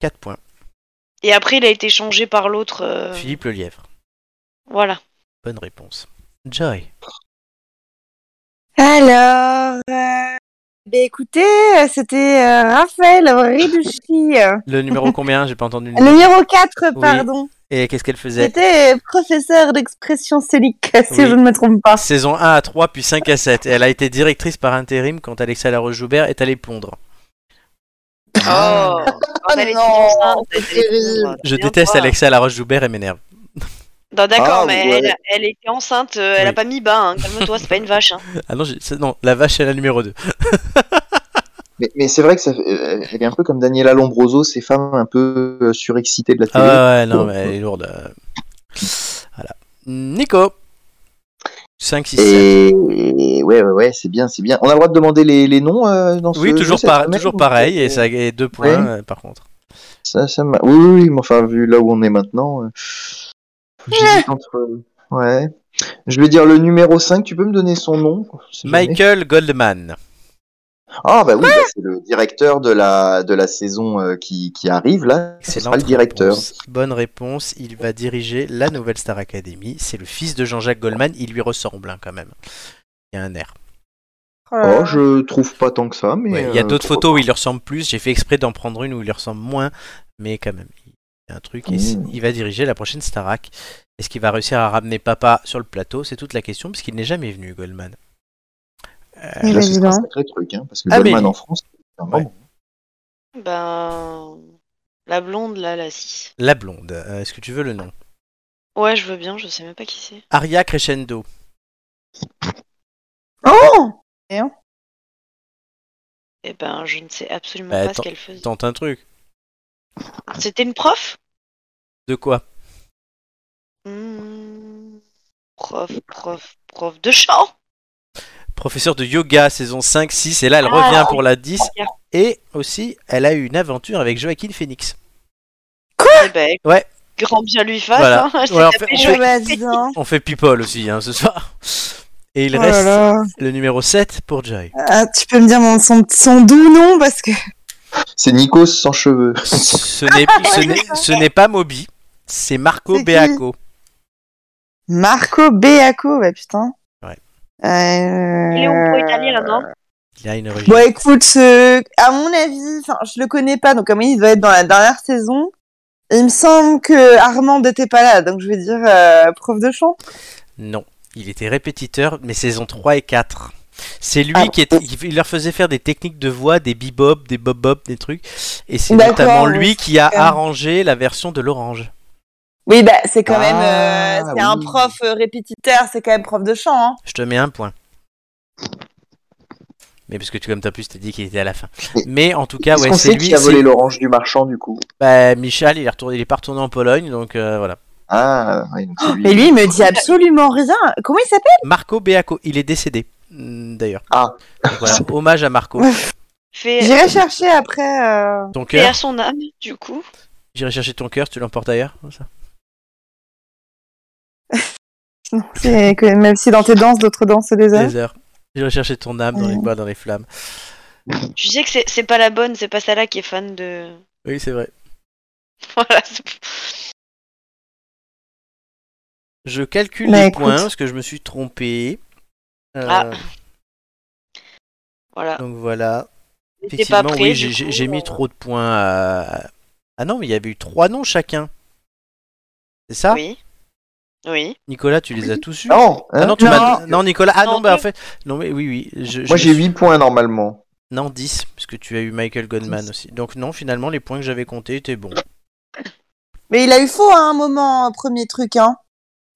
4 points.
Et après, il a été changé par l'autre. euh,
Philippe Lelièvre.
Voilà.
Bonne réponse. Joy.
Alors, euh, ben écoutez, euh, c'était euh, Raphaël Riducci, euh,
Le numéro combien J'ai pas entendu le
le
numéro.
numéro 4,
Oui.
pardon.
Et qu'est-ce qu'elle faisait
J'étais euh, professeur d'expression scénique, si
Oui.
je ne me trompe pas.
Saison 1 à 3, puis 5 à 7. Et elle a été directrice par intérim quand Alexa Laroche-Joubert est allée pondre.
Oh, Quand elle était
Ah. non,
enceinte, elle
c'est
était
terrible.
enceinte.
Je
Bien
déteste
voir.
Alexa Laroche-Joubert et m'énerve.
Non, d'accord,
Ah,
mais
ouais.
elle, elle était enceinte, euh, elle a
Oui.
pas mis bas. hein. Calme-toi, c'est pas une vache. hein.
Ah non, j'ai- c'est- non, la vache est la numéro 2.
Mais, mais c'est vrai que ça fait- euh, elle est un peu comme Daniela Lombroso, ces femmes un peu euh, surexcitées de la télé.
Ah ouais, non, mais elle est lourde. euh. Voilà. Nico. 5, 6, 7.
Et et ouais, ouais, ouais, c'est bien, c'est bien. On a le droit de demander les, les noms euh, dans ce
Oui,
jeu
toujours,
cette
par-
semaine
toujours pareil, et ça et deux points euh, par contre.
Ça, ça m'a- oui, oui, oui, mais enfin, vu là où on est maintenant, euh, j'hésite entre- Ouais. Je vais dire le numéro 5, tu peux me donner son nom on sait jamais.
Michael Goldman.
Ah, bah oui, bah, c'est le directeur de la, de la saison euh, qui, qui arrive, là. Ce
Excellent.
sera le directeur.
Bonne réponse. Il va diriger la nouvelle Star Academy. C'est le fils de Jean-Jacques Goldman. Il lui ressemble hein, quand même. Il y a un air.
Oh, je trouve pas tant que ça, mais.
Ouais, il y a
euh,
d'autres
pourquoi
photos où il lui ressemble plus. J'ai fait exprès d'en prendre une où il lui ressemble moins. Mais quand même, il y a un truc. Et c'est-
Mmh.
Il va diriger la prochaine Starac. Est-ce qu'il va réussir à ramener papa sur le plateau C'est toute la question, puisqu'il n'est jamais venu, Goldman.
pas. Là, c'est
Évidemment.
un sacré truc, hein, parce que
Ah,
Goldman
mais-
en France, c'est un
Ouais.
moment.
Ben. La blonde, là, la 6.
La blonde. Euh, Est-ce que tu veux le nom
Ouais, je veux bien, je sais même pas qui c'est.
Aria Crescendo.
Oh
Eh ben, je ne sais absolument
Bah,
pas
attends.
ce qu'elle faisait.
Tente un truc.
C'était une prof
De quoi
Hmm, Prof, prof, prof de chant
Professeur de yoga, saison 5, 6. Et là, elle
Ah.
revient pour la 10. Et aussi, elle a eu une aventure avec Joaquin Phoenix.
Eh ben,
Ouais.
Grand bien lui fasse,
Voilà.
hein, elle s'est
Ouais, en
tapée
fait-
jouer.
Oh bah dis donc.
On fait people aussi hein, ce soir. Et il
Oh là
reste
là.
le numéro 7 pour Joy.
Ah, tu peux me dire mon, son, son doux nom parce que
C'est Nikos sans cheveux.
Ce n'est, ce n'est- ce n'est pas Moby, c'est Marco
C'est qui
Beaco.
Marco Beaco, bah putain.
Ouais.
Euh,
Il est on pro italien, non
Euh, Il a une origine.
Bon, écoute, euh, à mon avis, enfin, je le connais pas, donc à mon avis, il doit être dans la dernière saison. Et il me semble que Armand n'était pas là, donc je vais dire euh, prof de chant.
Non, il était répétiteur, mais saison 3 et 4. C'est lui
Ah.
qui était- il leur faisait faire des techniques de voix, des bebop, des bob-bob, des trucs. Et c'est
D'accord,
notamment
ouais,
lui qui a
clair.
arrangé la version de l'orange.
Oui, bah c'est quand
Ah,
même, euh, c'est un
oui.
prof euh, répétiteur, c'est quand même prof de chant. Hein.
Je te mets un point. Mais parce que tu, comme t'as pu, je t'ai dit qu'il était à la fin.
Mais-
Mais en tout cas,
Est-ce
ouais,
qu'on
c'est
sait
lui.
qui a
c'est-
volé l'orange du marchand du coup
Bah, Michel, il est, retourné, il est pas retourné en Pologne, donc euh, voilà.
Ah, oui, donc c'est lui.
Mais lui, il me dit absolument rien. Comment il s'appelle
Marco Beaco, il est décédé, mm, d'ailleurs.
Ah.
Donc voilà, hommage à Marco.
Fait,
J'irai chercher après. euh,
Ton
fait à
cœur,
son âme, du coup.
j'irai chercher ton cœur, tu l'emportes ailleurs. comme ça.
non, c'est que même si dans tes danses, d'autres dansent des heures.
Des heures. J'irai chercher ton âme dans les bois, dans les flammes.
Tu sais que c'est- c'est pas la bonne, c'est pas celle-là qui est fan de.
Oui, c'est vrai.
Voilà. c'est-
Je calcule
Bah,
les
écoute.
points parce que je me suis trompé. Euh,
Ah. Voilà.
Donc voilà.
J'étais
Effectivement,
pas prêt,
oui,
du
j'ai- j'ai
coup,
j'ai mis
euh,
trop de points à. Ah non, mais il y avait eu trois noms chacun. C'est ça
euh, Oui. Oui.
Nicolas, tu les as tous eus
Non, hein
Ah non, tu
Non.
m'as- non, Nicolas. Ah non,
Non,
bah en
deux.
fait. Non, mais oui, oui. je-
moi
je-
j'ai 8 points normalement.
Non, 10, parce que tu as eu Michael Goldman aussi. Donc non, finalement, les points que j'avais comptés étaient bons.
Mais il a eu faux à un moment, euh, premier truc. Hein.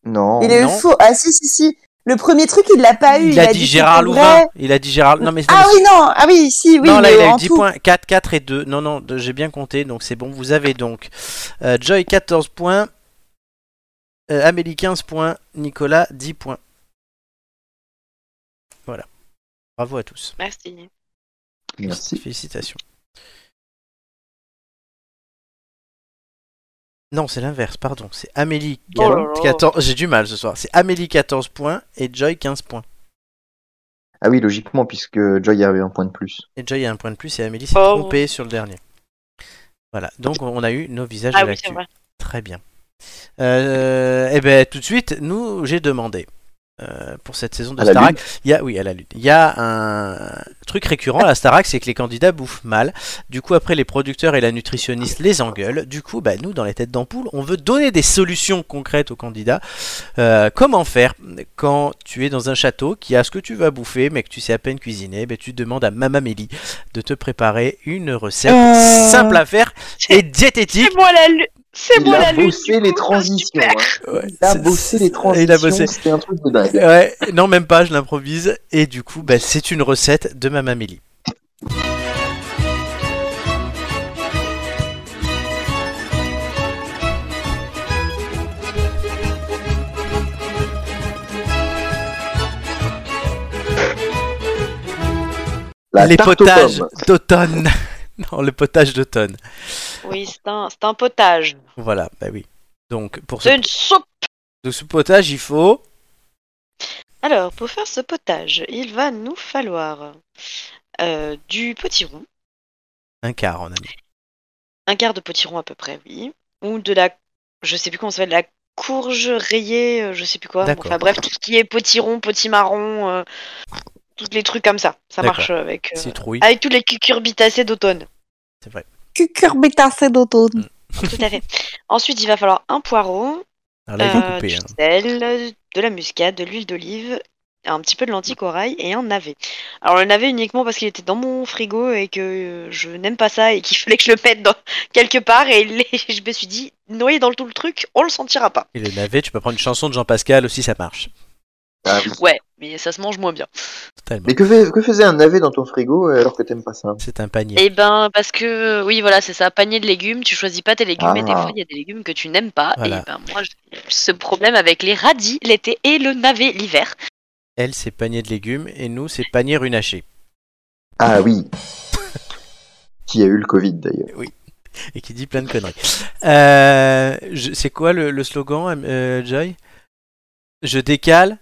Non.
il a eu
non.
faux. Ah si si si. Le premier truc, il l'a pas eu.
Il, a dit,
que
Gérard
c'était
Louvain.
vrai.
Il a dit Gérard. Non, mais
Ah oui non. Ah oui si oui.
non, là,
mais
il a
en
eu 10
tout.
points. 4, 4 et 2. Non, non, de- j'ai bien compté, donc c'est bon. Vous avez donc euh, Joy 14 points, euh, Amélie 15 points, Nicolas 10 points. Voilà. Bravo à tous.
Merci.
Merci.
Félicitations. Non, c'est l'inverse, pardon. C'est Amélie
Oh là là.
14. J'ai du mal ce soir. C'est Amélie 14 points et Joy 15 points.
Ah oui, logiquement, puisque Joy avait un point de plus.
Et Joy a un point de plus et Amélie s'est
Oh.
trompée sur le dernier. Voilà, donc on a eu nos visages
Ah
de
oui,
l'actu.
c'est vrai.
Très bien. Euh, eh ben tout de suite, nous j'ai demandé euh, pour cette saison de
À la
Starac, il y a oui à la lune, il y a un truc récurrent à la Starac, c'est que les candidats bouffent mal. Du coup après les producteurs et la nutritionniste les engueulent. Du coup bah, nous dans les têtes d'ampoule, on veut donner des solutions concrètes aux candidats. Euh, comment faire quand tu es dans un château qui a ce que tu vas bouffer mais que tu sais à peine cuisiner, ben tu demandes à Maman Mélie de te préparer une recette
Euh.
simple à faire et diététique.
C'est moi la lune. C'est
Il
moi la
a
lune.
bossé les transitions. hein.
Ouais,
Il a
c'est-
bossé les
c'est-
transitions.
Il a bossé.
C'était un truc de dingue.
Ouais, non, même pas, je l'improvise. Et du coup, bah, c'est une recette de Maman Mélie.
La
Les
tarte aux
potages
pommes.
d'automne. non, le potage d'automne.
Oui, c'est un, c'est un potage.
Voilà, bah oui. Donc, pour ce,
C'est une soupe.
de ce potage, il faut.
Alors, pour faire ce potage, il va nous falloir euh, du potiron,
Un quart, on a mis.
un quart de potiron à peu près, oui, ou de la, je sais plus comment ça s'appelle, la courge rayée, euh, je sais plus quoi.
D'accord.
Enfin bref, tout ce qui est potiron, potimarron, euh, tous les trucs comme ça. Ça
D'accord.
marche avec euh,
Citrouille.
avec tous les cucurbitacées d'automne.
Cucurbitacée d'automne.
Tout à fait. Ensuite, il va falloir un poireau,
Alors là, il est
euh,
coupé.
du
hein.
sel, de la muscade, de l'huile d'olive un petit peu de lentilles corail et un navet. Alors le navet uniquement parce qu'il était dans mon frigo et que euh, je n'aime pas ça et qu'il fallait que je le mette dans quelque part et il est- je me suis dit noyé dans le tout le truc, on le sentira pas.
Et le navet, tu peux prendre une chanson de Jean-Pascal aussi, ça marche.
Ah, oui.
Ouais, mais ça se mange moins bien.
Totalement.
Mais que, fait- que faisait un navet dans ton frigo euh, alors que t'aimes pas ça
C'est un panier.
Eh ben parce que oui voilà c'est ça panier de légumes, tu choisis pas tes légumes et des
Ah.
fois il y a des légumes que tu n'aimes pas
Voilà.
et ben moi j'ai ce problème avec les radis l'été et le navet l'hiver.
Elle, c'est panier de légumes et nous, c'est panier runaché.
Ah oui Qui a eu le Covid d'ailleurs
Et qui dit plein de conneries. Euh, je- c'est quoi le, le slogan, euh, Joy Je décale,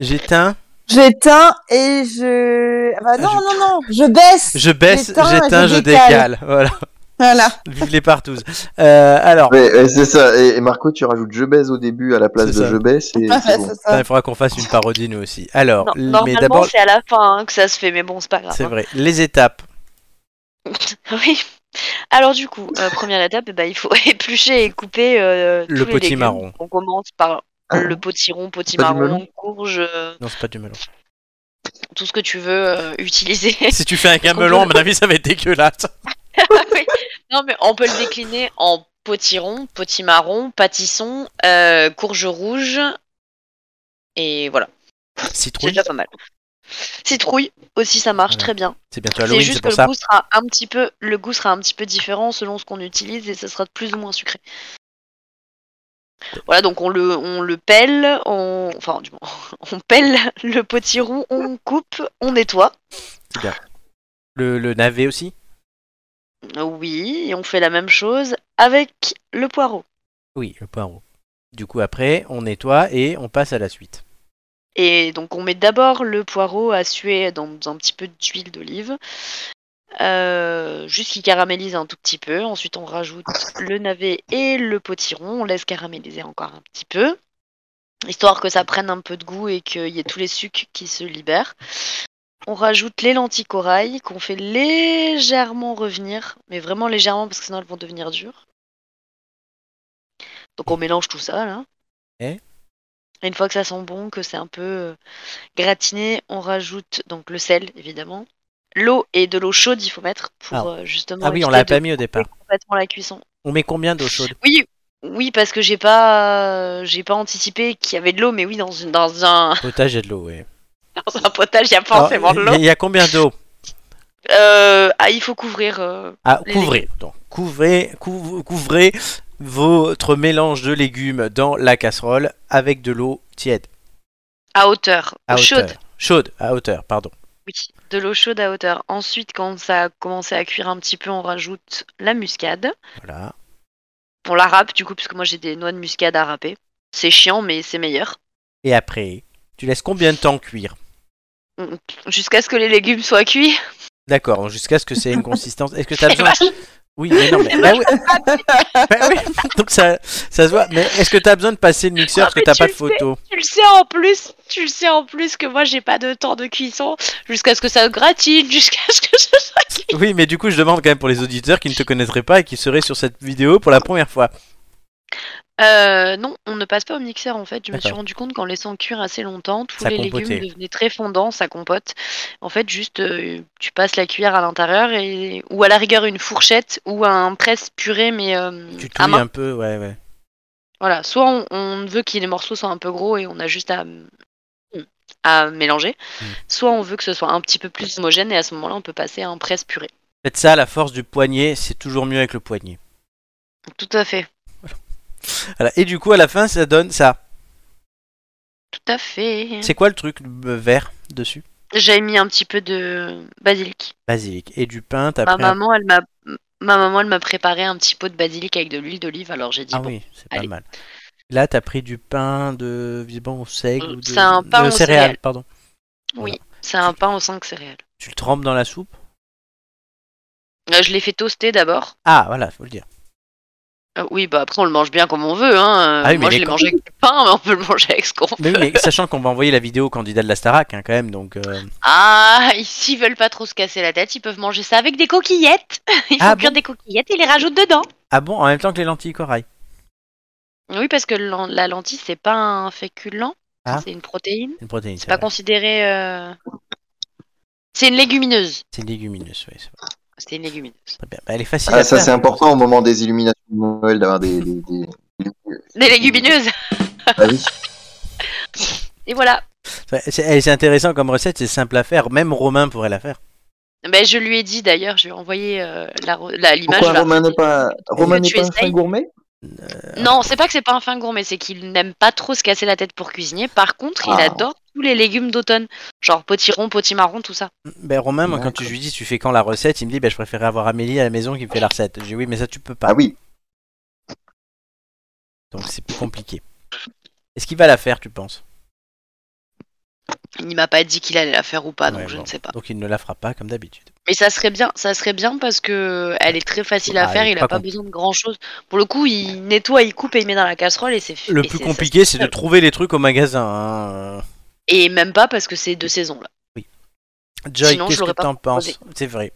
j'éteins,
J'éteins et je. Ah bah non,
Je-
non, non, je baisse.
je baisse,
J'éteins,
j'éteins, je,
je
décale. Voilà.
Voilà.
Vive les partous. Euh, alors,
Ouais, ouais, c'est ça, et, et Marco, tu rajoutes je baise au début à la place
C'est
de
ça.
je baisse, et
Ouais,
c'est bon.
c'est
putain,
ça.
il faudra qu'on fasse une parodie nous aussi. Alors,
Non,
l- Oh, mais
normalement
d'abord,
c'est à la fin hein, que ça se fait mais bon c'est pas grave.
c'est
hein.
vrai, les étapes.
Oui. Alors du coup, euh, première étape, eh ben, il faut éplucher et couper
Le
euh, tous les légumes.
potimarron.
On commence par le potiron,
melon
potimarron, courge, euh,
Non, c'est pas du melon.
tout ce que tu veux euh, utiliser.
si tu fais avec un
Est-ce qu'on
melon, à
peut-
mon avis, ça va être dégueulasse.
Oui. Non mais on peut le décliner en potiron, potimarron, pâtisson, euh, courge rouge et voilà. C'est
Citrouille,
déjà pas mal. Citrouille aussi, ça marche
Voilà.
très bien.
c'est bientôt
C'est
Halloween, c'est
juste que
pour
le
ça.
goût sera un petit peu, le goût sera un petit peu différent selon ce qu'on utilise et ce sera plus ou moins sucré. Voilà, donc on le, on le pèle, on, enfin du moins, on pèle le potiron, on coupe, on nettoie.
Le, le navet aussi
Oui, et on fait la même chose avec le poireau.
Oui, le poireau. Du coup, après, on nettoie et on passe à la suite.
Et donc on met d'abord le poireau à suer dans un petit peu d'huile d'olive, euh, juste qu'il caramélise un tout petit peu. Ensuite on rajoute le navet et le potiron, on laisse caraméliser encore un petit peu, histoire que ça prenne un peu de goût et qu'il y ait tous les sucs qui se libèrent. On rajoute les lentilles corail qu'on fait légèrement revenir, mais vraiment légèrement parce que sinon elles vont devenir dures. Donc on mélange tout ça là. Et Une fois que ça sent bon, que c'est un peu euh, gratiné, on rajoute donc le sel, évidemment. L'eau et de l'eau chaude, il faut mettre pour
Ah.
euh, justement.
Ah oui, on
éviter
l'a
de
pas mis au départ.
couper Complètement la cuisson.
On met combien d'eau chaude
Oui, oui, parce que j'ai pas, euh, j'ai pas anticipé qu'il y avait de l'eau, mais oui, dans, une- dans un,
Potage et de l'eau, oui.
dans un potage, il y a forcément de l'eau.
Il y a combien d'eau
Euh, ah, il faut couvrir. euh,
Ah,
Les
couvrez. Donc, couvrez, couv- couvrez votre mélange de légumes dans la casserole avec de l'eau tiède.
à hauteur,
À
Eau
hauteur.
chaude.
Chaude, à hauteur, pardon.
Oui, de l'eau chaude à hauteur. Ensuite, quand ça a commencé à cuire un petit peu, on rajoute la muscade.
Voilà.
On la râpe du coup, puisque moi j'ai des noix de muscade à râper. C'est chiant, mais c'est meilleur.
Et après, tu laisses combien de temps cuire
Jusqu'à ce que les légumes soient cuits.
D'accord, donc jusqu'à ce que c'est une consistance. Est-ce que tu as
Eh
besoin Oui, mais non, mais. bah oui. Bah oui, donc ça, ça se voit. Mais est-ce que tu as besoin de passer le mixeur
Ah,
parce que
mais
t'as
tu
pas de
le
photo
Tu le sais en plus, tu le sais en plus que moi j'ai pas de temps de cuisson. Jusqu'à ce que ça gratine, jusqu'à ce que ça soit cuit.
Oui, mais du coup, je demande quand même pour les auditeurs qui ne te connaîtraient pas et qui seraient sur cette vidéo pour la première fois.
Euh, non, on ne passe pas au mixeur en fait. Je me suis
D'accord.
rendu compte qu'en laissant cuire assez longtemps, tous
Ça
les
compotait.
légumes devenaient très fondants, ça compote. En fait, juste euh, tu passes la cuillère à l'intérieur et ou à la rigueur une fourchette ou un presse purée mais euh,
Tu
à
touilles
main.
un peu, ouais, ouais.
Voilà, soit on, on veut que les morceaux soient un peu gros et on a juste à, à mélanger,
Mm.
soit on veut que ce soit un petit peu plus homogène et à ce moment-là on peut passer à un presse purée.
Faites ça, la force du poignet, c'est toujours mieux avec le poignet.
Tout à fait,
Voilà. Et du coup, à la fin, ça donne ça.
tout à fait.
C'est quoi le truc euh, vert dessus
J'avais mis un petit peu de basilic.
Basilic. Et du pain, t'as
Ma
pris un-
Ah, maman, elle m'a ma maman, elle m'a préparé un petit pot de basilic avec de l'huile d'olive, alors j'ai dit
Ah
bon.
oui, c'est pas
allez.
mal. Là, t'as pris du pain de bon, au seigle
Euh,
ou de,
c'est un pain
de
aux
céréales,
céréales.
pardon.
Oui, c'est un pain aux cinq céréales.
Tu le trempes dans la soupe
Euh, Je l'ai fait toaster d'abord.
Ah, voilà, faut le dire.
Euh, oui, bah après on le mange bien comme on veut. Hein.
Ah oui, mais
Moi
les
je l'ai
co-
mangé avec du pain, mais on peut le manger avec ce qu'on
Mais oui, mais sachant qu'on va envoyer la vidéo au candidat de la Starac, hein, quand même, donc. euh,
Ah, ils- s'ils veulent pas trop se casser la tête, ils peuvent manger ça avec des coquillettes. Ils font
Ah
cuire
bon
des coquillettes et les rajoutent dedans.
Ah bon, en même temps que les lentilles corail.
Oui, parce que l'en- la lentille, c'est pas un féculent.
Ah.
C'est une protéine.
Une protéine.
C'est
C'est
pas
vrai.
considéré. euh, C'est une légumineuse.
C'est une légumineuse, oui. c'est vrai.
C'était une légumineuse.
Très bien. Bah, elle est facile
Ah,
à
ça
faire.
c'est important au moment des illuminations de Noël d'avoir des, des, des...
Des légumineuses
Ah oui.
Et voilà.
Ouais, C'est eh, c'est intéressant comme recette, c'est simple à faire. Même Romain pourrait la faire.
Ben, je lui ai dit d'ailleurs, je lui ai envoyé euh, la re- la- l'image.
Pourquoi
je vais
Romain n'est
arrêter.
pas Romain
que
n'est
tu
pas un
essayes
fin gourmet
Non, c'est pas que c'est pas un fin gourmet, c'est qu'il n'aime pas trop se casser la tête pour cuisiner. Par contre, il
Ah.
adore tous les légumes d'automne. Genre potiron, potimarron, tout ça.
Ben, Romain, moi, quand
D'accord.
tu- je lui dis tu fais quand la recette, il me dit ben, je préférerais avoir Amélie à la maison qui me fait la recette. Je dis oui, mais ça tu peux pas.
Ah oui.
Donc c'est plus compliqué. Est-ce qu'il va la faire, tu penses
Il m'a pas dit qu'il allait la faire ou pas, donc
Ouais,
je
bon.
ne sais pas.
Donc il ne la fera pas comme d'habitude.
Mais ça serait bien, ça serait bien parce que elle est très facile à
Ah,
faire,
elle est
il
pas
a pas
compl-
besoin de grand chose. Pour le coup, il nettoie, il coupe et il met dans la casserole et c'est fait.
Le
et
plus
c'est-
compliqué,
ça-
c'est de trouver les trucs au magasin. hein.
Et même pas parce que c'est deux saisons là.
Joy,
Sinon, je
qu'est-ce que
l'aurais pas
t'en penses
proposé.
C'est vrai.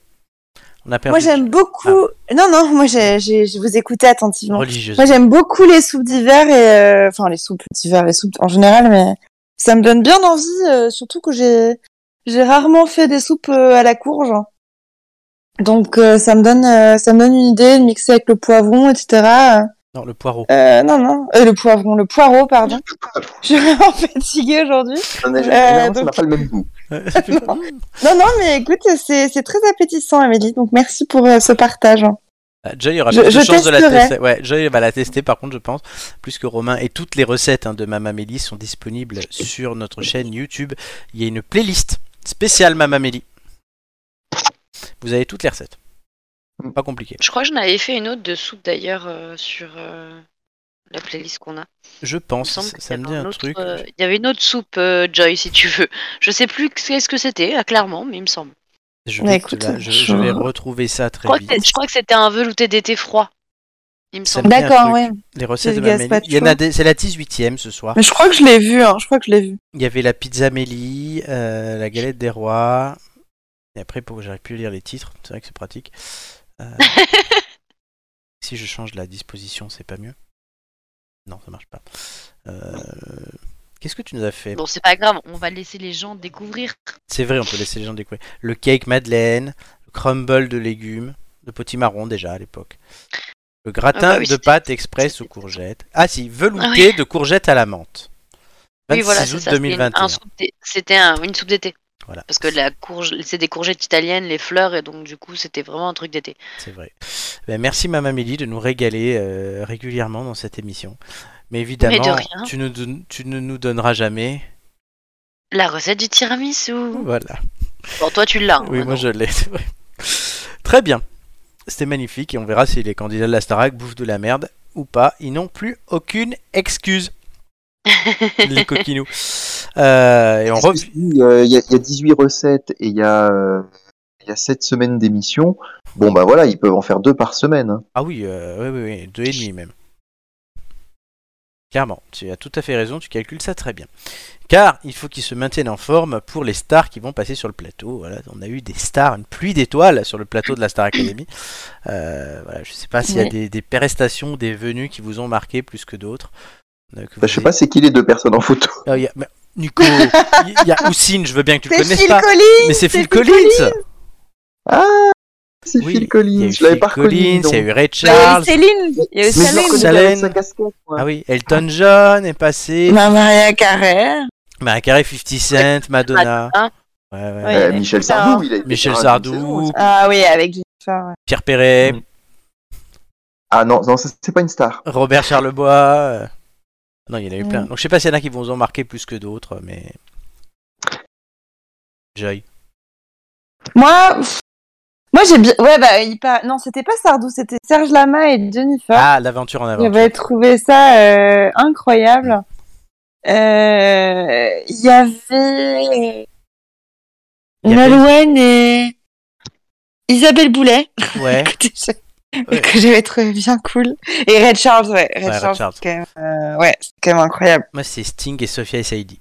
On a
Moi
perdu
j'aime beaucoup. Non non, moi j'ai- j'ai- je vous écoutais attentivement.
religieuse.
Moi j'aime beaucoup les soupes d'hiver et euh, enfin les soupes d'hiver, les soupes en général, mais ça me donne bien envie, euh, surtout que j'ai j'ai rarement fait des soupes euh, à la courge. Donc euh, ça me donne euh, ça me donne une idée de mixer avec le poivron, etc.
Non, le poireau.
Euh, non non, euh, le poivron, le poireau pardon. Je suis vraiment fatiguée aujourd'hui.
Ça n'a- généralement, ça
Euh, donc-
n'a pas le même goût.
Non non, mais écoute, c'est c'est très appétissant Amélie, donc merci pour euh, ce partage.
Ah, Joy aura
Je-
plus de
je
chance de la
testerai.
tester. Ouais, Joy va la tester par contre, je pense, plus que Romain. Et toutes les recettes hein, de Mama Mélie sont disponibles sur notre chaîne YouTube. Il y a une playlist spéciale Mama Mélie. Vous avez toutes les recettes. Pas compliqué.
Je crois que j'en avais fait une autre de soupe d'ailleurs euh, sur euh, la playlist qu'on a.
Je
Il me
pense,
semble
ça,
qu'il
ça
y
me
avait
dit un
autre,
truc.
euh, Il y avait une autre soupe euh, Joy si tu veux. Je sais plus qu'est-ce que c'était, ah, clairement, mais il me semble.
Je vais,
Mais
te
Bah, écoute,
la- je-
je-
je vais retrouver ça
Je
très
crois, que c'est-
vite.
je crois que c'était un velouté d'été froid. Il me
Ça
semble.
me dit un
D'accord,
truc.
ouais.
Les recettes
C'est
de
le
Mama Mélie.
gazpacho.
Il y en a des- C'est la 18ème ce soir.
Mais je crois que je l'ai vu, hein, je crois que je l'ai vu.
Il y avait la pizza Mélie, euh, la galette des rois. Et après, pour que j'arrive plus à lire les titres, c'est vrai que c'est pratique. Euh, si je change la disposition, c'est pas mieux. Non, ça marche pas. Euh, Qu'est-ce que tu nous as fait
Bon, c'est pas grave, on va laisser les gens découvrir.
C'est vrai, on peut laisser les gens découvrir. Le cake madeleine, le crumble de légumes, le potimarron déjà à l'époque. Le gratin
Ah bah oui,
de
c'était-
pâtes express aux
c'était-
courgettes. Ah si, velouté
Ah oui.
de courgettes à la menthe. 26
Oui, voilà, c'est
août
ça. c'était une-
2021.
un soupe d'é- C'était un- une soupe d'été.
Voilà.
Parce que la courge, c'est des courgettes italiennes, les fleurs, et donc du coup, c'était vraiment un truc d'été.
C'est vrai. Ben, merci Maman Mélie de nous régaler euh, régulièrement dans cette émission. Mais évidemment,
rien.
tu, ne don- tu ne nous donneras jamais.
La recette du tiramisu.
Voilà.
Bon, toi, tu l'as. hein,
oui, moi
maintenant.
je l'ai, c'est vrai. Très bien. C'était magnifique et on verra si les candidats de la Starac bouffent de la merde ou pas. Ils n'ont plus aucune excuse. les coquinous. Euh, et on
Parce que
revient.
si, euh, Il y, a- il y a 18 recettes et il y a euh, il y a 7 semaines d'émission. Bon bah voilà, ils peuvent en faire deux par semaine. hein.
Ah oui, euh, oui, oui, oui, deux et demi même. Clairement, tu as tout à fait raison, tu calcules ça très bien. Car il faut qu'ils se maintiennent en forme pour les stars qui vont passer sur le plateau. Voilà, on a eu des stars, une pluie d'étoiles sur le plateau de la Star Academy. Euh, voilà, je ne sais pas s'il y a
Ouais.
des, des prestations, des venues qui vous ont marqué plus que d'autres. euh, que
Bah,
vous
je sais
ayez-
pas c'est qui les deux personnes en photo.
Ah, il y a- mais Nico, il y a Oussine, je veux bien que tu le
C'est
connaisses
Phil
pas.
Collins.
Mais c'est Phil Collins
Ah c'est
Oui,
Phil
Il y a
Collins,
eu
je l'avais
Phil
pas reconnu.
Collins,
donc.
il y a eu Ray
Il y a eu
Charles.
Céline. Il y a eu
Mais je le
Céline.
reconnais avec
Céline.
sa casquette. moi.
Ah oui, Elton John est passé.
Ma Maria Carré.
Bah, Carré 50 Cent, Madonna.
Madonna.
Ouais, Ah ouais.
Ouais.
Euh,
Oui,
Michel
d'accord.
Sardou, il a été
Michel
faire un
Sardou.
une saison aussi.
Ah oui, avec Jennifer. ouais.
Pierre Perret,
Mm. Ah non, non, ça, c'est pas une star.
Robert Charlebois. euh, Non, il y en a eu
Mm.
plein. Donc je sais pas s'il y en a qui vous ont marqué plus que d'autres, mais. Joy.
Moi, pff, moi j'ai bien. Ouais, bah, il par- Non, c'était pas Sardou, c'était Serge Lama et Jennifer.
Ah, l'aventure en avant.
J'avais trouvé ça euh, incroyable. Euh, Il y avait.
Il y avait-
Nolwenn et. Isabelle Boulet.
Ouais.
que j'ai- que j'avais trouvé bien cool. Et Red Charles, ouais. Red
Ouais, Red
Charles,
Charles.
c'est quand même, euh, ouais, c'est quand même incroyable.
Moi, c'est Sting et Sophia Saidi.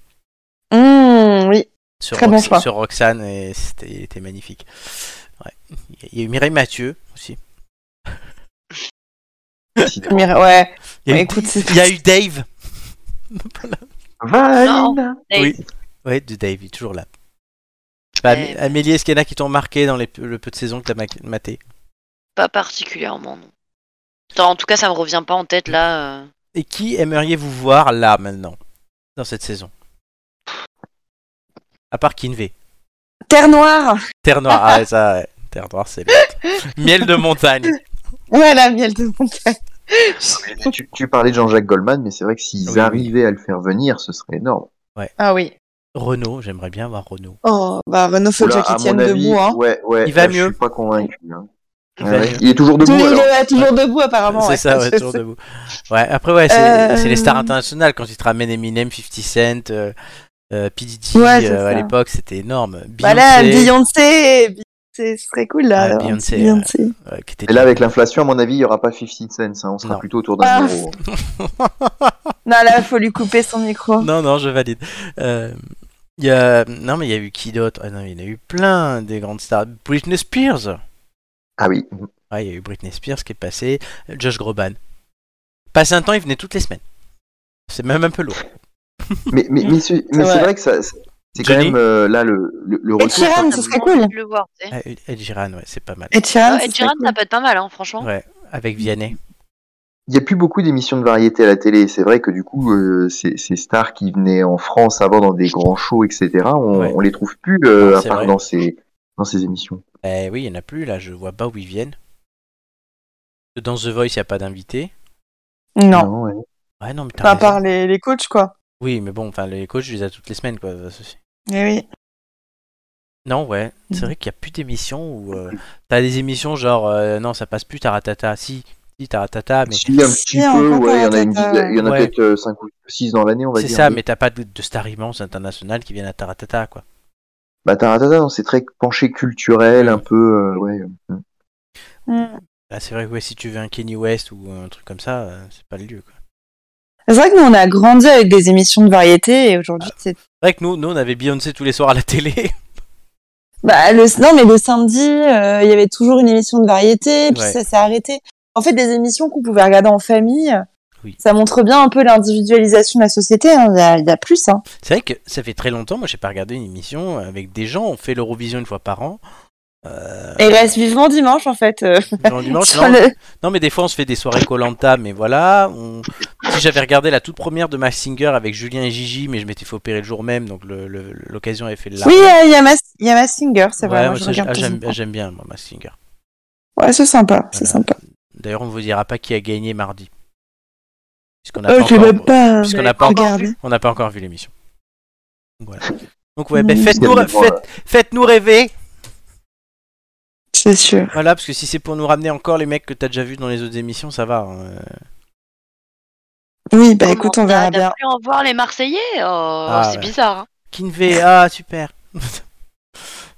Mmh, oui.
Sur,
Très bon
Rox-
choix.
sur Roxane, et c'était il était magnifique. Ouais. Il y a eu Mireille Mathieu aussi.
Décidément.
Mira- Ouais.
Il y a,
Ouais,
eu,
écoute, c'est-
il y a eu Dave.
Valina
Oui. Ouais, de Davy, toujours là. Bah, Am-
Euh,
Eh ben.
Amélie, est-ce qu'il y en a qui t'ont marqué dans les- le peu de saisons que t'as ma- maté
Pas particulièrement, non. Attends, en tout cas, ça me revient pas en tête là. euh.
Et qui aimeriez-vous voir là, maintenant Dans cette saison À part Kinvey.
Terre Noire
Terre noire, ah, ça, ouais. Terre noire, c'est l'autre. Miel de montagne.
Voilà, miel de montagne.
Eh tu, tu parlais de Jean-Jacques Goldman, mais c'est vrai que s'ils
Oui, oui.
arrivaient à le faire venir, ce serait énorme.
Ah oui.
Renault, j'aimerais bien voir Renault.
Oh, bah Renault, faut
Oula,
déjà qu'il tienne debout. Hein.
ouais, ouais,
Il va
euh,
mieux.
Je suis pas convaincu. hein.
Il
Ouais,
va
ouais.
mieux.
Il est toujours debout
Toujours,
alors.
euh, toujours debout, apparemment.
c'est
ouais.
ça, ouais,
Je
toujours
sais.
debout. Ouais, après, ouais, c'est
Euh,
c'est les stars internationales quand ils te ramènent Eminem, 50 Cent, euh, euh, P. Diddy,
Ouais, c'est
euh, à
ça.
l'époque, c'était énorme.
Voilà,
Beyoncé,
Bah, Beyoncé, Beyoncé, ce serait cool
Ah,
là. alors,
Beyoncé,
Beyoncé.
euh, qui était
Et là, avec l'inflation, à mon avis, il n'y aura pas 50 cents. hein. On sera
Non.
plutôt autour d'un
Ah.
euro.
Non, là, faut lui couper son micro.
Non, non, je valide. Euh, il y a... Non, mais il y a eu qui d'autre Ah non, il y en a eu plein des grandes stars. Britney Spears.
Ah oui.
Ouais, il y a eu Britney Spears qui est passé. Josh Groban. Passé un temps, il venait toutes les semaines. C'est même un peu lourd.
Mais, mais, mais, ce- mais c'est
vrai.
vrai que ça, c'est c'est quand
Johnny
même euh, là le, le, le
Et
retour.
Sheeran, ce
Ça me
serait
donne envie
cool.
de le voir, tu sais.
Ah, Ed Sheeran, ouais, c'est pas mal.
Et Sheeran,
Ah,
ce
Ed
serait
Sheeran,
cool.
ça peut être pas mal, hein, franchement.
Ouais, avec Vianney.
Il n'y a plus beaucoup d'émissions de variété à la télé. C'est vrai que du coup, euh, ces, ces stars qui venaient en France avant dans des grands shows, etc., on,
Ouais.
on les trouve plus euh,
Non,
à
c'est
part
vrai.
dans ces, dans ces émissions.
Eh oui, il y en a plus, là, je vois pas où ils viennent. Dans The Voice, il n'y a pas d'invité.
Non,
ouais.
Ouais, non, mais t'as
à
raison.
part les, les coachs, quoi.
Oui, mais bon, enfin, les coachs, je les ai toutes les semaines, quoi. ça, c'est-
Eh oui.
Non, ouais, c'est
Mhm.
vrai qu'il n'y a plus d'émissions où... euh, t'as des émissions genre, euh, non, ça passe plus, Taratata. Si, si, Taratata, Ah, mais...
Si, un
Si,
petit peu,
encore
ouais, il y en a,
un
une
peu,
dizaine- il y en a
ouais.
peut-être 5 ou 6 dans l'année, on va
C'est
dire.
ça, mais t'as pas de, de stars immenses internationales qui viennent à Taratata, quoi.
Bah, Taratata, non, c'est très penché culturel, un peu, euh, ouais.
Mm.
Là, c'est vrai que ouais, si tu veux un Kenny West ou un truc comme ça, euh, c'est pas le lieu, quoi.
C'est vrai que nous, on a grandi avec des émissions de variété et aujourd'hui,
Ah.
c'est.
C'est vrai que nous, nous, on avait Beyoncé tous les soirs à la télé.
Bah, le... Non, mais le samedi, euh, il y avait toujours une émission de variété, puis
Ouais.
ça s'est arrêté. En fait, des émissions qu'on pouvait regarder en famille,
Oui.
ça montre bien un peu l'individualisation de la société. hein. Il y, a, il y a plus, hein.
C'est vrai que ça fait très longtemps, moi j'ai pas regardé une émission avec des gens, on fait l'Eurovision une fois par an. Euh,
Et il reste vivement dimanche, en fait. euh,
genre dimanche,
sur
non,
le-
non, mais des fois on se fait des soirées Colanta, mais voilà. on- Si j'avais regardé la toute première de Max Singer avec Julien et Gigi, mais je m'étais fait opérer le jour même, donc le- le- l'occasion avait fait le larron.
Oui, euh, il y a Mas- il y a Massinger, c'est
Ouais,
vrai. moi,
moi,
je
ça, j'-
regarde
ah,
tout
j'aime
le temps.
j'aime bien moi, Max Singer.
Ouais, c'est sympa, c'est
Voilà.
sympa.
D'ailleurs, on ne vous dira pas qui a gagné mardi. Puisqu'on n'a
Euh,
pas
je l'ai
encore-
même pas.
puisqu'on
euh,
n'a pas encore
regardé.
on n'a pas encore vu l'émission. Donc, voilà. Donc ouais, ben,
Oui.
faites-nous faites- faites-nous rêver.
C'est sûr.
Voilà, parce que si c'est pour nous ramener encore les mecs que t'as déjà vus dans les autres émissions, ça va. hein. Euh,
Oui, bah
Comment
écoute, on
ça,
verra
t'as
bien.
plus en voir les Marseillais Oh,
Ah,
c'est
ouais.
bizarre. hein.
Kinvey, ah super.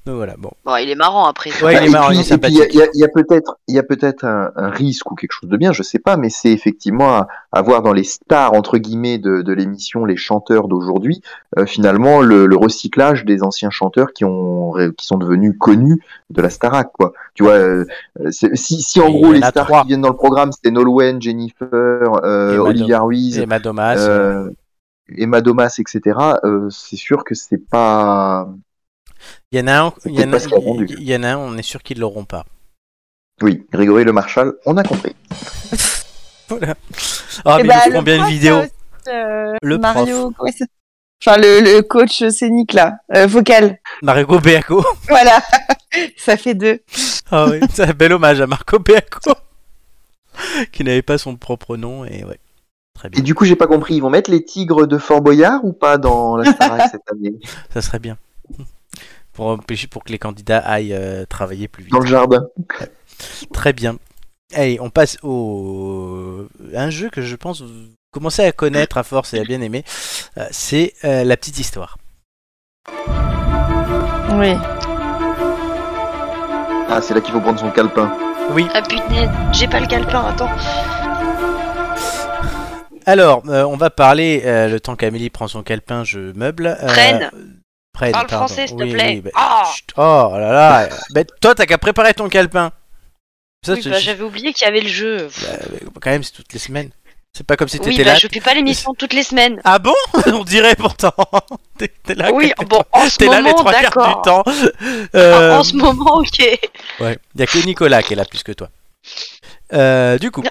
Donc voilà, bon.
Bon, il est marrant après. ça.
Ouais, il est
Bah, et
marrant,
puis-
il est
et puis, il y a-
sympathique.
il y a- il y a peut-être, il y a peut-être un, un risque ou quelque chose de bien, je sais pas, mais c'est effectivement à, à voir dans les stars entre guillemets de, de l'émission, les chanteurs d'aujourd'hui, euh, finalement le, le recyclage des anciens chanteurs qui ont qui sont devenus connus de la Starac, quoi. Tu vois, euh, c'est- si, si
Il
en
y en
gros les
a
stars
trois.
qui viennent dans le programme, c'était Nolwenn, Jennifer, euh,
Et Madonna.
Olivia Ruiz,
Et Madomas.
euh, Emma Domas, etc. euh, c'est sûr que c'est pas.
Il y en a un, il y en
peut-être
a,
pas ce qu'il a vendu.
il y en a un, on est sûr qu'ils l'auront pas.
Oui, Grégory Le Marchal, on a compris.
Voilà. Ah,
Eh
mais
bah,
ils nous feront
le
bien une
prof,
vidéo.
là, euh,
Le
Mario, comment il s'appelle enfin le, le coach scénique là, euh, vocal.
Marco Beaco.
Voilà, ça fait deux.
Ah oui, c'est un bel hommage à Marco Beaco. qui n'avait pas son propre nom, et ouais. Très
Et
bien.
du coup, j'ai pas compris, ils vont mettre les tigres de Fort Boyard ou pas dans la Starac cette année
Ça serait bien. Pour empêcher pour que les candidats aillent euh, travailler plus vite.
Dans le jardin
Très bien. Allez, on passe au un jeu que je pense vous commencez à connaître à force et à bien aimer. Euh, C'est euh, la petite histoire.
Oui.
Ah, c'est là qu'il faut prendre son calepin.
Oui.
Ah putain, j'ai pas le calepin, attends.
Alors, euh, on va parler euh, le temps qu'Amélie prend son calepin, je meuble. Euh,
Prenne.
Prenne,
Parle
pardon.
français, s'il te
Oui,
plaît.
oui, bah,
Ah
chut, oh là là. bah, toi, t'as qu'à préparer ton calepin. Ça,
Oui,
tu-
bah, J'avais oublié qu'il y avait le jeu.
bah, quand même, c'est toutes les semaines. C'est pas comme si t'étais
Oui, bah,
là.
je fais pas l'émission toutes les semaines.
Ah bon On dirait pourtant. t'es t'es là.
oui,
t'es-
bon, en ce
T'es là les
moment,
trois quarts du
d'accord.
temps.
En-
Euh,
En ce moment, ok.
ouais. Y a que Nicolas qui est là plus que toi. Euh, du coup,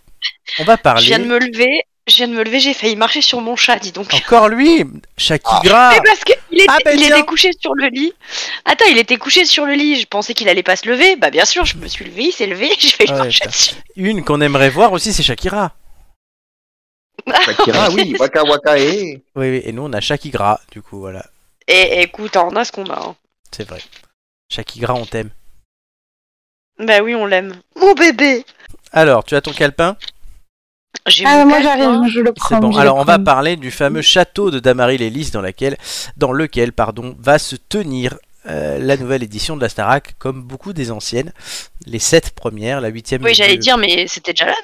on va parler.
Je viens de me lever, je viens de me lever, j'ai failli marcher sur mon chat, dis donc.
Encore lui,
Oh.
Shakira.
Mais parce qu'il était,
Ah, bah,
il
tiens.
était couché sur le lit. Attends, il était couché sur le lit. Je pensais qu'il allait pas se lever. Bah bien sûr, je me suis levée, il s'est levé, je vais
Ah ouais,
marcher
putain.
dessus.
Une qu'on aimerait voir aussi, c'est Shakira.
Shakira, Ah oui, waka waka, eh.
Oui, oui, et nous on a Shakira, du coup, voilà,
Et écoute, on a ce qu'on a. hein.
c'est vrai. Shakira, on t'aime.
Bah oui, on l'aime. Mon bébé.
Alors, tu as ton calepin
J'ai
Ah,
mon hein.
moi
calepin.
j'arrive, je le prends.
C'est bon.
je le
Alors, on va
prends.
parler du fameux château de Damary les Lys dans, laquelle, dans lequel pardon, va se tenir euh, la nouvelle édition de la Starac, comme beaucoup des anciennes. Les sept premières, la huitième.
Oui,
eut
j'allais
lieu-
dire, mais c'était déjà là,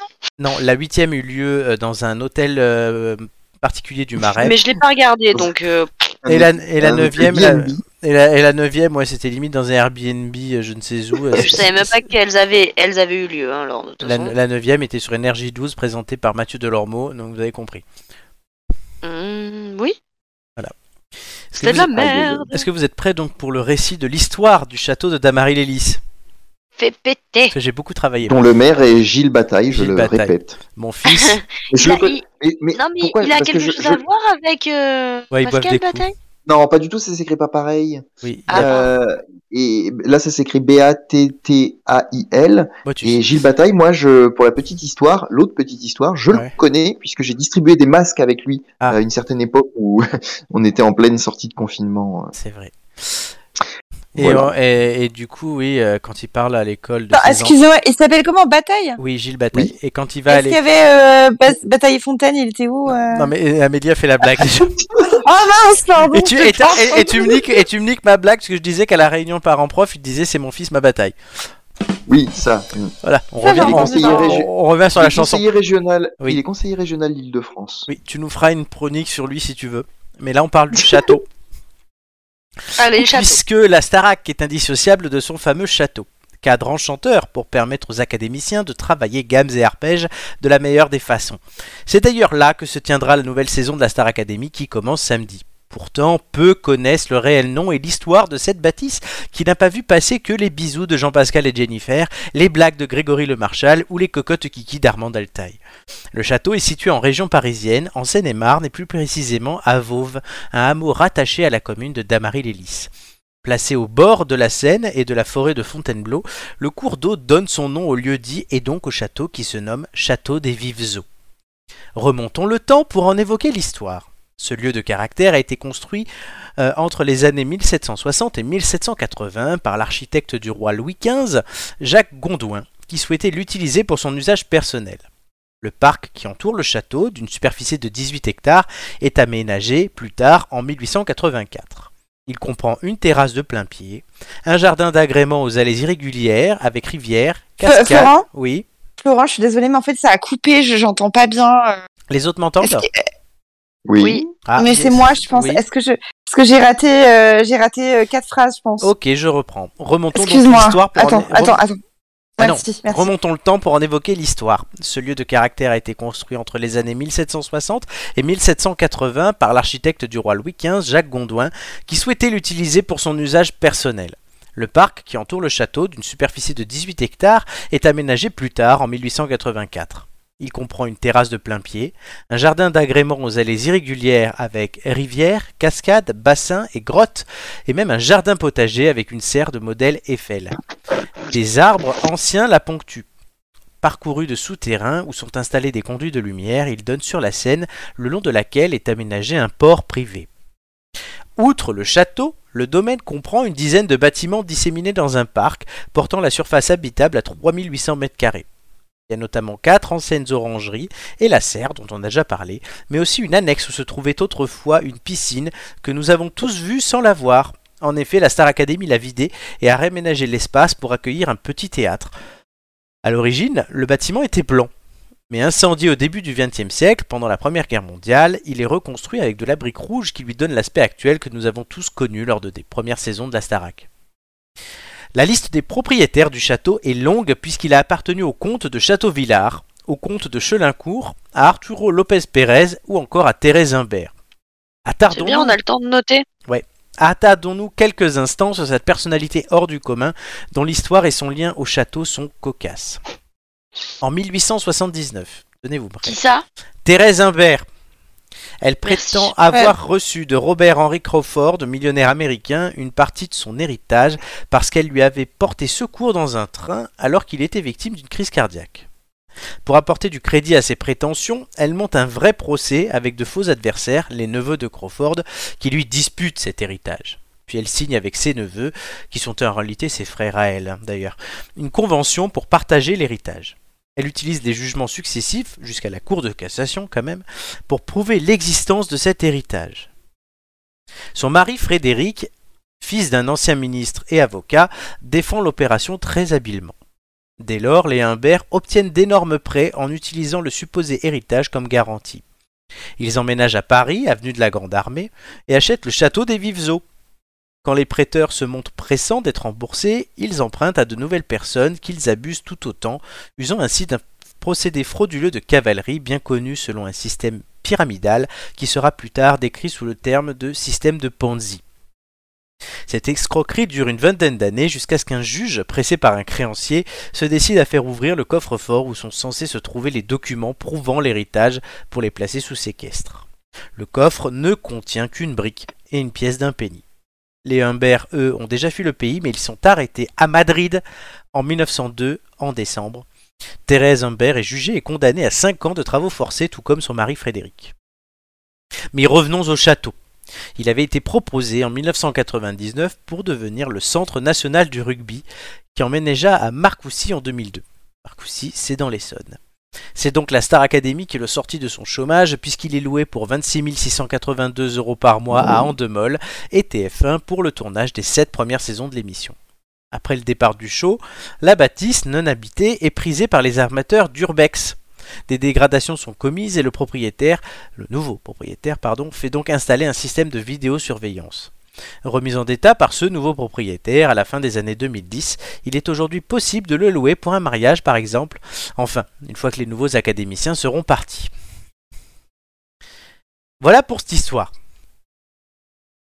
non
Non, la huitième eut lieu euh, dans un hôtel euh, particulier du Marais.
Mais je l'ai pas regardé, donc euh,
Et la, et la
Ah, Un
neuvième, la-
Airbnb.
et la, et la neuvième, ouais, c'était limite dans un Airbnb, euh, je ne sais où. euh,
je savais même pas qu'elles avaient, elles avaient eu lieu. hein, alors de toute
La,
façon.
la neuvième était sur Energy 12 présentée par Mathieu Delormeau, donc vous avez compris.
Hum, oui.
Voilà.
C'était
Est-ce
de la
que
vous êtes- Ah,
merde.
Est-ce que vous êtes prêts donc pour le récit de l'histoire du château de Damary-les-Lys
Fais péter.
Parce que j'ai beaucoup travaillé.
dont le maire est Gilles Bataille, je
Gilles
le
Bataille.
répète.
Mon fils,
Mais je
Il
le
a-
connais-
il-
mais- mais
Non, mais
pourquoi
il a
Parce que
quelque
je-
chose
je-
à voir avec euh,
Ouais, ils boivent
Pascal
des coups.
Bataille
Non, pas du tout, ça s'écrit pas pareil.
oui.
Ah.
Euh, et là, ça s'écrit B-A-T-T-A-I-L.
Moi, tu-
Et Gilles Bataille, moi, je, pour la petite histoire, l'autre petite histoire, je
Ouais.
le connais puisque j'ai distribué des masques avec lui
Ah.
à une certaine époque où on était en pleine sortie de confinement.
C'est vrai. Et,
Voilà.
on- et- et du coup, oui, euh, quand il parle à l'école de
Non,
ses enfants-
excusez-moi, il s'appelle comment Bataille
Oui, Gilles Bataille. Et quand il va
Est-ce qu'il y
aller...
avait euh, Bas- Bataille et Fontaine Il était où euh
Non mais euh, Amélie a fait la blague.
Oh mince, pardon
et, tu, et, t'as- et- et tu me niques, et tu me niques ma blague parce que je disais qu'à la réunion parents prof, il disait c'est mon fils ma bataille.
Oui, ça.
Voilà, on
Ça,
revient,
j'ai
on-
entendu
on-
parler.
on revient sur
Il
la
est
chanson.
conseiller Régional,
Oui.
Il est conseiller régional d'Île-de-France.
Oui, tu nous feras une chronique sur lui si tu veux. Mais là, on parle du château.
Allez, château.
puisque la Starac est indissociable de son fameux château. Cadre enchanteur pour permettre aux académiciens de travailler gammes et arpèges de la meilleure des façons. C'est d'ailleurs là que se tiendra la nouvelle saison de la Star Academy qui commence samedi. Pourtant, peu connaissent le réel nom et l'histoire de cette bâtisse qui n'a pas vu passer que les bisous de Jean-Pascal et Jennifer, les blagues de Grégory Le Marchal ou les cocottes kiki d'Armand Altaï. Le château est situé en région parisienne, en Seine-et-Marne et plus précisément à Vauves, un hameau rattaché à la commune de Damary-les-Lys. Placé au bord de la Seine et de la forêt de Fontainebleau, le cours d'eau donne son nom au lieu dit et donc au château qui se nomme Château des Vives Eaux. Remontons le temps pour en évoquer l'histoire. Ce lieu de caractère a été construit euh, entre les années 1760 et 1780 par l'architecte du roi Louis XV, Jacques Gondouin, qui souhaitait l'utiliser pour son usage personnel. Le parc qui entoure le château, d'une superficie de 18 hectares, est aménagé plus tard en 1884. Il comprend une terrasse de plein pied, un jardin d'agrément aux allées irrégulières avec rivière,
Fl-
cascade.
Florent
Oui.
Florent, je suis désolée, mais en fait, ça a coupé, je- j'entends pas bien. euh.
Les autres m'entendent
Est-ce que-
Oui.
Oui.
Ah,
mais
yes.
c'est moi, je pense.
Oui.
Est-ce que je, parce que j'ai raté, euh, j'ai raté euh, quatre phrases, je pense.
Ok, je reprends. Remontons donc
Excuse-moi.
l'histoire pour en-
Attends,
rem-
attends, attends.
Ah non,
Merci, merci.
Remontons le temps pour en évoquer l'histoire. Ce lieu de caractère a été construit entre les années 1760 et 1780 par l'architecte du roi Louis XV, Jacques Gondouin, qui souhaitait l'utiliser pour son usage personnel. Le parc qui entoure le château, d'une superficie de 18 hectares, est aménagé plus tard en 1884. Il comprend une terrasse de plein pied, un jardin d'agrément aux allées irrégulières avec rivières, cascades, bassins et grottes, et même un jardin potager avec une serre de modèle Eiffel. Des arbres anciens la ponctuent. Parcourus de souterrains où sont installés des conduits de lumière, il donne sur la Seine, le long de laquelle est aménagé un port privé. Outre le château, le domaine comprend une dizaine de bâtiments disséminés dans un parc, portant la surface habitable à 3800 mètres carrés. Il y a notamment quatre anciennes orangeries et la serre dont on a déjà parlé, mais aussi une annexe où se trouvait autrefois une piscine que nous avons tous vue sans la voir. En effet, la Star Academy l'a vidée et a réaménagé l'espace pour accueillir un petit théâtre. À l'origine, le bâtiment était blanc, mais incendié au début du XXe siècle, pendant la Première Guerre mondiale, il est reconstruit avec de la brique rouge qui lui donne l'aspect actuel que nous avons tous connu lors de des premières saisons de la Starac. La liste des propriétaires du château est longue puisqu'il a appartenu au comte de Château-Villard, au comte de Chelincourt, à Arturo Lopez Pérez ou encore à Thérèse Imbert.
C'est
Attardons-nous
bien, on a le temps de noter.
attardons-nous quelques instants sur cette personnalité hors du commun dont l'histoire et son lien au château sont cocasses. En 1879, tenez-vous prêt.
Qui ça
Thérèse Imbert. Elle
Merci.
prétend avoir reçu de Robert Henry Crawford, millionnaire américain, une partie de son héritage parce qu'elle lui avait porté secours dans un train alors qu'il était victime d'une crise cardiaque. Pour apporter du crédit à ses prétentions, elle monte un vrai procès avec de faux adversaires, les neveux de Crawford, qui lui disputent cet héritage. Puis elle signe avec ses neveux, qui sont en réalité ses frères à elle, hein, d'ailleurs, une convention pour partager l'héritage. Elle utilise des jugements successifs, jusqu'à la Cour de cassation quand même, pour prouver l'existence de cet héritage. Son mari Frédéric, fils d'un ancien ministre et avocat, défend l'opération très habilement. Dès lors, les Humbert obtiennent d'énormes prêts en utilisant le supposé héritage comme garantie. Ils emménagent à Paris, avenue de la Grande Armée, et achètent le château des Vives-Eaux. Quand les prêteurs se montrent pressants d'être remboursés, ils empruntent à de nouvelles personnes qu'ils abusent tout autant, usant ainsi d'un procédé frauduleux de cavalerie bien connu selon un système pyramidal qui sera plus tard décrit sous le terme de système de Ponzi. Cette escroquerie dure une vingtaine d'années jusqu'à ce qu'un juge, pressé par un créancier, se décide à faire ouvrir le coffre-fort où sont censés se trouver les documents prouvant l'héritage pour les placer sous séquestre. Le coffre ne contient qu'une brique et une pièce d'un penny. Les Humbert, eux, ont déjà fui le pays, mais ils sont arrêtés à Madrid en 1902, en décembre, Thérèse Humbert est jugée et condamnée à 5 ans de travaux forcés, tout comme son mari Frédéric. Mais revenons au château. Il avait été proposé en 1999 pour devenir le centre national du rugby, qui emménagea à Marcoussis en 2002. Marcoussis, c'est dans l'Essonne. C'est donc la Star Academy qui le sortit de son chômage, puisqu'il est loué pour 26 682 euros par mois à Andemol et TF1 pour le tournage des 7 premières saisons de l'émission. Après le départ du show, la bâtisse, non habitée, est prisée par les armateurs d'Urbex. Des dégradations sont commises et le propriétaire, le nouveau propriétaire, pardon, fait donc installer un système de vidéosurveillance. Remis en état par ce nouveau propriétaire à la fin des années 2010, il est aujourd'hui possible de le louer pour un mariage par exemple, enfin, une fois que les nouveaux académiciens seront partis. Voilà pour cette histoire.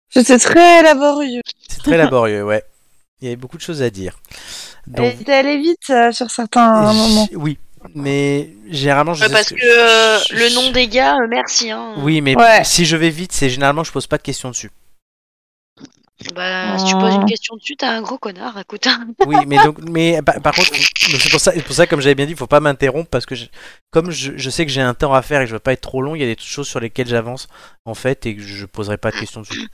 C'était très laborieux.
C'est très laborieux, ouais. Il y avait beaucoup de choses à dire. Donc,
Elle est allée vite euh, sur certains moments.
J- Oui, mais généralement je.
Euh,
sais
Parce
ce
que euh,
je-
le nom des gars, euh, merci. Hein.
Oui, mais
Ouais.
si je vais vite, c'est généralement je pose pas de questions dessus.
Bah, si tu poses
Oh.
une question dessus, t'as un gros connard, écoute. hein.
Oui, mais donc, mais par, par contre, donc, c'est pour ça, c'est pour ça, comme j'avais bien dit, faut pas m'interrompre parce que je- comme je, je sais que j'ai un temps à faire et que je veux pas être trop long, il y a des choses sur lesquelles j'avance en fait et que je poserai pas de questions dessus.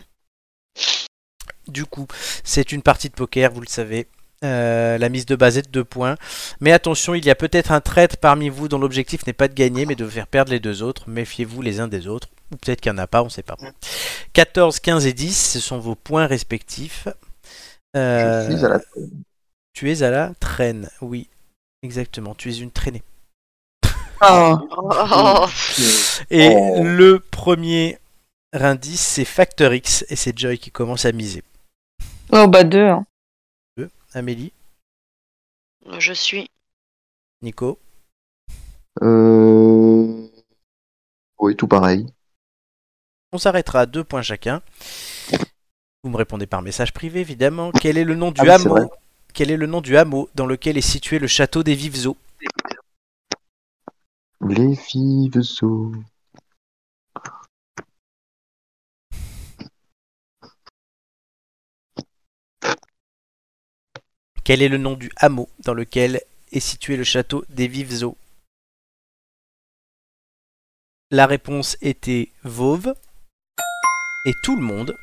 Du coup, c'est une partie de poker, vous le savez. Euh, la mise de base est de 2 points. Mais attention, il y a peut-être un traître parmi vous dont l'objectif n'est pas de gagner, mais de faire perdre les deux autres. Méfiez-vous les uns des autres. Ou peut-être qu'il n'y en a pas, on ne sait pas. 14, 15 et 10, ce sont vos points respectifs. Euh,
Je suis à la-
Tu es à la traîne, oui. Exactement, tu es une traînée. Ah.
Ah.
Oh.
Et
Oh.
le premier indice, c'est Factor X, et c'est Joy qui commence à miser.
Oh, bah deux. hein.
Amélie,
oh, Je suis.
Nico,
Euh... Oui, tout pareil.
on s'arrêtera à deux points chacun. Vous me répondez par message privé, évidemment. Quel est le nom du
Ah oui, c'est vrai.
hameau Quel est le nom du hameau dans lequel est situé le château des Vives Eaux
Les filles de saut.
Quel est le nom du hameau dans lequel est situé le château des Vives Eaux La réponse était Vauve et tout le monde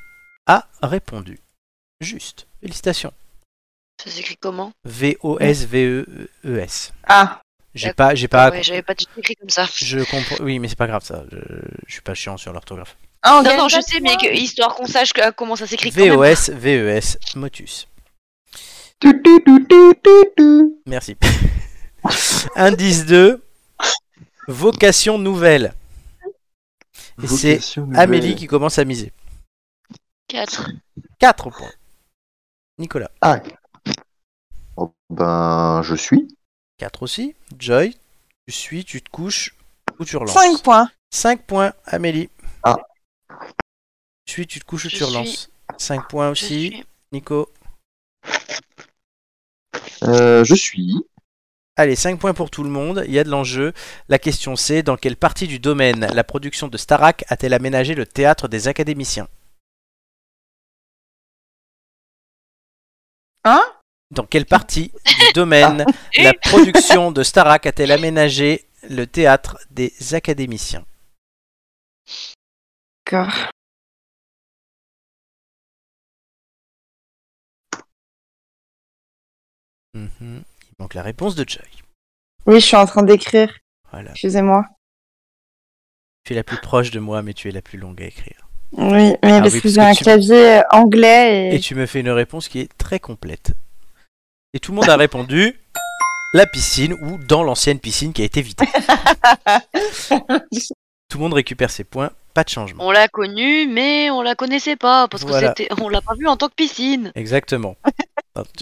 a répondu. Juste. Félicitations.
Ça s'écrit comment
V-O-S-V-E-E-S.
Ah,
E J'ai pas, j'ai pas.
Ouais, j'avais pas tout écrit comme ça.
Je comprends. Oui, mais c'est pas grave ça. Je, je suis pas chiant sur l'orthographe.
Ah, on
Non,
gagne
non,
pas
je
de
sais,
points.
mais que- histoire qu'on sache que- comment ça s'écrit quand même.
V-O-S, V-E-S, E motus.
Tu, tu, tu, tu, tu, tu.
Merci. Indice 2. Vocation nouvelle. Et c'est
Vocation nouvelle.
Amélie qui commence à miser.
4.
4 points. Nicolas,
Oh, ben, je suis.
4 aussi. Joy, Tu suis, tu te couches ou tu relances.
5 points.
5 points, Amélie.
Ah.
Tu suis, tu te couches ou
Je
tu relances. 5 points
Je
aussi,
suis-
Nico.
Euh, je suis.
Allez, 5 points pour tout le monde, il y a de l'enjeu. La question c'est dans quelle partie du domaine la production de Starak a-t-elle aménagé le théâtre des académiciens
Hein Ah.
Dans quelle partie du domaine la production de Starak a-t-elle aménagé le théâtre des académiciens
D'accord.
Mhm. Il manque la réponse de Joy.
Oui, je suis en train d'écrire.
Voilà.
Excusez-moi.
Tu es la plus proche de moi, mais tu es la plus longue à écrire.
Oui, mais
Ah
parce
oui, parce
que
que
j'ai un
tu-
clavier euh, anglais et.
Et tu me fais une réponse qui est très complète. Et tout le monde a répondu la piscine ou dans l'ancienne piscine qui a été vidée. Tout le monde récupère ses points, pas de changement.
On l'a connue, mais on la connaissait pas parce que
Voilà.
c'était, on l'a pas vue en tant que piscine.
Exactement.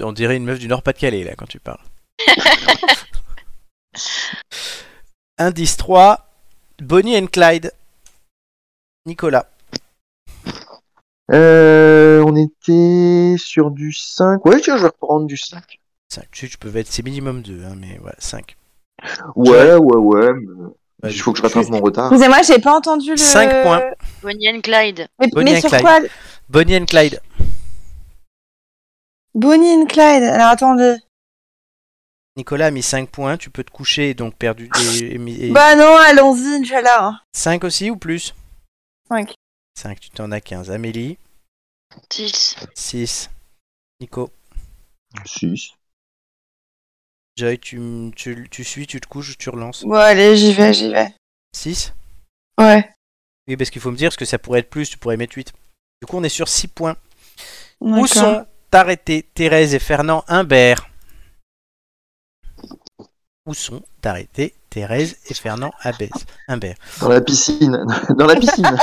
On dirait une meuf du Nord-Pas-de-Calais là quand tu parles. Indice 3, Bonnie and Clyde. Nicolas.
Euh, on était sur du 5. Ouais, tiens, je vais reprendre du 5.
5. Tu, tu peux être, c'est minimum 2, mais voilà, 5.
Ouais, ouais, ouais. mais Il faut que je rattrape mon retard.
Excusez-moi, j'ai pas entendu le.
Cinq points.
Bonnie and Clyde.
Mais,
Bonnie
mais
and
sur
Clyde.
quoi
Bonnie and Clyde.
Bonnie and Clyde. Alors attendez.
Nicolas a mis 5 points, tu peux te coucher et donc perdu des
Bah non, allons-y, Inch'Allah.
5 aussi ou plus
hein. Cinq.
5, tu t'en as 15. Amélie,
Six.
6. Nico,
6.
Joy, tu, m- tu, tu suis, tu te couches ou tu relances
Bon, allez, j'y vais, j'y vais.
6
Ouais.
Oui, parce qu'il faut me dire, parce que ça pourrait être plus, tu pourrais mettre 8. Du coup, on est sur 6 points. Où
d'accord.
sont arrêtés Thérèse et Fernand Humbert Où sont arrêtés Thérèse et Fernand Abès- Humbert
Dans la piscine. Dans la piscine.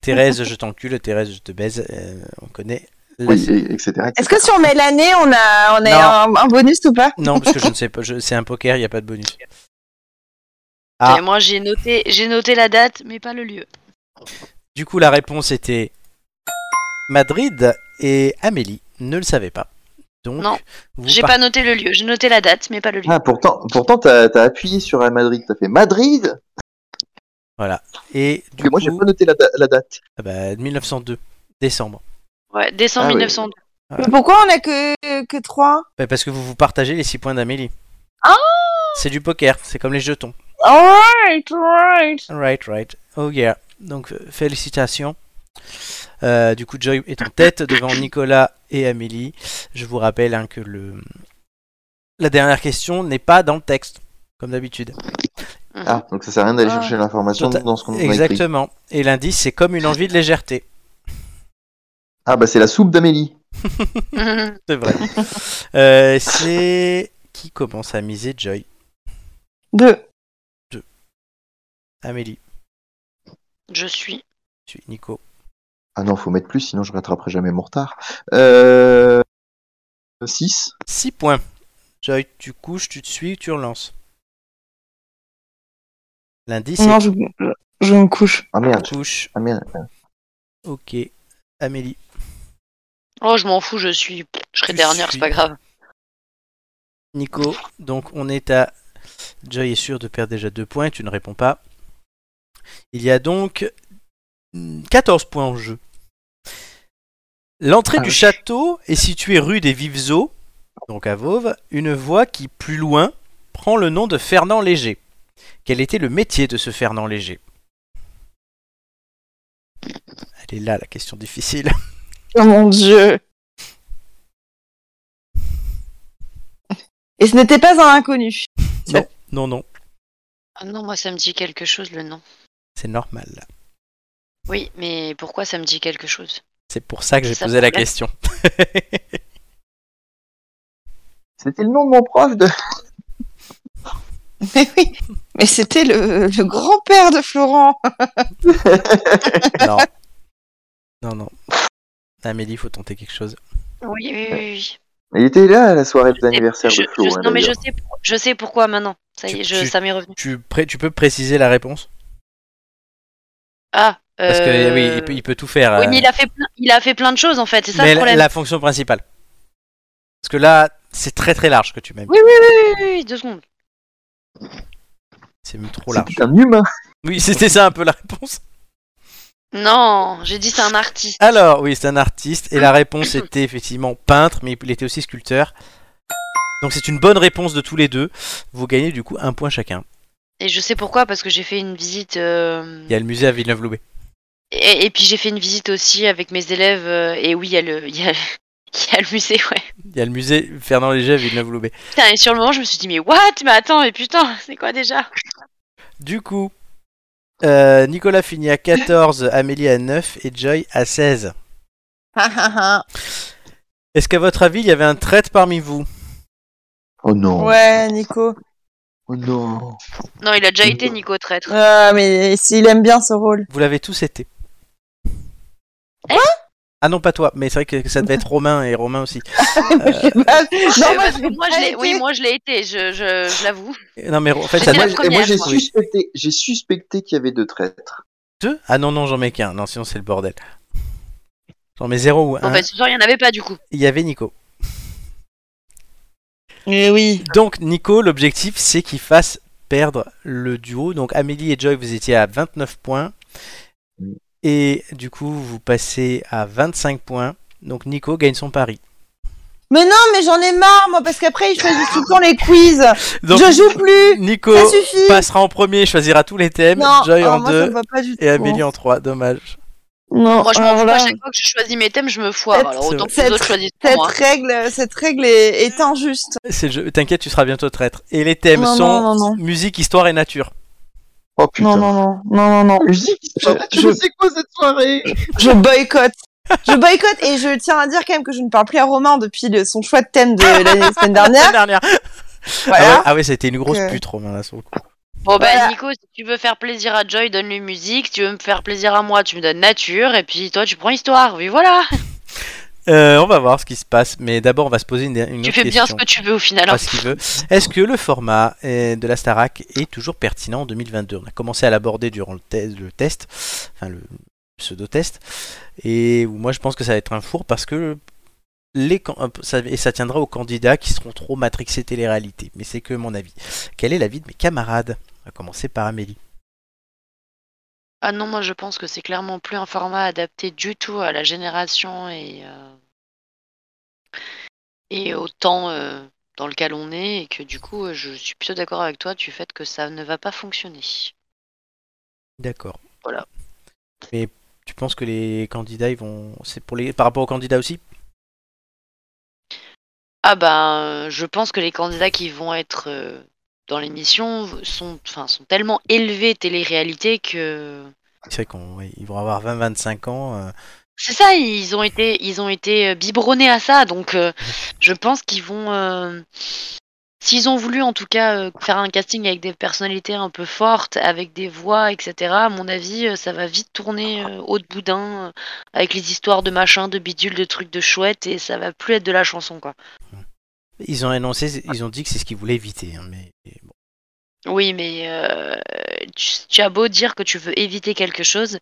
Thérèse, je t'encule, Thérèse, je te baise, euh, on connaît. la-
oui, et- etc. etc.
Est-ce que si on met l'année, on a, on a un, un bonus ou pas
Non, parce que je ne sais pas, je- c'est un poker, il n'y a pas de bonus. Ah.
Et moi j'ai noté, j'ai noté la date, mais pas le lieu.
Du coup, la réponse était Madrid et Amélie ne le savait pas. Donc,
Non,
vous
J'ai
par-
pas noté le lieu. J'ai noté la date, mais pas le lieu.
Ah, pourtant, pourtant t'as t'as appuyé sur euh, Madrid. T'as fait Madrid
Et
Parce que
du
moi, j'ai
coup,
pas noté la, da- la date.
ah bah, 1902, décembre.
Ouais, décembre
Ah oui.
1902.
Mais pourquoi on a que, que 3
Bah, parce que vous vous partagez les 6 points d'Amélie.
Ah
c'est du poker, c'est comme les jetons.
Alright, alright.
Right, right. Oh yeah. Donc, euh, félicitations. Euh, du coup, Joy est en tête devant Nicolas et Amélie. Je vous rappelle hein, que le... la dernière question n'est pas dans le texte, comme d'habitude.
Ah, donc ça sert à rien d'aller
Ah.
chercher l'information
Tota-
dans ce qu'on a écrit.
Exactement. Et l'indice, c'est comme une envie de légèreté.
Ah, bah, c'est la soupe d'Amélie.
Mhm.
C'est vrai. Euh, c'est qui commence à miser Joy
2.
Amélie,
Je suis.
tu Nico.
Ah non, faut mettre plus, sinon je rattraperai jamais mon retard. Euh. 6.
6 points. Joy, tu couches, tu te suis, tu relances. L'indice,
Non,
c'est
je, je me couche.
Ah merde.
couche.
Ah merde.
Ok. Amélie,
Oh, je m'en fous, je suis. Je serai
Tu
dernière, c'est
suis.
pas grave.
Nico. Donc, on est à. Joy est sûr de perdre déjà 2 points, tu ne réponds pas. Il y a donc hmm, 14 points en jeu. L'entrée
Ah
du
oui.
château est située rue des Vives Eaux, donc à Vauve, une voie qui, plus loin, prend le nom de Fernand Léger. Quel était le métier de ce Fernand Léger Elle est là, la question difficile.
Oh mon dieu. Et ce n'était pas un inconnu.
Non, non,
Ah non, moi ça me dit quelque chose le nom.
c'est normal.
Oui, mais pourquoi ça me dit quelque chose
C'est pour ça que j'ai
Ça
posé la
pourrait.
question.
C'était le nom de mon prof de.
Mais oui. Mais c'était le, le grand-père de Florent.
non. Non, non. Amélie, faut tenter quelque chose.
Oui, oui, oui. oui.
Il était là à la soirée de l'anniversaire
Je-
de Flo.
je-
hein,
non, mais je
d'ailleurs.
sais, pour- je sais pourquoi maintenant. Ça y
Tu-
est, je,
tu-
ça m'est revenu.
Tu, pré- tu peux préciser la réponse
Ah, euh...
Parce que oui, il peut, il peut tout faire.
oui,
euh,
mais il a fait plein, il a fait plein de choses en fait, c'est ça
mais
le
la,
problème.
la fonction principale. Parce que là, c'est très très large que tu m'aimes.
Oui, oui, oui, oui, oui, deux secondes.
C'est même
Oh
trop large.
C'est un humain.
Oui, c'était ça un peu la réponse.
Non, j'ai dit c'est un artiste.
Alors, oui, c'est un artiste. Et la réponse était effectivement peintre, mais il était aussi sculpteur. Donc c'est une bonne réponse de tous les deux. Vous gagnez du coup un point chacun.
Et je sais pourquoi, parce que j'ai fait une visite. euh,
Il y a le musée à Villeneuve-Loubet.
Et, et puis j'ai fait une visite aussi avec mes élèves. euh, Et oui, il y a le, il y a, il y a le musée, ouais.
Il y a le musée Fernand Léger à Villeneuve-Loubet.
Putain, et sur le moment, je me suis dit, mais what Mais attends, mais putain, c'est quoi déjà
Du coup, euh, Nicolas finit à 14, Amélie à 9 et Joy à 16.
Ah,
Est-ce qu'à votre avis, il y avait un traître parmi vous
Oh non.
ouais, Nico.
Oh non.
Non, il a déjà été Nico traître.
Ah, mais s'il aime bien ce rôle.
Vous l'avez tous été.
Hein
ah non, pas toi, mais c'est vrai que ça devait être Romain et Romain aussi.
non, moi,
parce
Euh, je
que
l'ai
moi,
pas
je l'ai, oui,
été.
moi je l'ai été, je, je, je l'avoue.
Euh, Non mais en fait,
J'étais
ça doit
Moi,
la
être
j-
première,
moi, j'ai
moi.
suspecté, j'ai suspecté qu'il y avait deux traîtres.
deux Ah non, non, j'en mets qu'un. Non, sinon c'est le bordel. J'en mets zéro ou
En
un.
fait, ce soir, il n'y en avait pas du coup.
Il y avait Nico.
Mais
Eh
oui.
Donc Nico, l'objectif c'est qu'il fasse perdre le duo. Donc Amélie et Joy, vous étiez à 29 points. Et du coup, vous passez à 25 points. Donc Nico gagne son pari.
Mais non, mais j'en ai marre, moi, parce qu'après, ils choisissent tout le temps les quiz.
Donc
je joue plus.
Nico
Ça suffit.
passera en premier, choisira tous les thèmes.
Non,
Joy
ah,
en
moi, ça me
deux
va pas du tout.
et Amélie en trois. Dommage.
Non, euh,
Moi, je m'en
alors
fous,
là,
à chaque fois que je choisis mes thèmes, je me foire.
Cette-
Alors autant que
cette-
les autres choisissent pour
Cette
moi.
règle, cette règle est, est injuste.
C'est le jeu. T'inquiète, tu seras bientôt traître. Et les thèmes
Non,
sont
non, non, non.
musique, histoire et nature.
Oh putain.
Non, non, non, non, non, non.
Musique,
Je-
c'est quoi cette soirée
Je boycotte. Je boycotte et je tiens à dire quand même que je ne parle plus à Romain depuis le- son choix de thème de la semaine
La
dernière.
dernière. Ah, ouais,
Voilà.
ah ouais, c'était une grosse
Que-
pute, Romain, là, sur le coup.
Bon, bah,
Voilà.
Nico, si tu veux faire plaisir à Joy, donne-lui musique. Si tu veux me faire plaisir à moi, tu me donnes nature. Et puis toi, tu prends histoire. Oui, voilà.
Euh, on va voir ce qui se passe, mais d'abord, on va se poser une, une
Tu
autre
fais bien ce
question. Ah,
que tu veux au final. hein.
Pas ce qu'il veut. Est-ce que le format euh, de la Starac est toujours pertinent en 2022 On a commencé à l'aborder durant le, te- le test, enfin le pseudo-test, et où moi je pense que ça va être un four parce que les can- euh, ça, et ça tiendra aux candidats qui seront trop matrixés télé-réalité. Mais c'est que mon avis. Quel est l'avis de mes camarades On va commencer par Amélie.
Ah non, moi je pense que c'est clairement plus un format adapté du tout à la génération et, euh, et au temps euh, dans lequel on est et que du coup euh, je suis plutôt d'accord avec toi du fait que ça ne va pas fonctionner.
D'accord.
Voilà.
Mais tu penses que les candidats, ils vont. C'est pour les... par rapport aux candidats aussi
Ah ben, euh, je pense que les candidats qui vont être euh, dans l'émission sont, enfin, sont tellement élevés télé-réalité que
C'est vrai qu'on- ouais, ils vont avoir 20-25 ans. euh,
C'est ça, ils ont été, ils ont été euh, biberonnés à ça, donc euh, je pense qu'ils vont, euh, s'ils ont voulu en tout cas euh, faire un casting avec des personnalités un peu fortes, avec des voix, etc. À mon avis, euh, ça va vite tourner euh, haut de boudin euh, avec les histoires de machin, de bidule, de trucs de chouette, et ça va plus être de la chanson, quoi.
Ils ont annoncé, ils ont dit que c'est ce qu'ils voulaient éviter. hein, mais bon.
Oui, mais euh, tu, tu as beau dire que tu veux éviter quelque chose,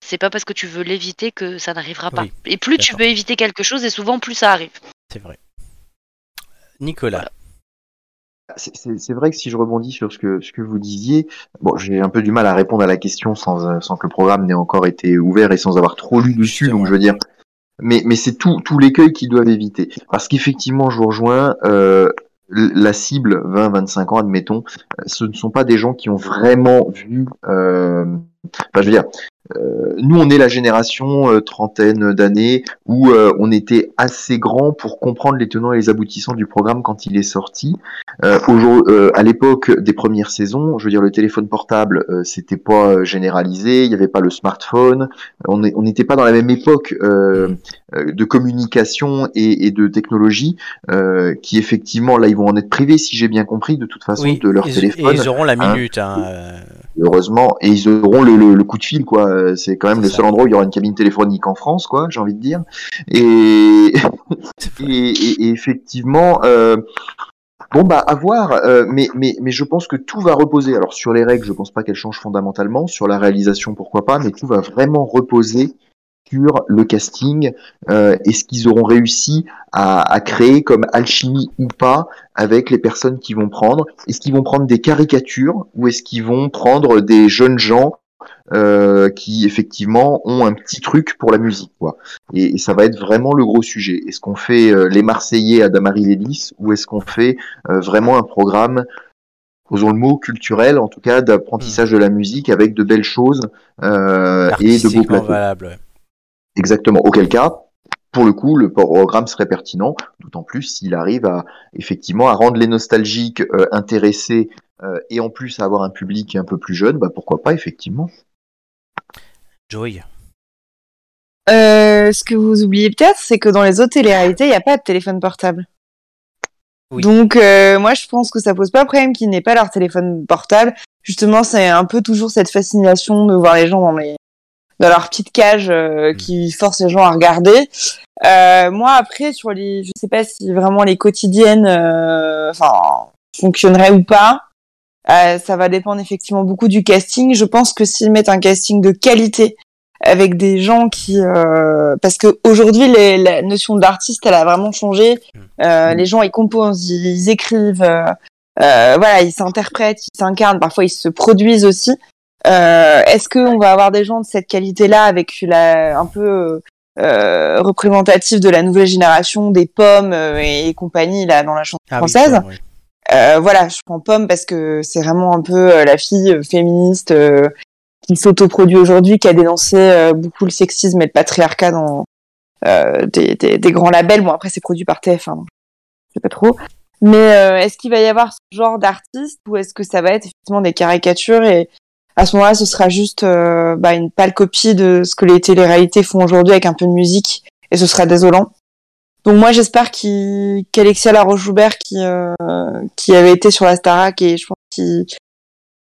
c'est pas parce que tu veux l'éviter que ça n'arrivera pas.
Oui,
et plus tu
d'accord.
veux éviter quelque chose, et souvent plus ça arrive.
c'est vrai. Nicolas,
Ah, C'est- C'est c'est vrai que si je rebondis sur ce que, ce que vous disiez, bon, j'ai un peu du mal à répondre à la question sans, euh, sans que le programme n'ait encore été ouvert et sans avoir trop lu dessus, donc je veux dire. Mais, mais c'est tout, tout l'écueil qu'ils doivent éviter. Parce qu'effectivement, je vous rejoins, euh, l- la cible 20-25 ans, admettons, euh, ce ne sont pas des gens qui ont vraiment vu. Euh, enfin, je veux dire, euh, nous, on est la génération euh, trentaine d'années où euh, on était assez grand pour comprendre les tenants et les aboutissants du programme quand il est sorti. Euh, aujourd- euh, à l'époque des premières saisons, je veux dire, le téléphone portable, euh, c'était pas euh, généralisé, il n'y avait pas le smartphone, on est- on n'était pas dans la même époque euh, euh, de communication et, et de technologie euh, qui effectivement, là, ils vont en être privés, si j'ai bien compris, de toute façon, de leur
ils,
téléphone
et ils auront la
hein.
minute. hein, euh,
heureusement, et ils auront le, le- le coup de fil, quoi. Euh, C'est quand même
C'est
le
ça.
seul endroit où il y aura une cabine téléphonique en France, quoi, j'ai envie de dire. Et, et, et- et effectivement, euh, Bon bah à voir, euh, mais, mais, mais je pense que tout va reposer. Alors sur les règles, je pense pas qu'elles changent fondamentalement, sur la réalisation pourquoi pas, mais tout va vraiment reposer sur le casting euh, et ce qu'ils auront réussi à, à créer comme alchimie ou pas avec les personnes qu'ils vont prendre. Est-ce qu'ils vont prendre des caricatures ou est-ce qu'ils vont prendre des jeunes gens euh, qui effectivement ont un petit truc pour la musique quoi. Et, et ça va être vraiment le gros sujet. Est-ce qu'on fait euh, les Marseillais à Damary Lélis ou est-ce qu'on fait euh, vraiment un programme osons le mot culturel en tout cas d'apprentissage de la musique avec de belles choses euh, et de beaux
Artistiquement
plateaux.
valable, ouais.
Exactement. Auquel cas, pour le coup, le programme serait pertinent, d'autant plus s'il arrive à effectivement à rendre les nostalgiques euh, intéressés euh, et en plus à avoir un public un peu plus jeune, bah pourquoi pas effectivement.
Joy.
Euh, ce que vous oubliez peut-être, c'est que dans les autres téléréalités, il n'y a pas de téléphone portable.
Oui.
Donc, euh, moi, je pense que ça pose pas problème qu'ils n'aient pas leur téléphone portable. Justement, c'est un peu toujours cette fascination de voir les gens dans, les... dans leur petite cage euh, qui force les gens à regarder. Euh, moi, après, sur les, je sais pas si vraiment les quotidiennes, euh, enfin, fonctionneraient ou pas. Euh, ça va dépendre effectivement beaucoup du casting. Je pense que s'ils mettent un casting de qualité avec des gens qui euh, parce que aujourd'hui les- la notion d'artiste elle a vraiment changé Euh, les gens ils composent ils, ils écrivent euh, euh, voilà ils s'interprètent ils s'incarnent parfois ils se produisent aussi Euh, est-ce que on va avoir des gens de cette qualité là avec la un peu euh, représentative de la nouvelle génération des pommes euh, et, et compagnie là dans la chanson
Ah oui,
française
oui.
euh, voilà, je prends Pomme parce que c'est vraiment un peu euh, la fille euh, féministe euh, qui s'autoproduit aujourd'hui, qui a dénoncé euh, beaucoup le sexisme et le patriarcat dans euh, des, des- des grands labels. Bon, après, c'est produit par TF1, donc je sais pas trop. Mais euh, est-ce qu'il va y avoir ce genre d'artiste ou est-ce que ça va être effectivement des caricatures et à ce moment-là, ce sera juste euh, bah, une pâle copie de ce que les téléréalités font aujourd'hui avec un peu de musique et ce sera désolant. Donc moi j'espère qu'il- qu'Alexia Laroche-Joubert qui euh, qui avait été sur la Starac et je pense qu'il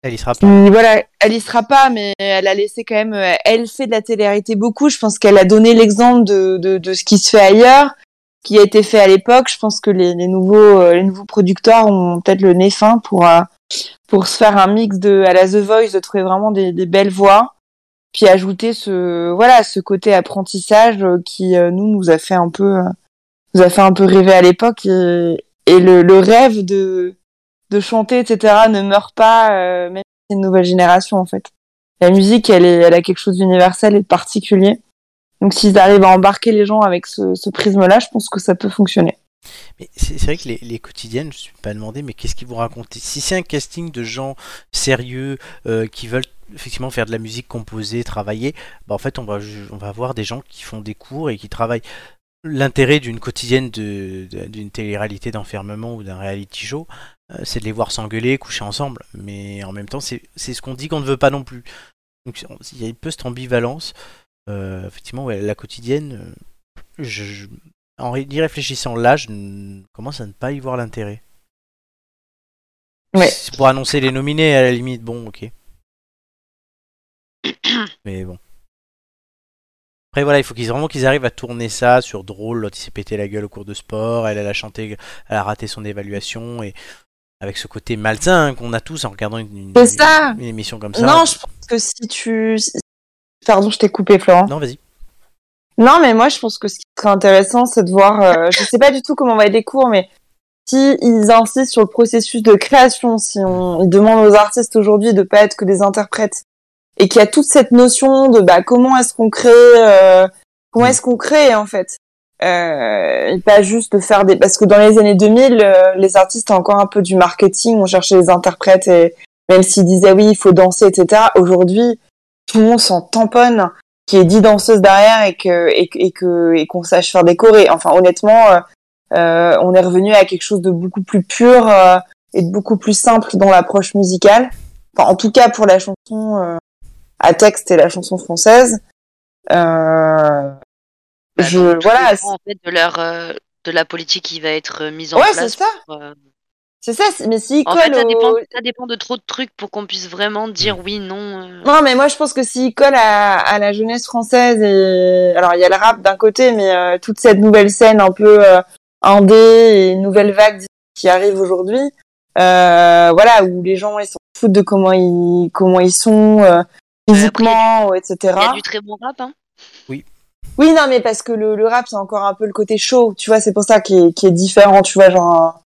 Elle y sera pas.
qu'il- voilà elle y sera pas mais elle a laissé quand même euh, elle fait de la télé-réalité beaucoup je pense qu'elle a donné l'exemple de, de de ce qui se fait ailleurs qui a été fait à l'époque je pense que les, les nouveaux euh, les nouveaux producteurs ont peut-être le nez fin pour euh, pour se faire un mix de à la The Voice de trouver vraiment des, des belles voix puis ajouter ce voilà ce côté apprentissage euh, qui euh, nous nous a fait un peu euh, nous a fait un peu rêver à l'époque et, et le, le rêve de de chanter etc ne meurt pas euh, même si c'est une nouvelle génération en fait la musique elle est elle a quelque chose d'universel et de particulier donc s'ils arrivent à embarquer les gens avec ce, ce prisme là je pense que ça peut fonctionner
Mais c'est c'est vrai que les, les quotidiennes, je ne suis pas demandé, mais qu'est-ce qu'ils vont raconter Si c'est un casting de gens sérieux euh, qui veulent effectivement faire de la musique composée, travailler, bah en fait on va ju- on va voir des gens qui font des cours et qui travaillent. L'intérêt d'une quotidienne de- de- d'une télé-réalité d'enfermement ou d'un reality show, euh, c'est de les voir s'engueuler, coucher ensemble. Mais en même temps, c'est c'est ce qu'on dit qu'on ne veut pas non plus. Donc on- il y a un peu cette ambivalence. Euh, effectivement, ouais, la quotidienne, euh, je- je, en ré- y réfléchissant là, je n- commence à ne pas y voir l'intérêt.
Ouais.
C'est pour annoncer les nominés à la limite, bon, ok. Mais bon. Après voilà, il faut qu'ils vraiment qu'ils arrivent à tourner ça sur drôle. L'autre il s'est pété la gueule au cours de sport, elle, elle a chanté, elle a raté son évaluation et avec ce côté malsain hein, qu'on a tous en regardant une, une-
C'est ça
une émission comme ça.
non je pense que si tu pardon je t'ai coupé Florent
Non, vas-y.
Non, mais moi, je pense que ce qui serait intéressant, c'est de voir. euh, je sais pas du tout comment va être les cours, mais si ils insistent sur le processus de création, si on ils demandent aux artistes aujourd'hui de pas être que des interprètes, et qu'il y a toute cette notion de bah comment est-ce qu'on crée, euh, comment
Mm.
est-ce qu'on crée en fait, euh, et pas juste de faire des. Parce que dans les années 2000, euh, les artistes ont encore un peu du marketing, on cherchait les interprètes et même s'ils disaient oui, il faut danser, etc. Aujourd'hui, tout le monde s'en tamponne qui est dix danseuses derrière et que et, que- et que et qu'on sache faire des chorés. Enfin, honnêtement, euh, euh, on est revenu à quelque chose de beaucoup plus pur euh, et de beaucoup plus simple dans l'approche musicale. Enfin, en tout cas pour la chanson euh, à texte et la chanson française. Euh,
Bah,
je
donc, tout
voilà.
dépend, en fait de leur euh, de la politique qui va être euh, mise en
Ouais, c'est
place.
ça.
pour, euh,
C'est ça. c'est- Mais s'ils
En
collent
fait, ça
au-
dépend, ça dépend de trop de trucs pour qu'on puisse vraiment dire
Mm.
oui, non. euh.
Non, mais moi je pense que s'il colle à, à la jeunesse française et alors il y a le rap d'un côté, mais euh, toute cette nouvelle scène un peu euh, indé et une nouvelle vague qui arrive aujourd'hui, euh, voilà, où les gens ils s'en foutent de comment ils comment ils sont euh, physiquement, ou etc.
Il y a du très bon rap, hein.
Oui, non, mais parce que le, le rap, c'est encore un peu le côté chaud, tu vois, c'est pour ça qui est, qui est différent, tu vois, genre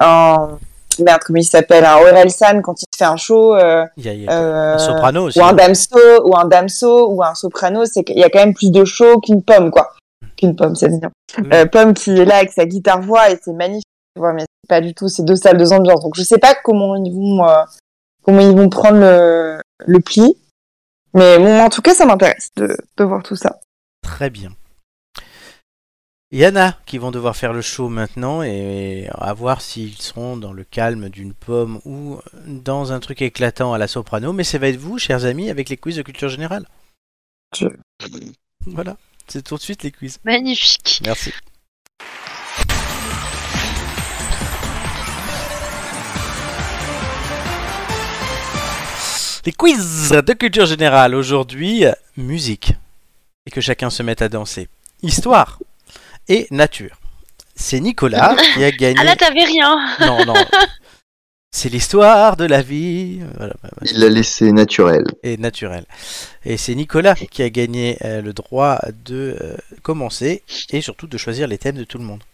un, un- merde, comment il s'appelle, un Orelsan quand il fait un show, euh,
Il y a, il y a
euh,
un soprano aussi.
ou un Damso, ou un Damso, ou un Soprano, c'est qu'il y a quand même plus de show qu'une pomme, quoi. Qu'une pomme, c'est mignon.
Oui.
Euh, pomme qui est là avec sa guitare voix et c'est magnifique, tu vois, mais c'est pas du tout, c'est deux salles, deux ambiances. Donc je sais pas comment ils vont, euh, comment ils vont prendre le, le pli. Mais bon, en tout cas, ça m'intéresse de, de voir tout ça.
Très bien. Il y en a qui vont devoir faire le show maintenant et à voir s'ils seront dans le calme d'une pomme ou dans un truc éclatant à la soprano. Mais ça va être vous, chers amis, avec les quiz de culture générale.
Je-
Voilà, c'est tout de suite les quiz.
Magnifique.
Merci. Les quiz de culture générale aujourd'hui, musique. Et que chacun se mette à danser. Histoire et nature. C'est Nicolas qui a gagné.
Ah là, t'avais rien.
non, non. C'est l'histoire de la vie. Voilà, bah, bah,
Il l'a laissé naturel.
et naturelle. Et c'est Nicolas qui a gagné euh, le droit de euh, commencer et surtout de choisir les thèmes de tout le monde.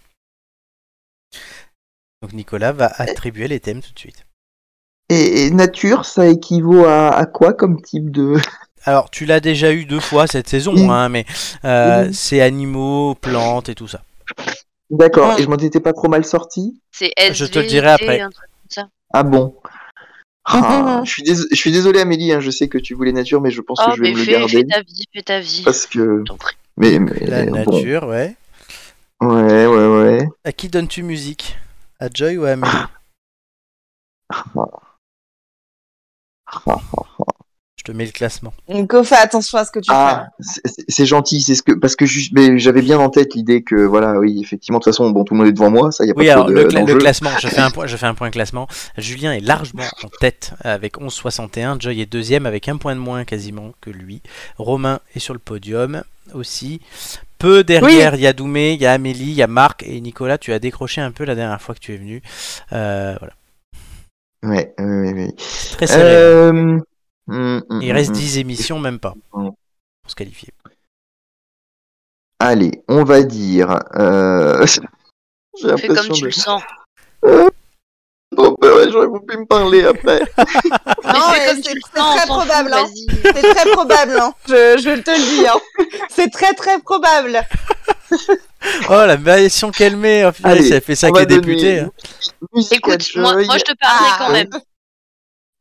Donc Nicolas va attribuer les thèmes tout de suite.
Et, et nature, ça équivaut à, à quoi comme type de...
Alors tu l'as déjà eu deux fois cette saison,
Mm.
hein, mais euh,
Mm.
c'est animaux, plantes et tout ça.
D'accord, et je m'en étais pas trop mal sorti
C'est
Je te le dirai
SVT,
après.
un truc comme ça.
Ah bon Ah, je, suis dés- je suis désolé Amélie, hein, je sais que tu voulais nature, mais je pense
Oh,
que Ah, je vais
mais
me le
fais,
garder.
fais ta vie, fais ta vie.
Parce que...
Je t'en prie.
Mais, mais,
La
bon.
nature, ouais.
Ouais, ouais, ouais.
À qui donnes-tu musique À Joy ou à Amélie
Oh.
Je te mets le classement.
Donc, fais attention à ce que tu
Ah, c'est- c'est c'est gentil, c'est ce que parce que juste, mais j'avais bien en tête l'idée que voilà, oui, effectivement, de toute façon, bon, tout le monde est devant moi, ça, y a pas
Oui,
trop
alors
de
le, cla- le
d'enjeu.
classement, je fais, un point, je fais un point classement. Julien est largement en tête avec 11,61. Joy est deuxième avec un point de moins quasiment que lui. Romain est sur le podium aussi. Peu derrière, il y a Doumé, il y a Amélie, il y a Marc et Nicolas. Tu as décroché un peu la dernière fois que tu es venu. Euh, voilà.
Ouais, ouais, ouais, ouais.
Très serré.
Euh, hum, hum,
il reste
hum.
10 émissions, même pas, pour se qualifier.
Allez, on va dire. Euh... J'ai
Fais comme
l'impression
tu
de.
le sens.
Oh, bah ouais, j'aurais voulu me parler après.
fais.
Mais fais
mais
comme
c'est-
tu le
c'est
sens,
très
on s'en fout,
probable, hein.
vas-y.
C'est très probable, hein. je, je te le dis. Hein. C'est très très probable.
Oh la version calmée, oh, punaise,
Allez,
ça fait ça
on
avec
va
les
donner
députés. hein.
musique
Écoute,
à
moi,
Joy.
moi, je te parlerai quand
Ah.
même.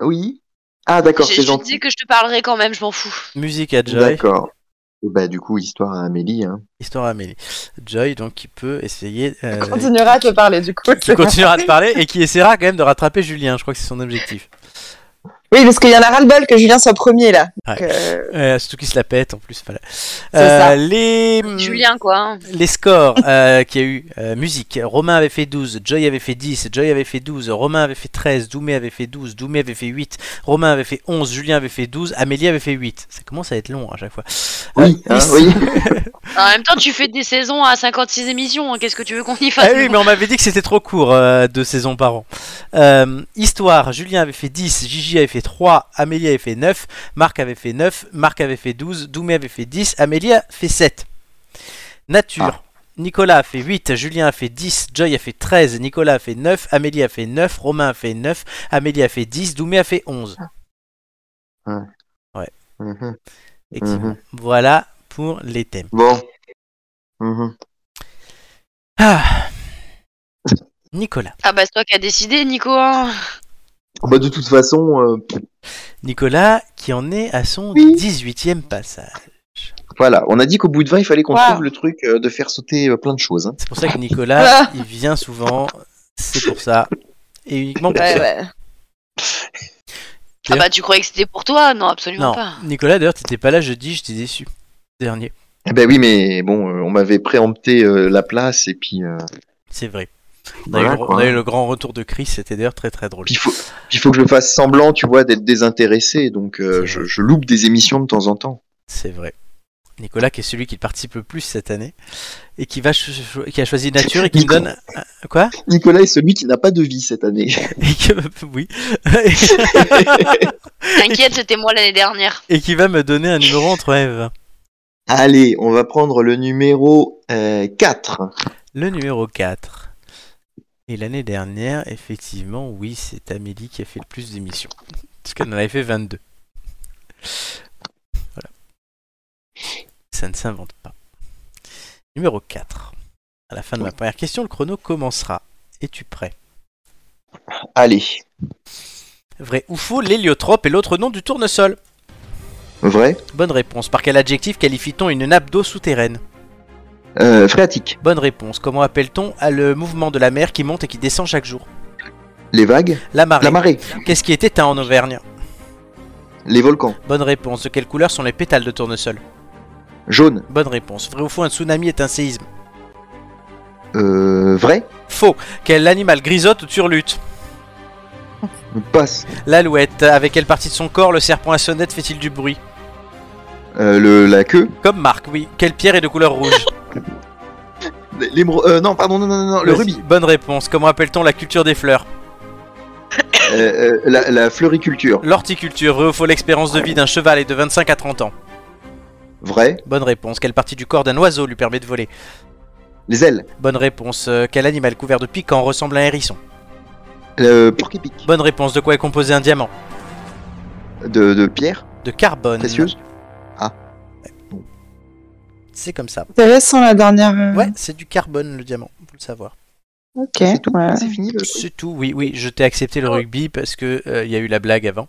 Oui. Ah, d'accord,
Je,
c'est
je te
gentil.
dis que je te parlerai quand même, je m'en fous.
Musique à Joy.
D'accord. Et Bah, du coup, histoire à Amélie. Hein.
Histoire à Amélie. Joy, donc, qui peut essayer. euh,
Continuera à te parler du coup.
qui continuera de parler et qui essaiera quand même de rattraper Julien. Je crois que c'est son objectif.
Oui, parce qu'il y en a ras-le-bol que Julien soit premier là.
Ouais.
Donc, euh,
Euh, surtout qu'il se la pète en plus. voilà. Euh,
ça.
les...
Julien, quoi. hein.
les scores euh, qu'il y a eu euh, musique. Romain avait fait 12, Joy avait fait 10, Joy avait fait 12, Romain avait fait 13, Doumé avait fait 12, Doumé avait fait 8, Romain avait fait 11, Julien avait fait 12, Amélie avait fait 8. Ça commence à être long hein, à chaque fois.
Oui,
Euh,
hein,
Nice.
oui.
En même temps, tu fais des saisons à 56 émissions. hein, Qu'est-ce que tu veux qu'on y fasse
Ah oui,
nous
mais on m'avait dit que c'était trop court, euh, deux saisons par an. Euh, histoire, Julien avait fait 10, Gigi avait fait 3, Amélie avait fait 9, Marc avait fait 9, Marc avait fait 12, Doumé avait fait 10, Amélie a fait 7. Nature, Nicolas a fait 8, Julien a fait 10, Joy a fait 13, Nicolas a fait 9, Amélie a fait 9, Romain a fait 9, Amélie a fait 10, Doumé a fait 11.
Mhm.
Effectivement. Voilà pour les thèmes.
Bon. Mhm.
Ah. Nicolas.
Ah bah c'est toi qui as décidé, Nico. hein.
Bah, de toute façon, euh,
Nicolas qui en est à son
Oui.
18e passage.
voilà. On a dit qu'au bout de 20, il fallait qu'on
Wow.
trouve le truc euh, de faire sauter euh, plein de choses. hein.
C'est pour ça que Nicolas,
Ah.
il vient souvent. C'est pour ça. Et uniquement pour
ouais,
ça.
ouais.
Ah bah tu croyais que c'était pour toi Non, absolument
Non,
pas.
Nicolas, d'ailleurs, t'étais pas là jeudi, j'étais déçu. Dernier,
Eh Ben oui, mais bon, euh, on m'avait préempté euh, la place et puis. euh,
c'est vrai. On a,
Voilà,
eu, le-
quoi.
on a eu le grand retour de Chris, c'était d'ailleurs très très drôle.
Puis il faut, puis faut que je fasse semblant, tu vois, d'être désintéressé. Donc, euh,
C'est
je,
vrai.
je loupe des émissions de temps en temps.
C'est vrai. Nicolas qui est celui qui participe le plus cette année et qui va cho- cho- qui a choisi nature et qui me
Nico.
donne quoi
Nicolas est celui qui n'a pas de vie cette année.
et que- oui
T'inquiète, c'était moi l'année dernière.
et qui va me donner un numéro entre Eve.
Allez, on va prendre le numéro euh, 4.
Le numéro 4. Et l'année dernière, effectivement, oui, c'est Amélie qui a fait le plus d'émissions. Parce qu'elle en avait fait 22. Voilà. Ça ne s'invente pas. Numéro 4. À la fin de ma première question, le chrono commencera. Es-tu prêt
Allez,
Vrai ou faux, l'héliotrope est l'autre nom du tournesol
vrai
Bonne réponse. Par quel adjectif qualifie-t-on une nappe d'eau souterraine
euh, Phréatique.
Bonne réponse. Comment appelle-t-on à le mouvement de la mer qui monte et qui descend chaque jour
Les vagues
La marée.
La marée
Qu'est-ce qui est éteint en Auvergne
Les volcans
Bonne réponse. De quelle couleur sont les pétales de tournesol
Jaune
Bonne réponse. Vrai ou faux, un tsunami est un séisme
euh, Vrai
Faux. Quel animal grisote ou turlute
Passe
L'alouette. Avec quelle partie de son corps le serpent à sonnette fait-il du bruit
Euh, le, La queue
Comme Marc, oui. Quelle pierre est de couleur rouge
L'émeraude- euh, Non, pardon, non, non, non, non, le rubis
Bonne réponse. Comment appelle-t-on la culture des fleurs
Euh, euh, la, la fleuriculture
L'horticulture. Vrai ou faux, l'espérance de vie d'un cheval est de 25 à 30 ans
Vrai
Bonne réponse. Quelle partie du corps d'un oiseau lui permet de voler
Les ailes
Bonne réponse. Euh, Quel animal couvert de piquants ressemble à un hérisson
Le Euh, porc-épic
Bonne réponse. De quoi est composé un diamant
de, de pierre
De carbone.
précieuse
C'est comme ça.
Intéressant la dernière. euh,
Ouais, c'est du carbone le diamant, faut le savoir.
Ok.
C'est tout
ouais.
C'est fini le
C'est tout, oui, oui, je t'ai accepté le rugby parce que euh, il y a eu la blague avant.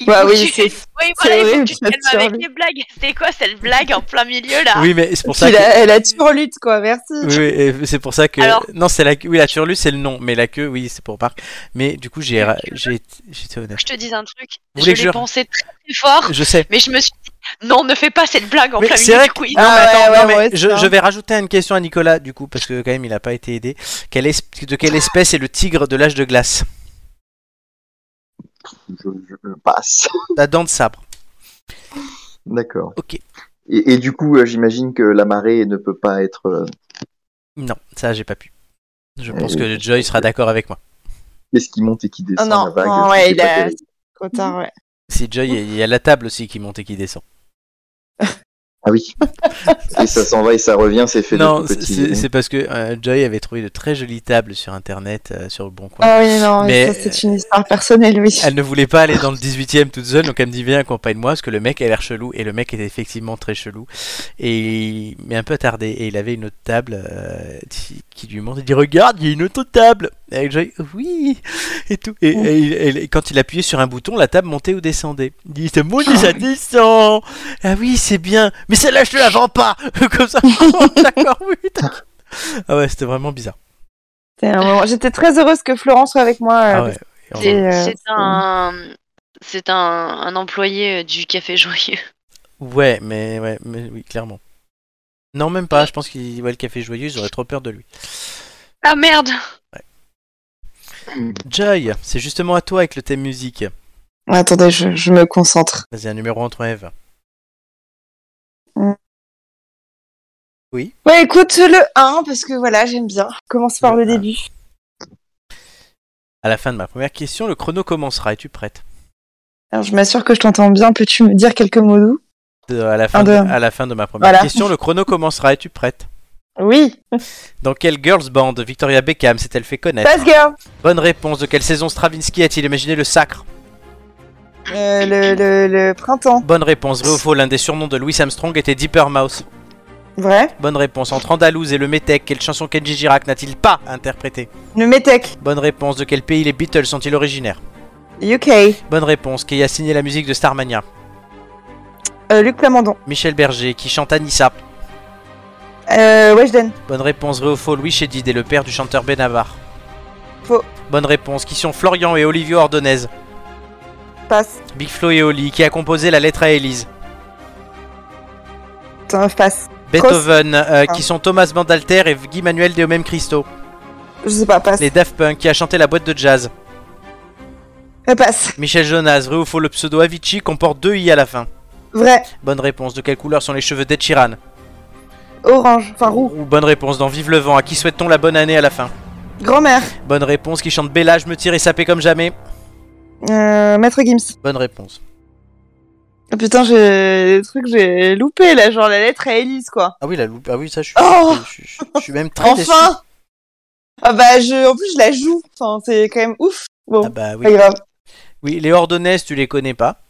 Il
Bah
faut
oui,
que tu-
c'est-
Oui, voilà, il faut
horrible,
que tu te
cette
calmes avec
survie.
les blagues. C'était quoi cette blague en plein milieu
Ah.
là
Oui, mais c'est pour ça
Puis
que.
la, la turlute, quoi, merci.
Oui, oui, et c'est pour ça que.
Alors
Non, c'est la. Oui, la turlue, c'est le nom, mais la queue, oui, c'est pour Marc. Mais du coup, j'ai, j'ai, j'étais honnête.
Je te dis un truc.
Vous
je
voulez que je-
l'ai pensé très, très fort,
Je sais.
mais je me suis dit non, ne fais pas cette blague en
Mais
plein
c'est
milieu
vrai
du quiz.
Non, mais
Ah ouais,
attends,
ouais,
non, mais
ouais,
je,
ça.
je vais rajouter une question à Nicolas, du coup, parce que quand même, il n'a pas été aidé. Quelle es- De quelle espèce est le tigre de l'âge de glace
Je, je passe.
La dent de sabre.
D'accord.
Ok.
Et, et du coup, euh, j'imagine que la marée ne peut pas être. euh,
Non, ça, j'ai pas pu. Je pense
Euh,
que Joy sera d'accord avec moi.
Qu'est-ce qui monte et qui descend
Oh non,
la vague
non,
c'est
ouais,
pas
il a-
terrible.
Trop tard, ouais.
Si Joy, il y a la table aussi qui monte et qui descend.
Ah oui. et ça s'en va et ça revient, c'est fait
Non,
de tout
c'est-
petit. hein.
c'est c'est parce que euh, Joy avait trouvé de très jolies tables sur internet, euh, sur le bon coin.
Ah oui, non,
Mais-
mais ça, c'est une histoire personnelle, oui.
Elle ne voulait pas aller dans le 18ème toute seule, donc elle me dit Viens, accompagne-moi, parce que le mec a l'air chelou. Et le mec était effectivement très chelou, et, mais un peu tardé. Et il avait une autre table euh, qui- qui lui montre Il dit Regarde, il y a une autre table Et Joy, oui Et tout. Et, et il- et quand il appuyait sur un bouton, la table montait ou descendait. Il dit C'est mon Dieu, ça descend Ah oui, c'est bien Mais celle-là, je te la vends pas Comme ça, Oh, d'accord, oui, t'inquiète. Ah ouais, c'était vraiment bizarre.
C'était un moment- J'étais très heureuse que Florent soit avec moi. euh,
Ah ouais.
parce
Et on-
que, euh,
C'est un. C'est un, un employé euh, du Café Joyeux.
Ouais, mais ouais, mais oui, clairement. Non, même pas. Je pense qu'il ouais, le café joyeux, j'aurais trop peur de lui.
Ah merde
Joy, c'est justement à toi avec le thème musique.
Attendez, je, je me concentre.
Vas-y, un numéro entre Eve.
Ouais, écoute, le 1, parce que voilà, j'aime bien. Commence par
Le
le,
un.
début.
À la fin de ma première question, le chrono commencera. Es-tu prête?
Alors, je m'assure que je t'entends bien. Peux-tu me dire quelques mots doux
Euh, À la fin
Un,
de,
deux.
à la fin de ma première
Voilà.
question, le chrono commencera. Es-tu prête?
Oui.
Dans quelle girls band Victoria Beckham s'est-elle fait connaître?
Passe, girl.
Bonne réponse. De quelle saison Stravinsky a-t-il imaginé le sacre?
Euh, le, le, le printemps.
Bonne réponse. Vrai ou faux, l'un des surnoms de Louis Armstrong était Deeper Mouse.
Vrai.
Bonne réponse. Entre Andalouse et le Métèque, quelle chanson Kenji Girac n'a-t-il pas interprétée?
Le métèque.
Bonne réponse. De quel pays les Beatles sont-ils originaires
UK.
Bonne réponse. Qui a signé la musique de Starmania
Euh, Luc Plamondon.
Michel Berger. Qui chante Anissa
Euh, Weshden.
Bonne réponse. Vrai ou faux Louis Chédid est le père du chanteur Benavar
Faux.
Bonne réponse. Qui sont Florian et Olivio Ordonez
Passe.
Big Flo et Oli. Qui a composé la lettre à Élise
Putain, passe.
Beethoven. euh,
Ah.
Qui sont Thomas Bandalter et Guy Manuel de Homem Cristo
Je sais pas, passe.
Les Daft Punk. Qui a chanté la boîte de jazz
Euh, Passe.
Michel Jonas. Vrai ou faux Le pseudo Avicii comporte deux i à la fin
Vrai.
Bonne réponse. De quelle couleur sont les cheveux d'Ed Sheeran
Orange. Enfin, roux.
Ou bonne réponse dans Vive le vent. À qui souhaite-t-on la bonne année à la fin
Grand-mère.
Bonne réponse. Qui chante Bella, je me tire et sapé comme jamais
Euh, Maître Gims.
Bonne réponse.
Oh, putain, j'ai des trucs que j'ai loupé là, genre la lettre à Elise quoi.
Ah oui, la loupe. Ah oui, ça, je suis,
Oh
je, je- je suis même très déçu.
Enfin. Ah bah je, en plus je la joue. Enfin, c'est quand même ouf. Bon,
Ah bah oui.
pas grave.
Oui, les Ordonnaises, tu les connais pas.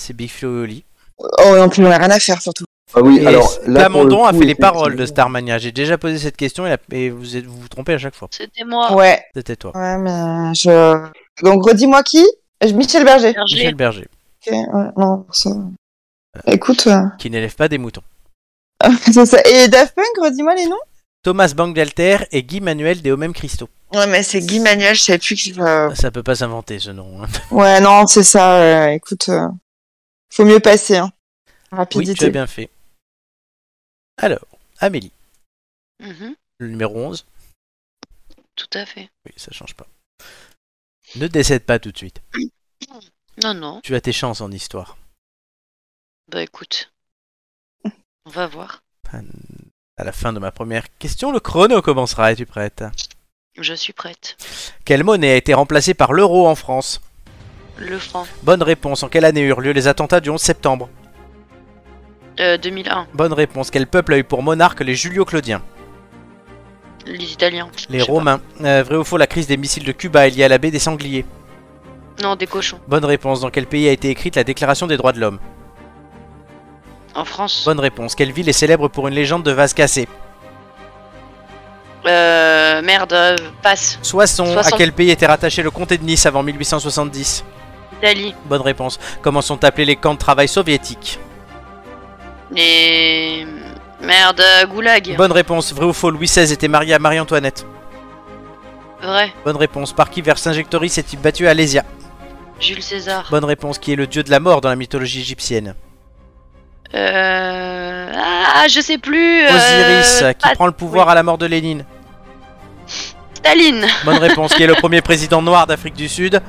C'est Big Flo et Oli.
Oh non plus, on a rien à faire surtout.
Ah oui,
Et
alors là. pour le
Plamondon a
coup,
fait les paroles de
effectivement,
Starmania. J'ai déjà posé cette question et, la- et vous, êtes- vous vous trompez à chaque fois.
C'était
Ah.
moi.
Ouais.
C'était toi,
Ouais, mais je. Donc redis-moi qui Je- Michel Berger.
Berger.
Michel Berger,
Ok, ouais, non, ça. Écoute, euh,
qui n'élève pas des moutons.
c'est ça. Et Daft Punk, redis-moi les noms.
Thomas Bangalter et Guy Manuel des Hommes Christo.
Ouais, mais c'est Guy Manuel, je sais plus qui.
Ah.
Ça peut pas s'inventer ce nom. hein.
Ouais, non, c'est ça. euh, écoute, euh, faut mieux passer. Hein.
Oui,
Rapidité.
tu as bien fait. Alors, Amélie,
Mhm,
le numéro 11.
tout à fait.
Oui, ça change pas. Ne décède pas tout de suite.
Non, non.
Tu as tes chances en histoire.
Bah écoute. On va voir.
À la fin de ma première question, le chrono commencera. Es-tu prête
Je suis prête.
Quelle monnaie a été remplacée par l'euro en France
Le franc.
Bonne réponse. En quelle année eurent lieu les attentats du 11 septembre
Euh, 2001.
Bonne réponse. Quel peuple a eu pour monarque les Julio-Claudiens
Les Italiens.
Les
Je sais
Romains. Euh, vrai ou faux, la crise des missiles de Cuba est liée à la baie des Sangliers
pas. Non, des cochons.
Bonne réponse. Dans quel pays a été écrite la Déclaration des droits de l'homme
En France.
Bonne réponse. Quelle ville est célèbre pour une légende de vase cassé
Euh, merde, euh, passe.
Soissons.
Soissons.
À quel pays était rattaché le comté de Nice avant 1870
Italie.
Bonne réponse. Comment sont appelés les camps de travail soviétiques
Les. Merde, euh, goulag.
Bonne réponse. Vrai ou faux, Louis XVI était marié à Marie-Antoinette
Vrai.
Bonne réponse. Par qui Vercingétorix s'est-il battu à Alésia
Jules César.
Bonne réponse. Qui est le dieu de la mort dans la mythologie égyptienne
Euh. Ah, je sais plus. euh,
Osiris, qui
pas-
prend le pouvoir à la mort de Lénine.
Staline.
Bonne réponse, qui est le premier président noir d'Afrique du Sud.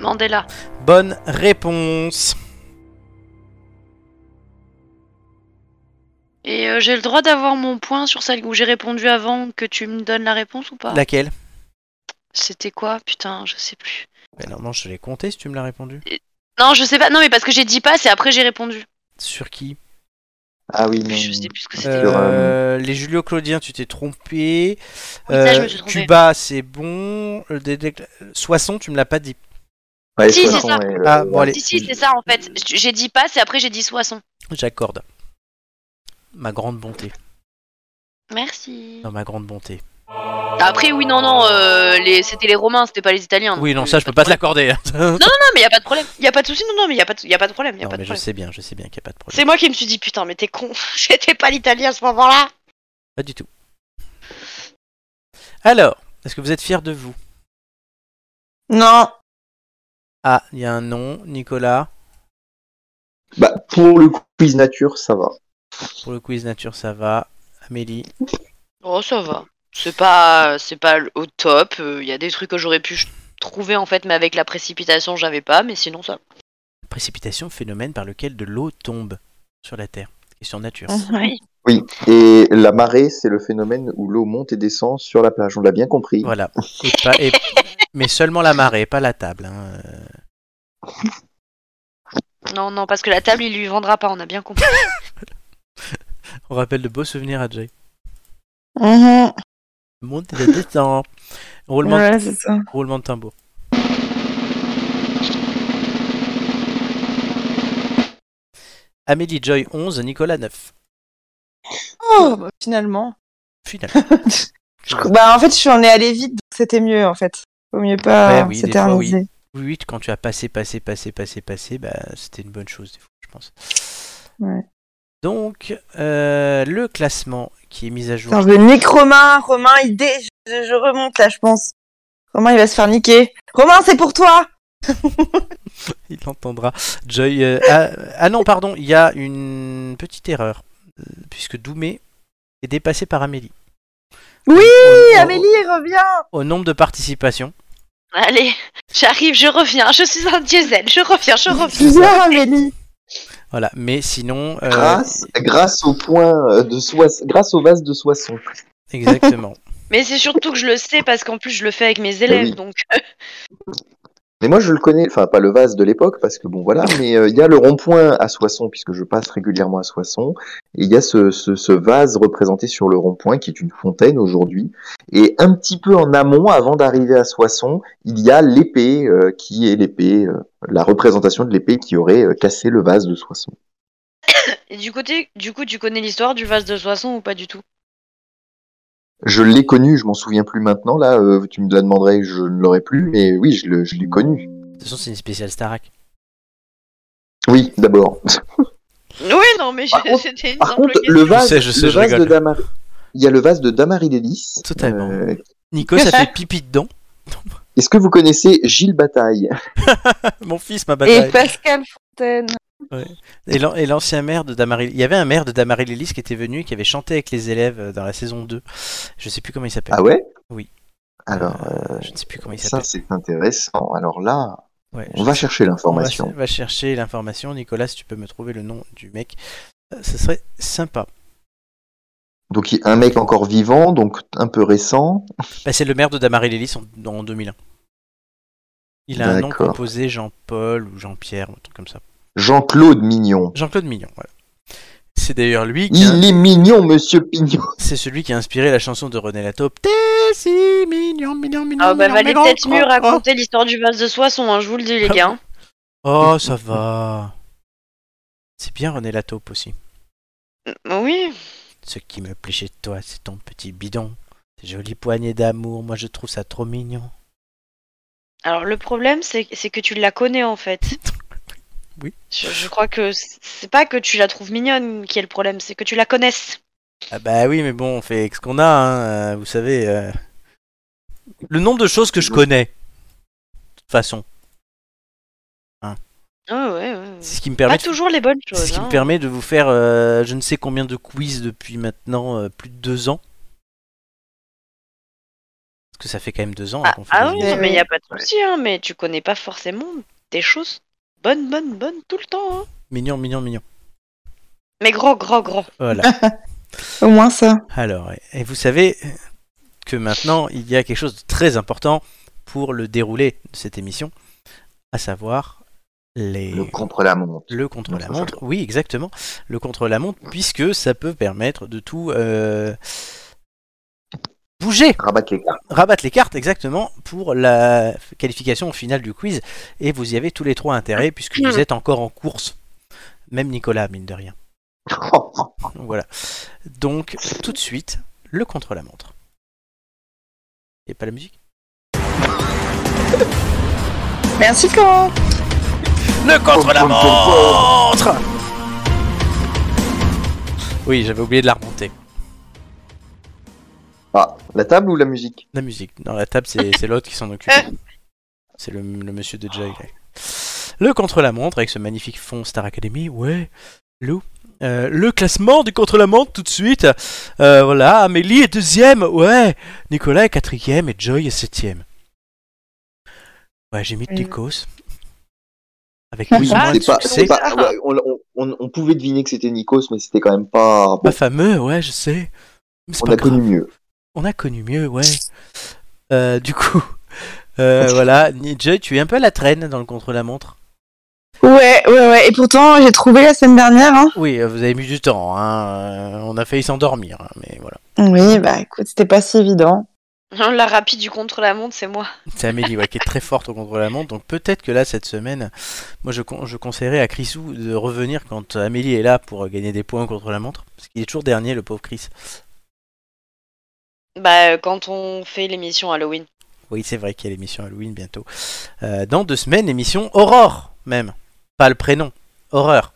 Mandela.
Bonne réponse.
Et euh, j'ai le droit d'avoir mon point sur celle où j'ai répondu avant que tu me donnes la réponse ou pas
Laquelle
C'était quoi Putain, je sais plus.
Ben Non, non, je te l'ai compté si tu me l'as répondu.
Non, je sais pas. Non, mais parce que j'ai dit pas, c'est après j'ai répondu.
Sur qui
Ah oui, non.
Je sais plus ce que c'était.
Euh, Les Julio-Claudiens, tu t'es trompé. Euh,
Oui, ça, je me suis trompée.
Cuba, c'est bon. Le dé- dé- Soissons, tu me l'as pas dit.
Ouais,
Si,
Soissons,
c'est ça.
ouais,
Ah,
euh,
bon, allez.
Si, si, c'est ça en fait. J'ai dit pas, c'est après j'ai dit soissons.
J'accorde. Ma grande bonté.
Merci.
Non, ma grande bonté.
Après, oui, non, non, euh, les... c'était les Romains, c'était pas les Italiens.
Oui, non,
donc,
ça,
euh,
je peux pas te
de problème.
l'accorder. Non,
Non, mais y a pas de problème. Y a pas de souci. Non, non, mais y a pas de, y a pas de problème. Y a pas de
mais je
problème.
sais bien, je sais bien qu'il n'y a pas de problème.
C'est moi qui me suis dit putain, mais t'es con. J'étais pas l'Italien à ce moment-là.
Pas du tout. Alors, est-ce que vous êtes fiers de vous
Non.
Ah, il y a un nom, Nicolas.
Bah, pour le quiz nature, ça va.
Pour le quiz nature, ça va. Amélie.
Oh, ça va. C'est pas, c'est pas l- au top. Il y a des trucs que j'aurais pu ch- trouver en fait, mais avec la précipitation, j'avais pas. Mais sinon, ça.
Précipitation, phénomène par lequel de l'eau tombe sur la Terre. Question nature.
Ah.
Oui.
Oui, et la marée, c'est le phénomène où l'eau monte et descend sur la plage. On l'a bien compris.
Voilà. Et pas- et- mais seulement la marée, pas la table. hein. Euh,
Non, non, parce que la table, il lui vendra pas. On a bien compris.
On rappelle de beaux souvenirs à Jay.
Mhm.
Monte et descend. Roulement,
Ouais, c'est ça.
roulement de tambour. Amélie Joy 11, Nicolas 9.
Oh, bah, finalement.
Finalement.
Bah en fait, je suis en ai allé vite, donc c'était mieux en fait. Faut mieux pas
Ouais, oui, des
s'éterniser.
fois, Oui, oui, quand tu as passé, passé, passé, passé, passé, bah, c'était une bonne chose, des fois, je pense.
Ouais.
Donc, euh, le classement qui est mis à jour.
Putain, je le nique Romain. Romain, il dé... je, je remonte là, je pense. Romain, il va se faire niquer. Romain, c'est pour toi.
Il l'entendra. Joy. euh, ah, ah non, pardon, il y a une petite erreur. euh, Puisque Doumé est dépassé par Amélie.
Oui,
Au- au-
Amélie, reviens.
Au nombre de participations.
Allez, j'arrive, je reviens. Je suis un diesel. Je reviens, je reviens.
Viens, Amélie.
Voilà, mais sinon. euh,
Ah.
Grâce, grâce au point euh, de Soissons, grâce au vase de Soissons.
Exactement.
Mais c'est surtout que je le sais parce qu'en plus je le fais avec mes élèves,
oui.
donc
Mais moi, je le connais, enfin, pas le vase de l'époque, parce que bon, voilà, mais euh, il y a le rond-point à Soissons, puisque je passe régulièrement à Soissons, et il y a ce, ce, ce vase représenté sur le rond-point, qui est une fontaine aujourd'hui, et un petit peu en amont, avant d'arriver à Soissons, il y a l'épée, euh, qui est l'épée, euh, la représentation de l'épée qui aurait euh, cassé le vase de Soissons.
Et du côté, du coup, tu connais l'histoire du vase de Soissons ou pas du tout
Je l'ai connu, je m'en souviens plus maintenant, là, euh, tu me la demanderais, je ne l'aurais plus, mais oui, je le- je l'ai connu.
De toute façon, c'est une spéciale Starak.
Oui, d'abord.
Oui, non, mais
Par
j'ai-
contre-
c'était une
Par
simple
contre,
question.
le vase,
sais, je sais,
le
je
vase de
rigole.
Damar... Il y a le vase de Damaridelis.
Totalement.
Euh,
Nico, ça fait pipi dedans.
Est-ce que vous connaissez Gilles Bataille
Mon fils, ma
Et
bataille.
Pascal Fontaine.
Et l'an- et l'ancien maire de Damary. Il y avait un maire de Damary-Lélis qui était venu et qui avait chanté avec les élèves euh, dans la saison 2. Je sais plus comment il s'appelle.
Ah ouais
Oui.
Alors,
Euh, je ne sais plus comment il
ça
s'appelle.
c'est intéressant. Alors là,
Ouais,
on va
je-
chercher
on va,
l'information.
on va chercher l'information. Nicolas, si tu peux me trouver le nom du mec, euh, ce serait sympa.
Donc, il y a un mec encore vivant, donc un peu récent.
Bah, c'est le maire de Damary-Lélis en, en 2001. Il a un nom
D'accord.
composé Jean-Paul ou Jean-Pierre, un truc comme ça.
Jean-Claude Mignon.
Jean-Claude Mignon, voilà. C'est d'ailleurs lui qui a-
Il est mignon, monsieur Pignon.
c'est celui qui a inspiré la chanson de René Lataupe. T'es si mignon, mignon, mignon.
Ah bah
mignon,
valait
mignon,
peut-être mieux
oh,
raconter l'histoire du vase de Soissons, hein, je vous le dis les gars. hein.
Oh, ça va. C'est bien René Lataupe aussi.
Oui,
Ce qui me plaît chez toi, c'est ton petit bidon. Ces jolies poignées d'amour, moi je trouve ça trop mignon.
alors le problème c'est c'est que tu la connais en fait.
Oui.
Je, je crois que c'est- c'est pas que tu la trouves mignonne qui est le problème, c'est que tu la connaisses.
Ah bah oui, mais bon, on fait avec ce qu'on a, hein, euh, vous savez. euh, Le nombre de choses que je connais, de toute façon,
Ouais, Ah, ouais, ouais, ouais.
c'est ce qui me
Pas
permet de...
toujours les bonnes
c'est ce
choses.
qui
hein.
me permet de vous faire euh, je ne sais combien de quiz depuis maintenant euh, plus de deux ans. Parce que ça fait quand même deux ans hein,
Ah,
qu'on fait
ah
des
oui,
émissions.
non, mais il
Ouais.
a pas de souci, hein, mais tu connais pas forcément des choses bonnes, bonnes, bonnes tout le temps. hein.
Mignon, mignon, mignon.
Mais gros, gros, gros.
Voilà.
Au moins ça.
Alors, et- et vous savez que maintenant, il y a quelque chose de très important pour le déroulé de cette émission, à savoir les...
Le contre-la-montre.
le contre-la-montre.
Notre
Oui, exactement. Le contre-la-montre, puisque ça peut permettre de tout euh, bouger,
Rabat les cartes.
rabattre les cartes, exactement, pour la qualification finale du quiz. Et vous y avez tous les trois intérêt, puisque vous êtes encore en course. Même Nicolas, mine de rien. Voilà. Donc, tout de suite, le contre-la-montre. Et pas la musique
Merci Florent.
Le contre-la-montre Oui, j'avais oublié de la remonter.
Ah, la table ou la musique
La musique. Dans la table, c'est c'est l'autre qui s'en occupe. C'est le, le monsieur de Jack. Le contre-la-montre avec ce magnifique fond Star Academy. Ouais, Lou. Euh, le classement du contre-la-montre tout de suite. Euh, voilà, Amélie est deuxième. Ouais, Nicolas est quatrième et Joy est septième. Ouais, j'ai mis
Euh.
Mm.
Lycos. Avec
Oui,
plus ou moins de
c'est pas,
succès.
c'est pas- ouais, on, on- on- on pouvait deviner que c'était Nikos, mais c'était quand même pas. bon,
Pas fameux, ouais, je sais. Mais Bah, c'est
on
pas
a connu
grave.
mieux.
On a connu mieux, ouais. Euh, du coup, euh, voilà, Ni- Joy, tu es un peu à la traîne dans le contre-la-montre.
Ouais, ouais, ouais. Et pourtant, j'ai trouvé la semaine dernière. Hein.
Oui, euh, vous avez mis du temps, hein. euh, on a failli s'endormir, hein, mais voilà.
Oui, bah écoute, c'était pas si évident.
Hein, La rapide du contre-la-montre, c'est moi.
C'est Amélie ouais, qui est très forte au contre-la-montre, donc peut-être que là, cette semaine, moi je, con- je conseillerais à Chrisou de revenir quand Amélie est là pour euh, gagner des points au contre-la-montre, parce qu'il est toujours dernier, le pauvre Chris.
Bah, euh, quand on fait l'émission Halloween.
Oui, c'est vrai qu'il y a l'émission Halloween bientôt. Euh, dans deux semaines, l'émission Aurore, même. Pas le prénom, Horreur.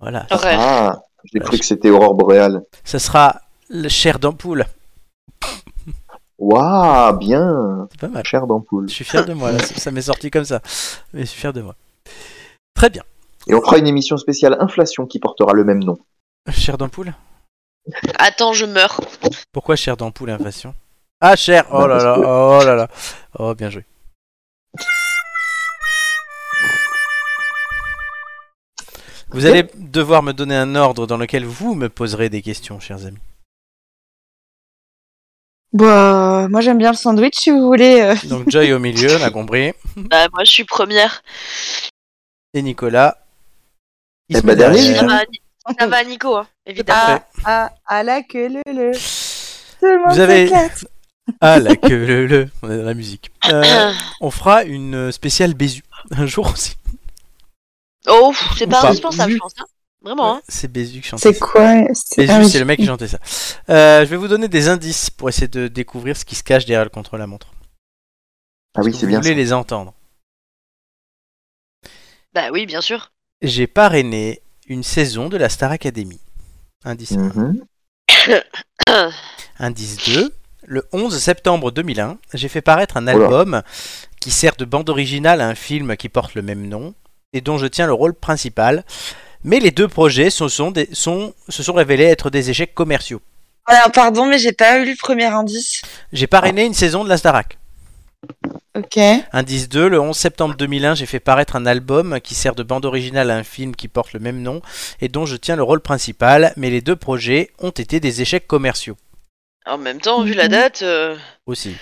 Voilà,
Horreur.
Ah, j'ai cru que c'était Aurore Boréale.
ça sera le chair d'ampoule.
Waouh, bien,
C'est pas mal.
cher d'ampoule.
Je suis fier de moi, là, ça ça m'est sorti comme ça. Mais je suis fier de moi. Très bien.
Et on fera une émission spéciale inflation qui portera le même nom. Ah
Chair d'ampoule
Attends, je meurs.
Pourquoi chair d'ampoule inflation Ah chair Oh
Bah,
là
parce
là
que-
Oh là là Oh bien joué. Vous allez devoir me donner un ordre dans lequel vous me poserez des questions, chers amis.
Bah, moi j'aime bien le sandwich si vous voulez. euh.
Donc Joy au milieu, on a compris.
Bah, moi, je suis première.
Et Nicolas. Il
Eh
se
ben,
met
dernier,
derrière.
Ça va, à Ni- ça va à Nico, hein, évidemment.
Parfait.
Ah, à la queue le le. Tout le monde
Vous avez-
s'éclate.
Ah, la queue, le, le. On est dans la musique. Euh, on fera une euh, spéciale Bézu. Un jour aussi.
Oh, pff, c'est
Ou
pas
pas.
indispensable, je pense. hein. Vraiment, hein.
C'est Bézu qui chante.
C'est quoi C'est
Bézu,
ah oui.
c'est le mec qui chantait ça. Euh, je vais vous donner des indices pour essayer de découvrir ce qui se cache derrière le contre-la-montre.
Ah
Est-ce
oui,
que
c'est
vous
bien.
voulez
ça.
les entendre.
Bah oui, bien sûr.
J'ai parrainé une saison de la Star Academy. Indice 1.
Mhm.
Indice 2. Le 11 septembre 2001, j'ai fait paraître un album qui sert de bande originale à un film qui porte le même nom et dont je tiens le rôle principal. Mais les deux projets se sont, des- sont- se sont révélés être des échecs commerciaux.
Alors pardon, mais j'ai pas lu le premier indice.
J'ai parrainé une saison de la Starac.
Ok. Ah,
Indice 2, le 11 septembre 2001, j'ai fait paraître un album qui sert de bande originale à un film qui porte le même nom et dont je tiens le rôle principal, mais les deux projets ont été des échecs commerciaux
En même temps, vu la date, euh,
aussi.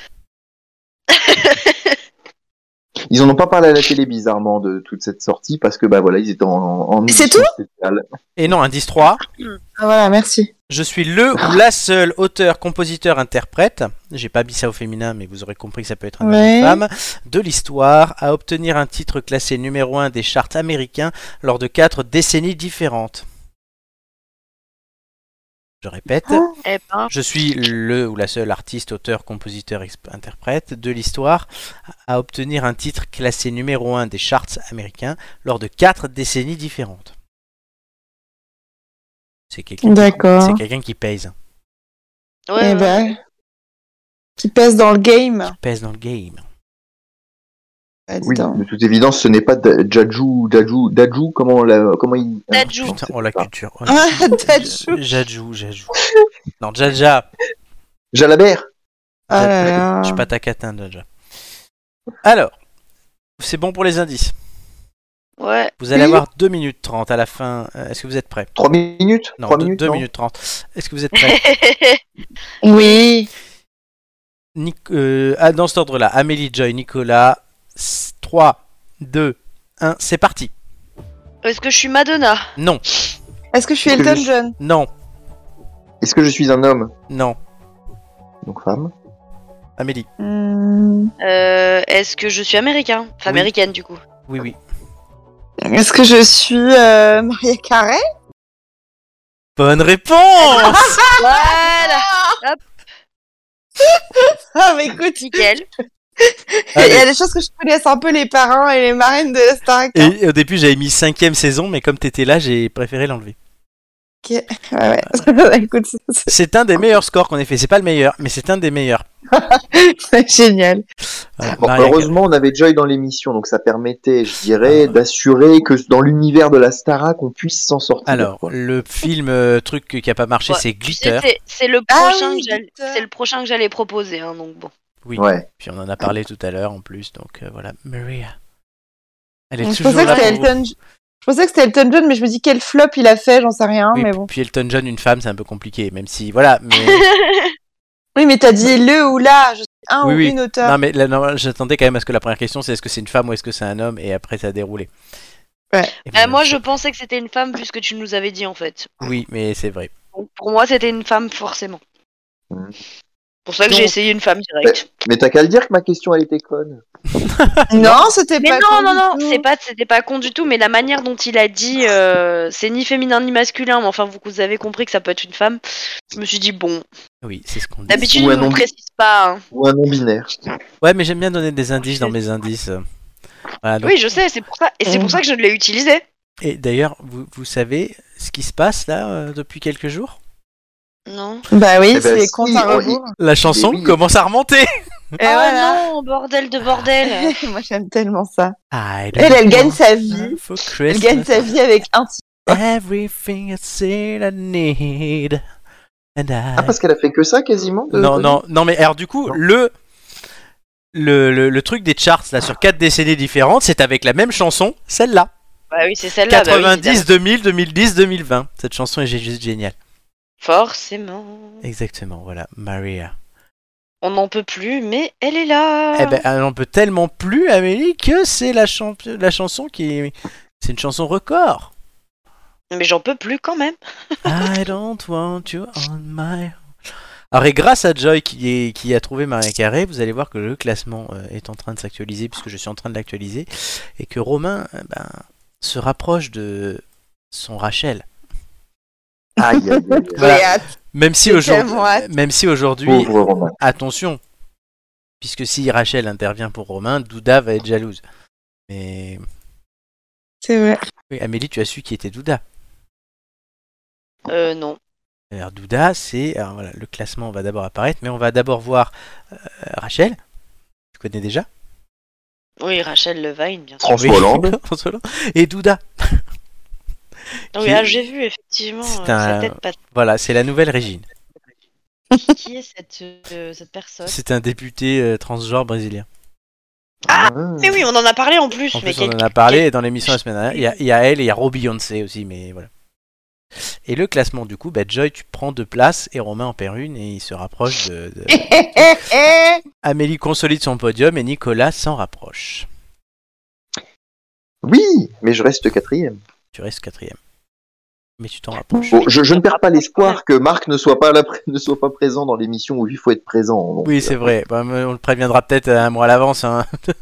Ils en ont pas parlé à la télé bizarrement de toute cette sortie parce que bah voilà ils étaient en. en
Et c'est
édition
tout
spéciale.
Et non, indice 3,
Ah, voilà, merci.
Je suis le ou la seule auteur, compositeur, interprète, j'ai pas mis ça au féminin, mais vous aurez compris que ça peut être un homme ou
Ouais.
une femme, de l'histoire à obtenir un titre classé numéro 1 des charts américains lors de quatre décennies différentes. Je répète,
eh ben,
je suis le ou la seule artiste, auteur, compositeur, exp- interprète de l'histoire à obtenir un titre classé numéro 1 des charts américains lors de quatre décennies différentes. C'est quelqu'un qui-
D'accord.
c'est quelqu'un qui pèse.
ouais,
Eh
ouais.
ben, qui pèse dans le game.
pèse dans le game.
Bah, dis
Oui,
donc.
de toute évidence, ce n'est pas Da- Dajou, Dajou, Dajou, comment, la, comment il. euh,
Dajou.
Non,
Putain,
c'est
oh la
pas.
culture. Oh,
Ah,
Jadjou,
Dajou.
Jadjou, Jadjou. Non, Jaja.
Jalabert
Ah là là.
Je suis pas ta catin, Jaja. Alors, c'est bon pour les indices.
Ouais.
Vous allez
Oui.
avoir 2 minutes 30 à la fin. Euh, Est-ce que vous êtes prêts
3 minutes
Non,
3
deux-
minutes
deux
non
minutes 30. Est-ce que vous êtes prêts
Oui.
Nic- euh, ah, Dans cet ordre-là, Amélie, Joy, Nicolas. 3, 2, 1, c'est parti.
Est-ce que je suis Madonna
Non,
Est-ce que je suis
Est-ce que
Elton
je-
John
non,
Est-ce que je suis un homme
non.
Donc femme
Amélie,
Hmm.
Euh, Est-ce que je suis américain Enfin,
Oui.
américaine, du coup.
oui, oui.
Est-ce que je suis euh, Maria Carré
Bonne réponse
Voilà
Ah, mais écoute,
Nickel.
il y
Allez.
a des choses que je connaisse un peu les parrains et les marraines de hein. la Star Academy.
Et au début, j'avais mis cinquième saison, mais comme t'étais là, j'ai préféré l'enlever.
Ouais, ouais. Bah, Écoute, c'est-
C'est un des meilleurs scores qu'on ait fait. C'est pas le meilleur, mais c'est un des meilleurs.
c'est génial.
Voilà,
Bon,
Maria
Heureusement, on avait Joy dans l'émission, donc ça permettait, je dirais,
Ah.
d'assurer que dans l'univers de la Starac, on puisse s'en sortir.
Carré. Alors, le film euh, truc qui a pas marché,
Ouais,
c'est
Tu sais,
Glitter.
c'est- c'est le
Ah
prochain
oui,
que j'allais-
Glitter.
c'est le prochain que j'allais proposer, hein, donc bon.
Oui.
Ouais.
Puis on en a parlé tout à l'heure en plus, donc euh, voilà. Maria. Elle est
Je
toujours
pensais, que
là.
c'était
pour vous.
Elton... je pensais que c'était Elton John, mais je me dis quel flop il a fait, j'en sais rien,
Oui,
mais bon.
Puis Elton John, une femme, c'est un peu compliqué, même si voilà. Mais
Oui, mais t'as dit le ou la, je suis un
Oui,
ou
oui.
une auteur.
non, mais là, non, j'attendais quand même à ce que la première question, c'est est-ce que c'est une femme ou est-ce que c'est un homme, et après ça a déroulé.
Ouais.
Et
Bah,
bon,
moi, je pensais que c'était une femme, puisque tu nous avais dit, en fait.
Oui, mais c'est vrai.
Donc, pour moi, c'était une femme, forcément.
Mhm.
pour ça que
Donc-
j'ai essayé une femme directe.
Mais t'as qu'à le dire que ma question, elle était conne.
Non, c'était
Mais
pas.
non,
con
non,
du
non,
tout.
c'est pas, c'était pas con du tout, mais la manière dont il a dit, euh, c'est ni féminin ni masculin, mais enfin, vous, vous avez compris que ça peut être une femme. Je me suis dit, bon,
Oui, c'est ce qu'on dit.
d'habitude,
Ou un
on ne
homme.
précise pas. hein.
Ou un non-binaire.
Ouais, mais j'aime bien donner des indices dans mes indices. Voilà, Ah, donc- Mm.
Oui, je sais, c'est pour ça, et c'est pour ça que je l'ai utilisé.
Et d'ailleurs, vous, vous savez ce qui se passe là euh, depuis quelques jours
Non.
Bah oui,
Eh ben,
c'est
si,
compte à
on-
rebours.
La chanson
oui.
commence à remonter
Et
oh
voilà.
non, bordel de bordel.
Moi, j'aime tellement ça.
I
Elle, elle
don't
gagne
want
sa vie.
for
Elle gagne sa
Christmas.
vie avec un titre.
Everything I said I need. And I-
Ah, parce qu'elle a fait que ça quasiment de-
non,
de-
non, non, mais alors du coup,
Euh, Non.
le, le, le, le truc des charts là sur quatre décennies différentes, c'est avec la même chanson, celle-là.
Bah oui, c'est celle-là. bah oui,
90,
évidemment.
2000, 2010, 2020. Cette chanson est juste géniale.
Forcément.
Exactement, voilà, Maria.
On n'en peut plus, mais elle est là.
Eh ben, elle en peut tellement plus, Amélie, que c'est la, champi- la chanson qui. C'est une chanson record.
Mais j'en peux plus quand même.
I don't want you on my. Alors, et grâce à Joy qui, est- qui a trouvé Maria Carré, vous allez voir que le classement euh, est en train de s'actualiser, puisque je suis en train de l'actualiser, et que Romain euh, ben, se rapproche de son Rachel.
Aïe, aïe, aïe.
Voilà.
J'ai hâte.
Même si
J'ai
aujourd'hui,
tellement hâte.
même si aujourd'hui,
Pauvre Romain.
attention, puisque si Rachel intervient pour Romain, Douda va être jalouse. Mais
C'est vrai.
oui, Amélie, tu as su qui était Douda.
Euh, non.
Alors Douda, c'est alors voilà, le classement va d'abord apparaître, mais on va d'abord voir euh, Rachel. Tu connais déjà
Oui, Rachel Levine, bien sûr.
François
Oui,
Hollande.
François Hollande. Et Douda,
Oui,
qui-
ah, j'ai vu effectivement
C'est
euh,
un-
sa tête passer.
voilà, c'est la nouvelle Régine.
Qui- Qui est cette, euh, cette personne
C'est un député euh, transgenre brésilien.
Ah,
Ah.
Mais oui, on en a parlé en plus.
En
mais
plus, on
quel-
en a parlé dans l'émission la semaine dernière. Il y a, il y a elle et il y a Robeyoncé aussi, mais voilà. Et le classement, du coup, bah, Joy, tu prends deux places et Romain en perd une et il se rapproche de. de- Amélie consolide son podium et Nicolas s'en rapproche.
Oui, mais je reste quatrième.
Tu restes quatrième. Mais tu t'en rapproches.
Bon, je, je ne perds pas l'espoir que Marc ne soit pas, là, ne soit pas présent dans l'émission où il faut être présent. Donc,
Oui, c'est vrai. Bah, mais on le préviendra peut-être un mois à l'avance. hein.
euh,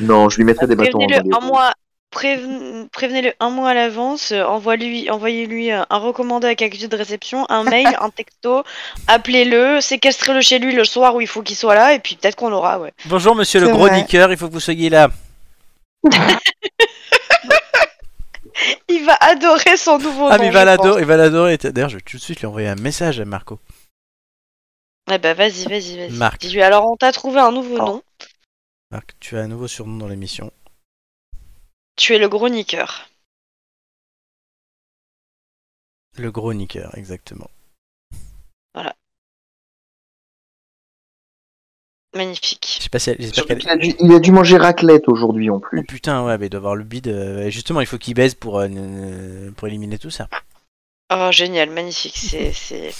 Non, je lui mettrai des bâtons dans les
Prévenez-le un
roues.
mois. préven- Prévenez-le un mois à l'avance, euh, envoie-lui- envoyez-lui euh, un recommandé avec accusé de réception, un mail, un texto, appelez-le, séquestrez-le chez lui le soir où il faut qu'il soit là, et puis peut-être qu'on l'aura, ouais.
Bonjour, monsieur le
C'est
gros
vrai.
niqueur, il faut que vous soyez là.
Il va adorer son nouveau
Ah,
nom,
mais il
je
va
pense.
l'adorer. il va l'adorer. D'ailleurs, je vais tout de suite lui envoyer un message à Marco.
Eh ben vas-y, vas-y, vas-y.
Marc.
Dis-lui, alors on t'a trouvé un nouveau
Oh.
nom,
Marc, tu as un nouveau surnom dans l'émission.
tu es le gros niqueur.
Le gros niqueur, exactement. Je
Magnifique.
sais pas si elle- j'espère
Surtout
qu'elle-
qu'il a dû- Il a dû manger raclette aujourd'hui en
Oh
plus.
putain, ouais, mais il doit avoir le bide. euh, justement, il faut qu'il baise pour, euh, ne- pour éliminer tout ça.
Oh, génial, magnifique, c'est... c'est-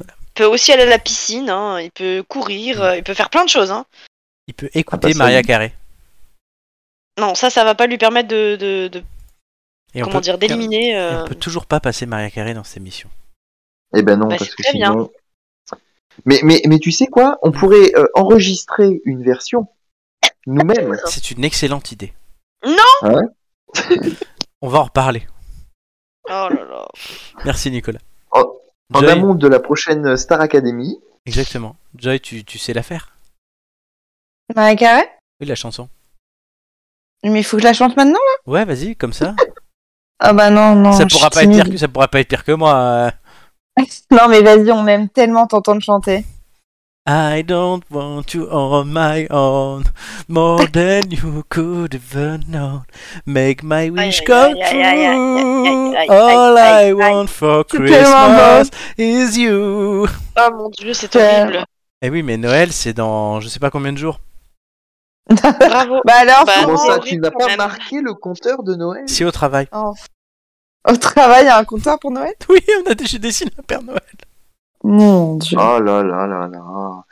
Il peut aussi aller à la piscine, hein, il peut
Mm.
courir, euh, il peut faire plein de choses, hein.
Il peut
Ah
écouter
bah, ça,
Maria
oui.
Carré.
Non, ça, ça va pas lui permettre de, de, de-
Et
comment dire, d'éliminer.
et
euh,
On peut toujours pas passer Maria Carré dans cette émission.
Eh ben non,
Bah,
parce
c'est
que
très bien.
sinon. Mais, mais, mais tu sais quoi On pourrait euh, enregistrer une version nous-mêmes.
C'est une excellente idée.
Non
On va en reparler.
Oh là là.
Merci Nicolas.
Oh, En
Joy,
amont de la prochaine Star Academy.
exactement. Joy, tu, tu sais la faire
Marie Carré
Oui, la chanson.
Mais il faut que je la chante maintenant là
Ouais, vas-y, comme ça.
Ah bah non, non.
ça
je
pourra
suis
pas être pire
timide.
que ça pourra pas être pire que moi. euh.
Non mais vas-y, on aime tellement t'entendre chanter.
I don't want you on my own more than you could ever know. Make my wish
aïe,
come
aïe, aïe, aïe,
true.
aïe, aïe, aïe,
All
aïe,
I
aïe.
want for
C'est tellement
Christmas is you.
Oh mon dieu, c'est
Euh,
horrible.
Eh oui, mais Noël, c'est dans je sais pas combien de jours.
Bravo.
Bah alors,
Bah,
Comment
Florent,
ça
oui,
Tu n'as
quand
pas
même.
marqué le compteur de Noël
Si au travail.
Oh. Au travail, il y a un compteur pour Noël
Oui, on a déjà dessiné un Père Noël.
Mon dieu.
Oh là là là là.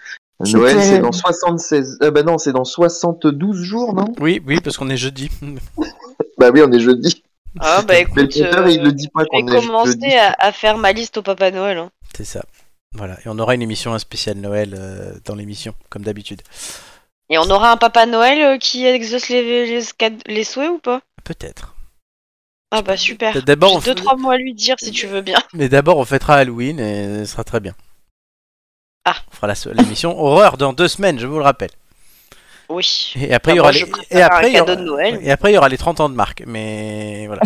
C'est
Noël, c'est
terrible.
dans 76. Euh, bah non, c'est dans 72 jours, non
Oui, oui, parce qu'on est jeudi.
Bah oui, on est jeudi.
Ah bah
Mais le
écoute,
compteur,
euh,
il ne dit pas
je vais
qu'on est jeudi.
commencer à, à faire ma liste au Papa Noël. hein.
C'est ça. Voilà, et on aura une émission un spécial Noël euh, dans l'émission comme d'habitude.
Et on aura un Papa Noël euh, qui exauce les, les, cad- les souhaits ou pas
Peut-être.
Ah bah super.
Peut-être d'abord, on
J'ai deux
fait-
trois mots à lui dire si tu veux bien.
Mais d'abord, on fêtera Halloween et ce sera très bien.
Ah.
On fera la- l'émission horreur dans deux semaines, je vous le rappelle.
Oui.
Et après,
Ah,
il y
moi,
aura
je
les...
préfère
et après,
un
il y aura-
cadeau de Noël.
et après, il y aura les 30 ans de Marc. Mais voilà.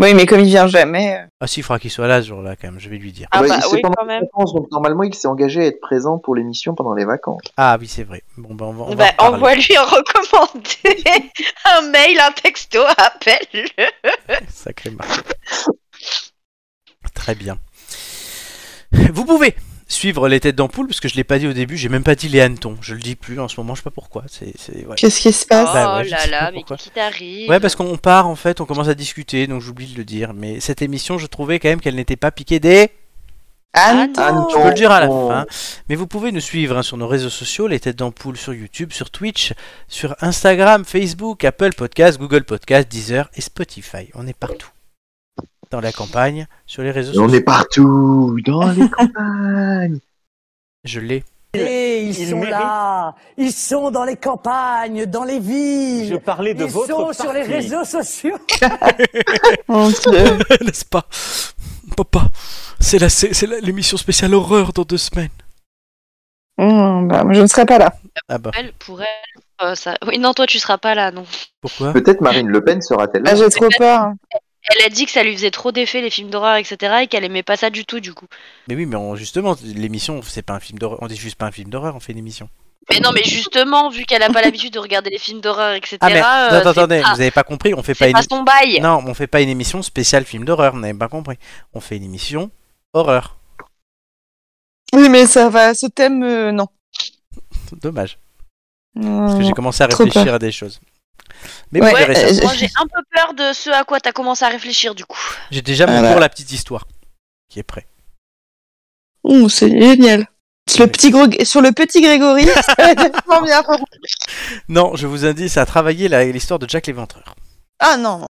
Oui, mais comme il vient jamais. euh,
Ah si, il faudra qu'il soit là ce jour-là quand même, je vais lui dire.
Ah
Ouais,
bah
c'est
oui
pendant
quand
les
même.
vacances, donc normalement, il s'est engagé à être présent pour l'émission pendant les vacances.
Ah oui, c'est vrai. Bon, ben, on va, on va
Bah,
en parler.
envoie-lui un recommandé, un mail, un texto, appelle-le.
Sacré Marc. Très bien. Vous pouvez suivre les têtes d'ampoule, parce que je l'ai pas dit au début, j'ai même pas dit les hannetons. Je le dis plus en ce moment, je sais pas pourquoi. C'est, c'est- ouais.
Qu'est-ce qui se
Oh
passe
Bah ouais, je
là
sais pas
là, mais
pourquoi.
qu'est-ce qui t'arrive
Ouais, parce qu'on part en fait, on commence à discuter, donc j'oublie de le dire. Mais cette émission, je trouvais quand même qu'elle n'était pas piquée des.
Ah
Ah
Anne,
Je peux le dire à la
Oh.
fin. Mais vous pouvez nous suivre hein, sur nos réseaux sociaux, les têtes d'ampoule sur YouTube, sur Twitch, sur Instagram, Facebook, Apple Podcast, Google Podcast, Deezer et Spotify. On est partout. Dans la campagne, sur les réseaux
Et on
sociaux.
est partout dans les campagnes.
Je l'ai.
Et ils,
Ils
sont
méritent.
là, ils sont dans les campagnes, dans les
Je
villes,
parlais de
ils
votre
sont sur les
parti.
réseaux sociaux.
Mon Dieu.
N'est-ce pas Papa, c'est la- c'est- c'est la- l'émission spéciale horreur dans deux semaines.
Mmh, bah, moi, je ne serai pas là.
Ah bah,
Elle, pour elle, euh, ça... Oui, non, toi, tu seras pas là, non.
pourquoi
Peut-être Marine Le Pen sera-t-elle là
Ah, J'ai trop
Bah,
peur.
Elle a dit que ça lui faisait trop d'effet, les films d'horreur, etc., et qu'elle aimait pas ça du tout, du coup.
Mais oui, mais on- justement, l'émission, c'est pas un film d'horreur. On diffuse pas un film d'horreur, on fait une émission.
Mais non, mais justement, vu qu'elle a pas l'habitude de regarder les films d'horreur, etc.,
Ah, mais
euh,
attendez,
c'est
attendez,
pas-
vous avez pas compris, on fait pas
c'est
une.
pas son bail.
Non, on fait pas une émission spéciale film d'horreur, vous n'avez pas compris. On fait une émission horreur.
Oui, mais ça va, ce thème, euh, non.
Dommage. Parce que
Non.
j'ai commencé à
Oh, Trop
réfléchir à des choses. Mais vous
Ouais,
verrez ça.
euh,
Moi, j'ai un peu peur de ce à quoi t'as commencé à réfléchir, du coup.
J'ai déjà mon
voilà.
cours La Petite Histoire qui est prêt.
Oh, Ouh, c'est génial. Sur
Ouais.
le petit, Grog- sur le petit Grégory, c'est vachement bien.
Non, je vous indique à travailler la- l'histoire de Jack l'Éventreur.
Ah non.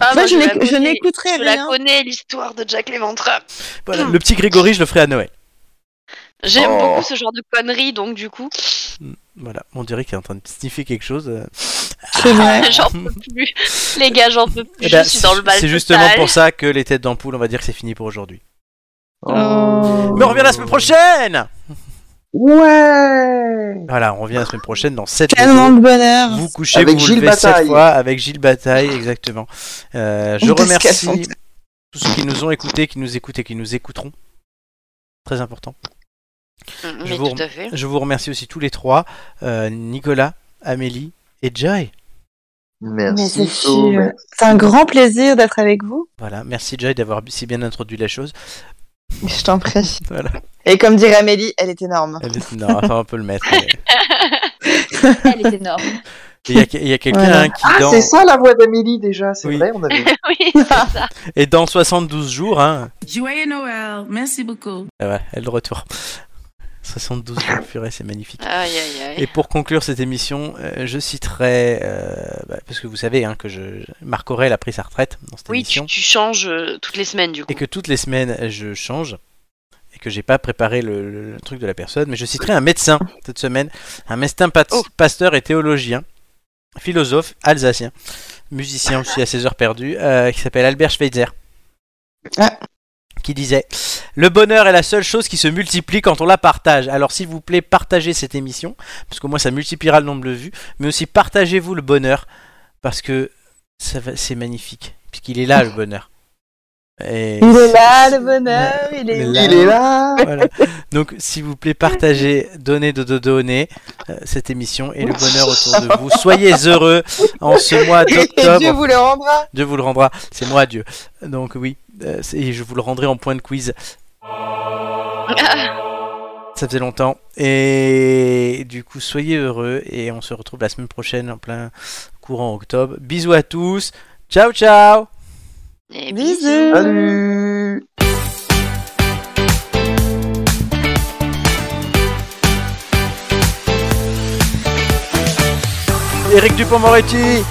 Ah,
Moi, je hein.
la
n'éc- je
connais.
n'écouterai
Je la
rien.
connais, l'histoire de Jack l'Éventreur.
Voilà, le petit Grégory, je le ferai à Noël.
J'aime
Oh.
beaucoup ce genre de conneries, donc du coup,
Voilà, on dirait qu'il est en train de sniffer quelque chose. euh.
C'est vrai.
j'en peux plus. Les gars, j'en peux plus.
Eh ben,
je suis dans le bal.
c'est justement
total.
pour ça que les têtes d'ampoule, on va dire que c'est fini pour aujourd'hui.
Ah
Oh.
Mais on revient la semaine prochaine
Ouais
Voilà, on revient la semaine prochaine dans 7
Tellement de bonheur.
Vous couchez,
Avec
vous vous
Gilles
levez sept
Bataille.
fois avec Gilles Bataille, exactement. Euh, je
On passe qu'à
remercie
son-
tous ceux qui nous ont écoutés, qui nous écoutent et qui nous écouteront. Très important.
Mm,
Je
mais
vous
tout à fait.
Je vous remercie aussi tous les trois, euh, Nicolas, Amélie et Jai.
Merci.
Mais
Flo,
c'est sûr.
merci.
C'est un grand plaisir d'être avec vous.
Voilà, merci Jai d'avoir si bien introduit la chose.
Je t'en prie.
Voilà.
Et comme dirait Amélie, elle est énorme.
Elle est- Non, enfin, on peut le mettre. mais-
Elle est énorme.
Et Il y a, il y a quelqu'un
Voilà.
hein, qui,
Ah,
dans,
c'est ça la voix d'Amélie déjà, c'est
Oui.
vrai, on avait.
oui, c'est ça.
et dans 72 jours, hein,
Joyeux Noël, merci beaucoup.
ah ouais, elle de retour. 72 jours, purée, c'est magnifique.
Aïe, aïe, aïe.
Et pour conclure cette émission, euh, je citerai, euh, bah, parce que vous savez hein, que je, je- Marc Aurel a pris sa retraite dans cette
Oui, tu,
émission,
tu changes euh, toutes les semaines, du coup.
et que toutes les semaines je change, et que j'ai pas préparé le, le- le truc de la personne, mais je citerai un médecin cette semaine, un médecin pat-
Oh.
pasteur et théologien, philosophe alsacien, musicien aussi à ses heures perdues, euh, qui s'appelle Albert Schweitzer.
Ah.
Qui disait Le bonheur est la seule chose qui se multiplie quand on la partage. Alors, s'il vous plaît, partagez cette émission parce qu'au moins ça multipliera le nombre de vues, mais aussi partagez-vous le bonheur, parce que ça va- c'est magnifique, puisqu'il est là le bonheur. Et
Il est là, le bonheur. Il est
Il
Il est là
voilà. Donc s'il vous plaît, partagez, donnez, donnez, donnez euh, cette émission et le bonheur autour de vous. Soyez heureux en ce mois
Et Dieu
d'octobre.
vous le rendra.
Dieu vous le rendra, c'est moi Dieu. Donc oui, euh, c'est- et je vous le rendrai en point de quiz. Ça faisait longtemps. Et du coup, soyez heureux et on se retrouve la semaine prochaine en plein courant octobre. Bisous à tous. Ciao ciao.
Et
Bisous.
Salut
Eric Dupont-Moretti.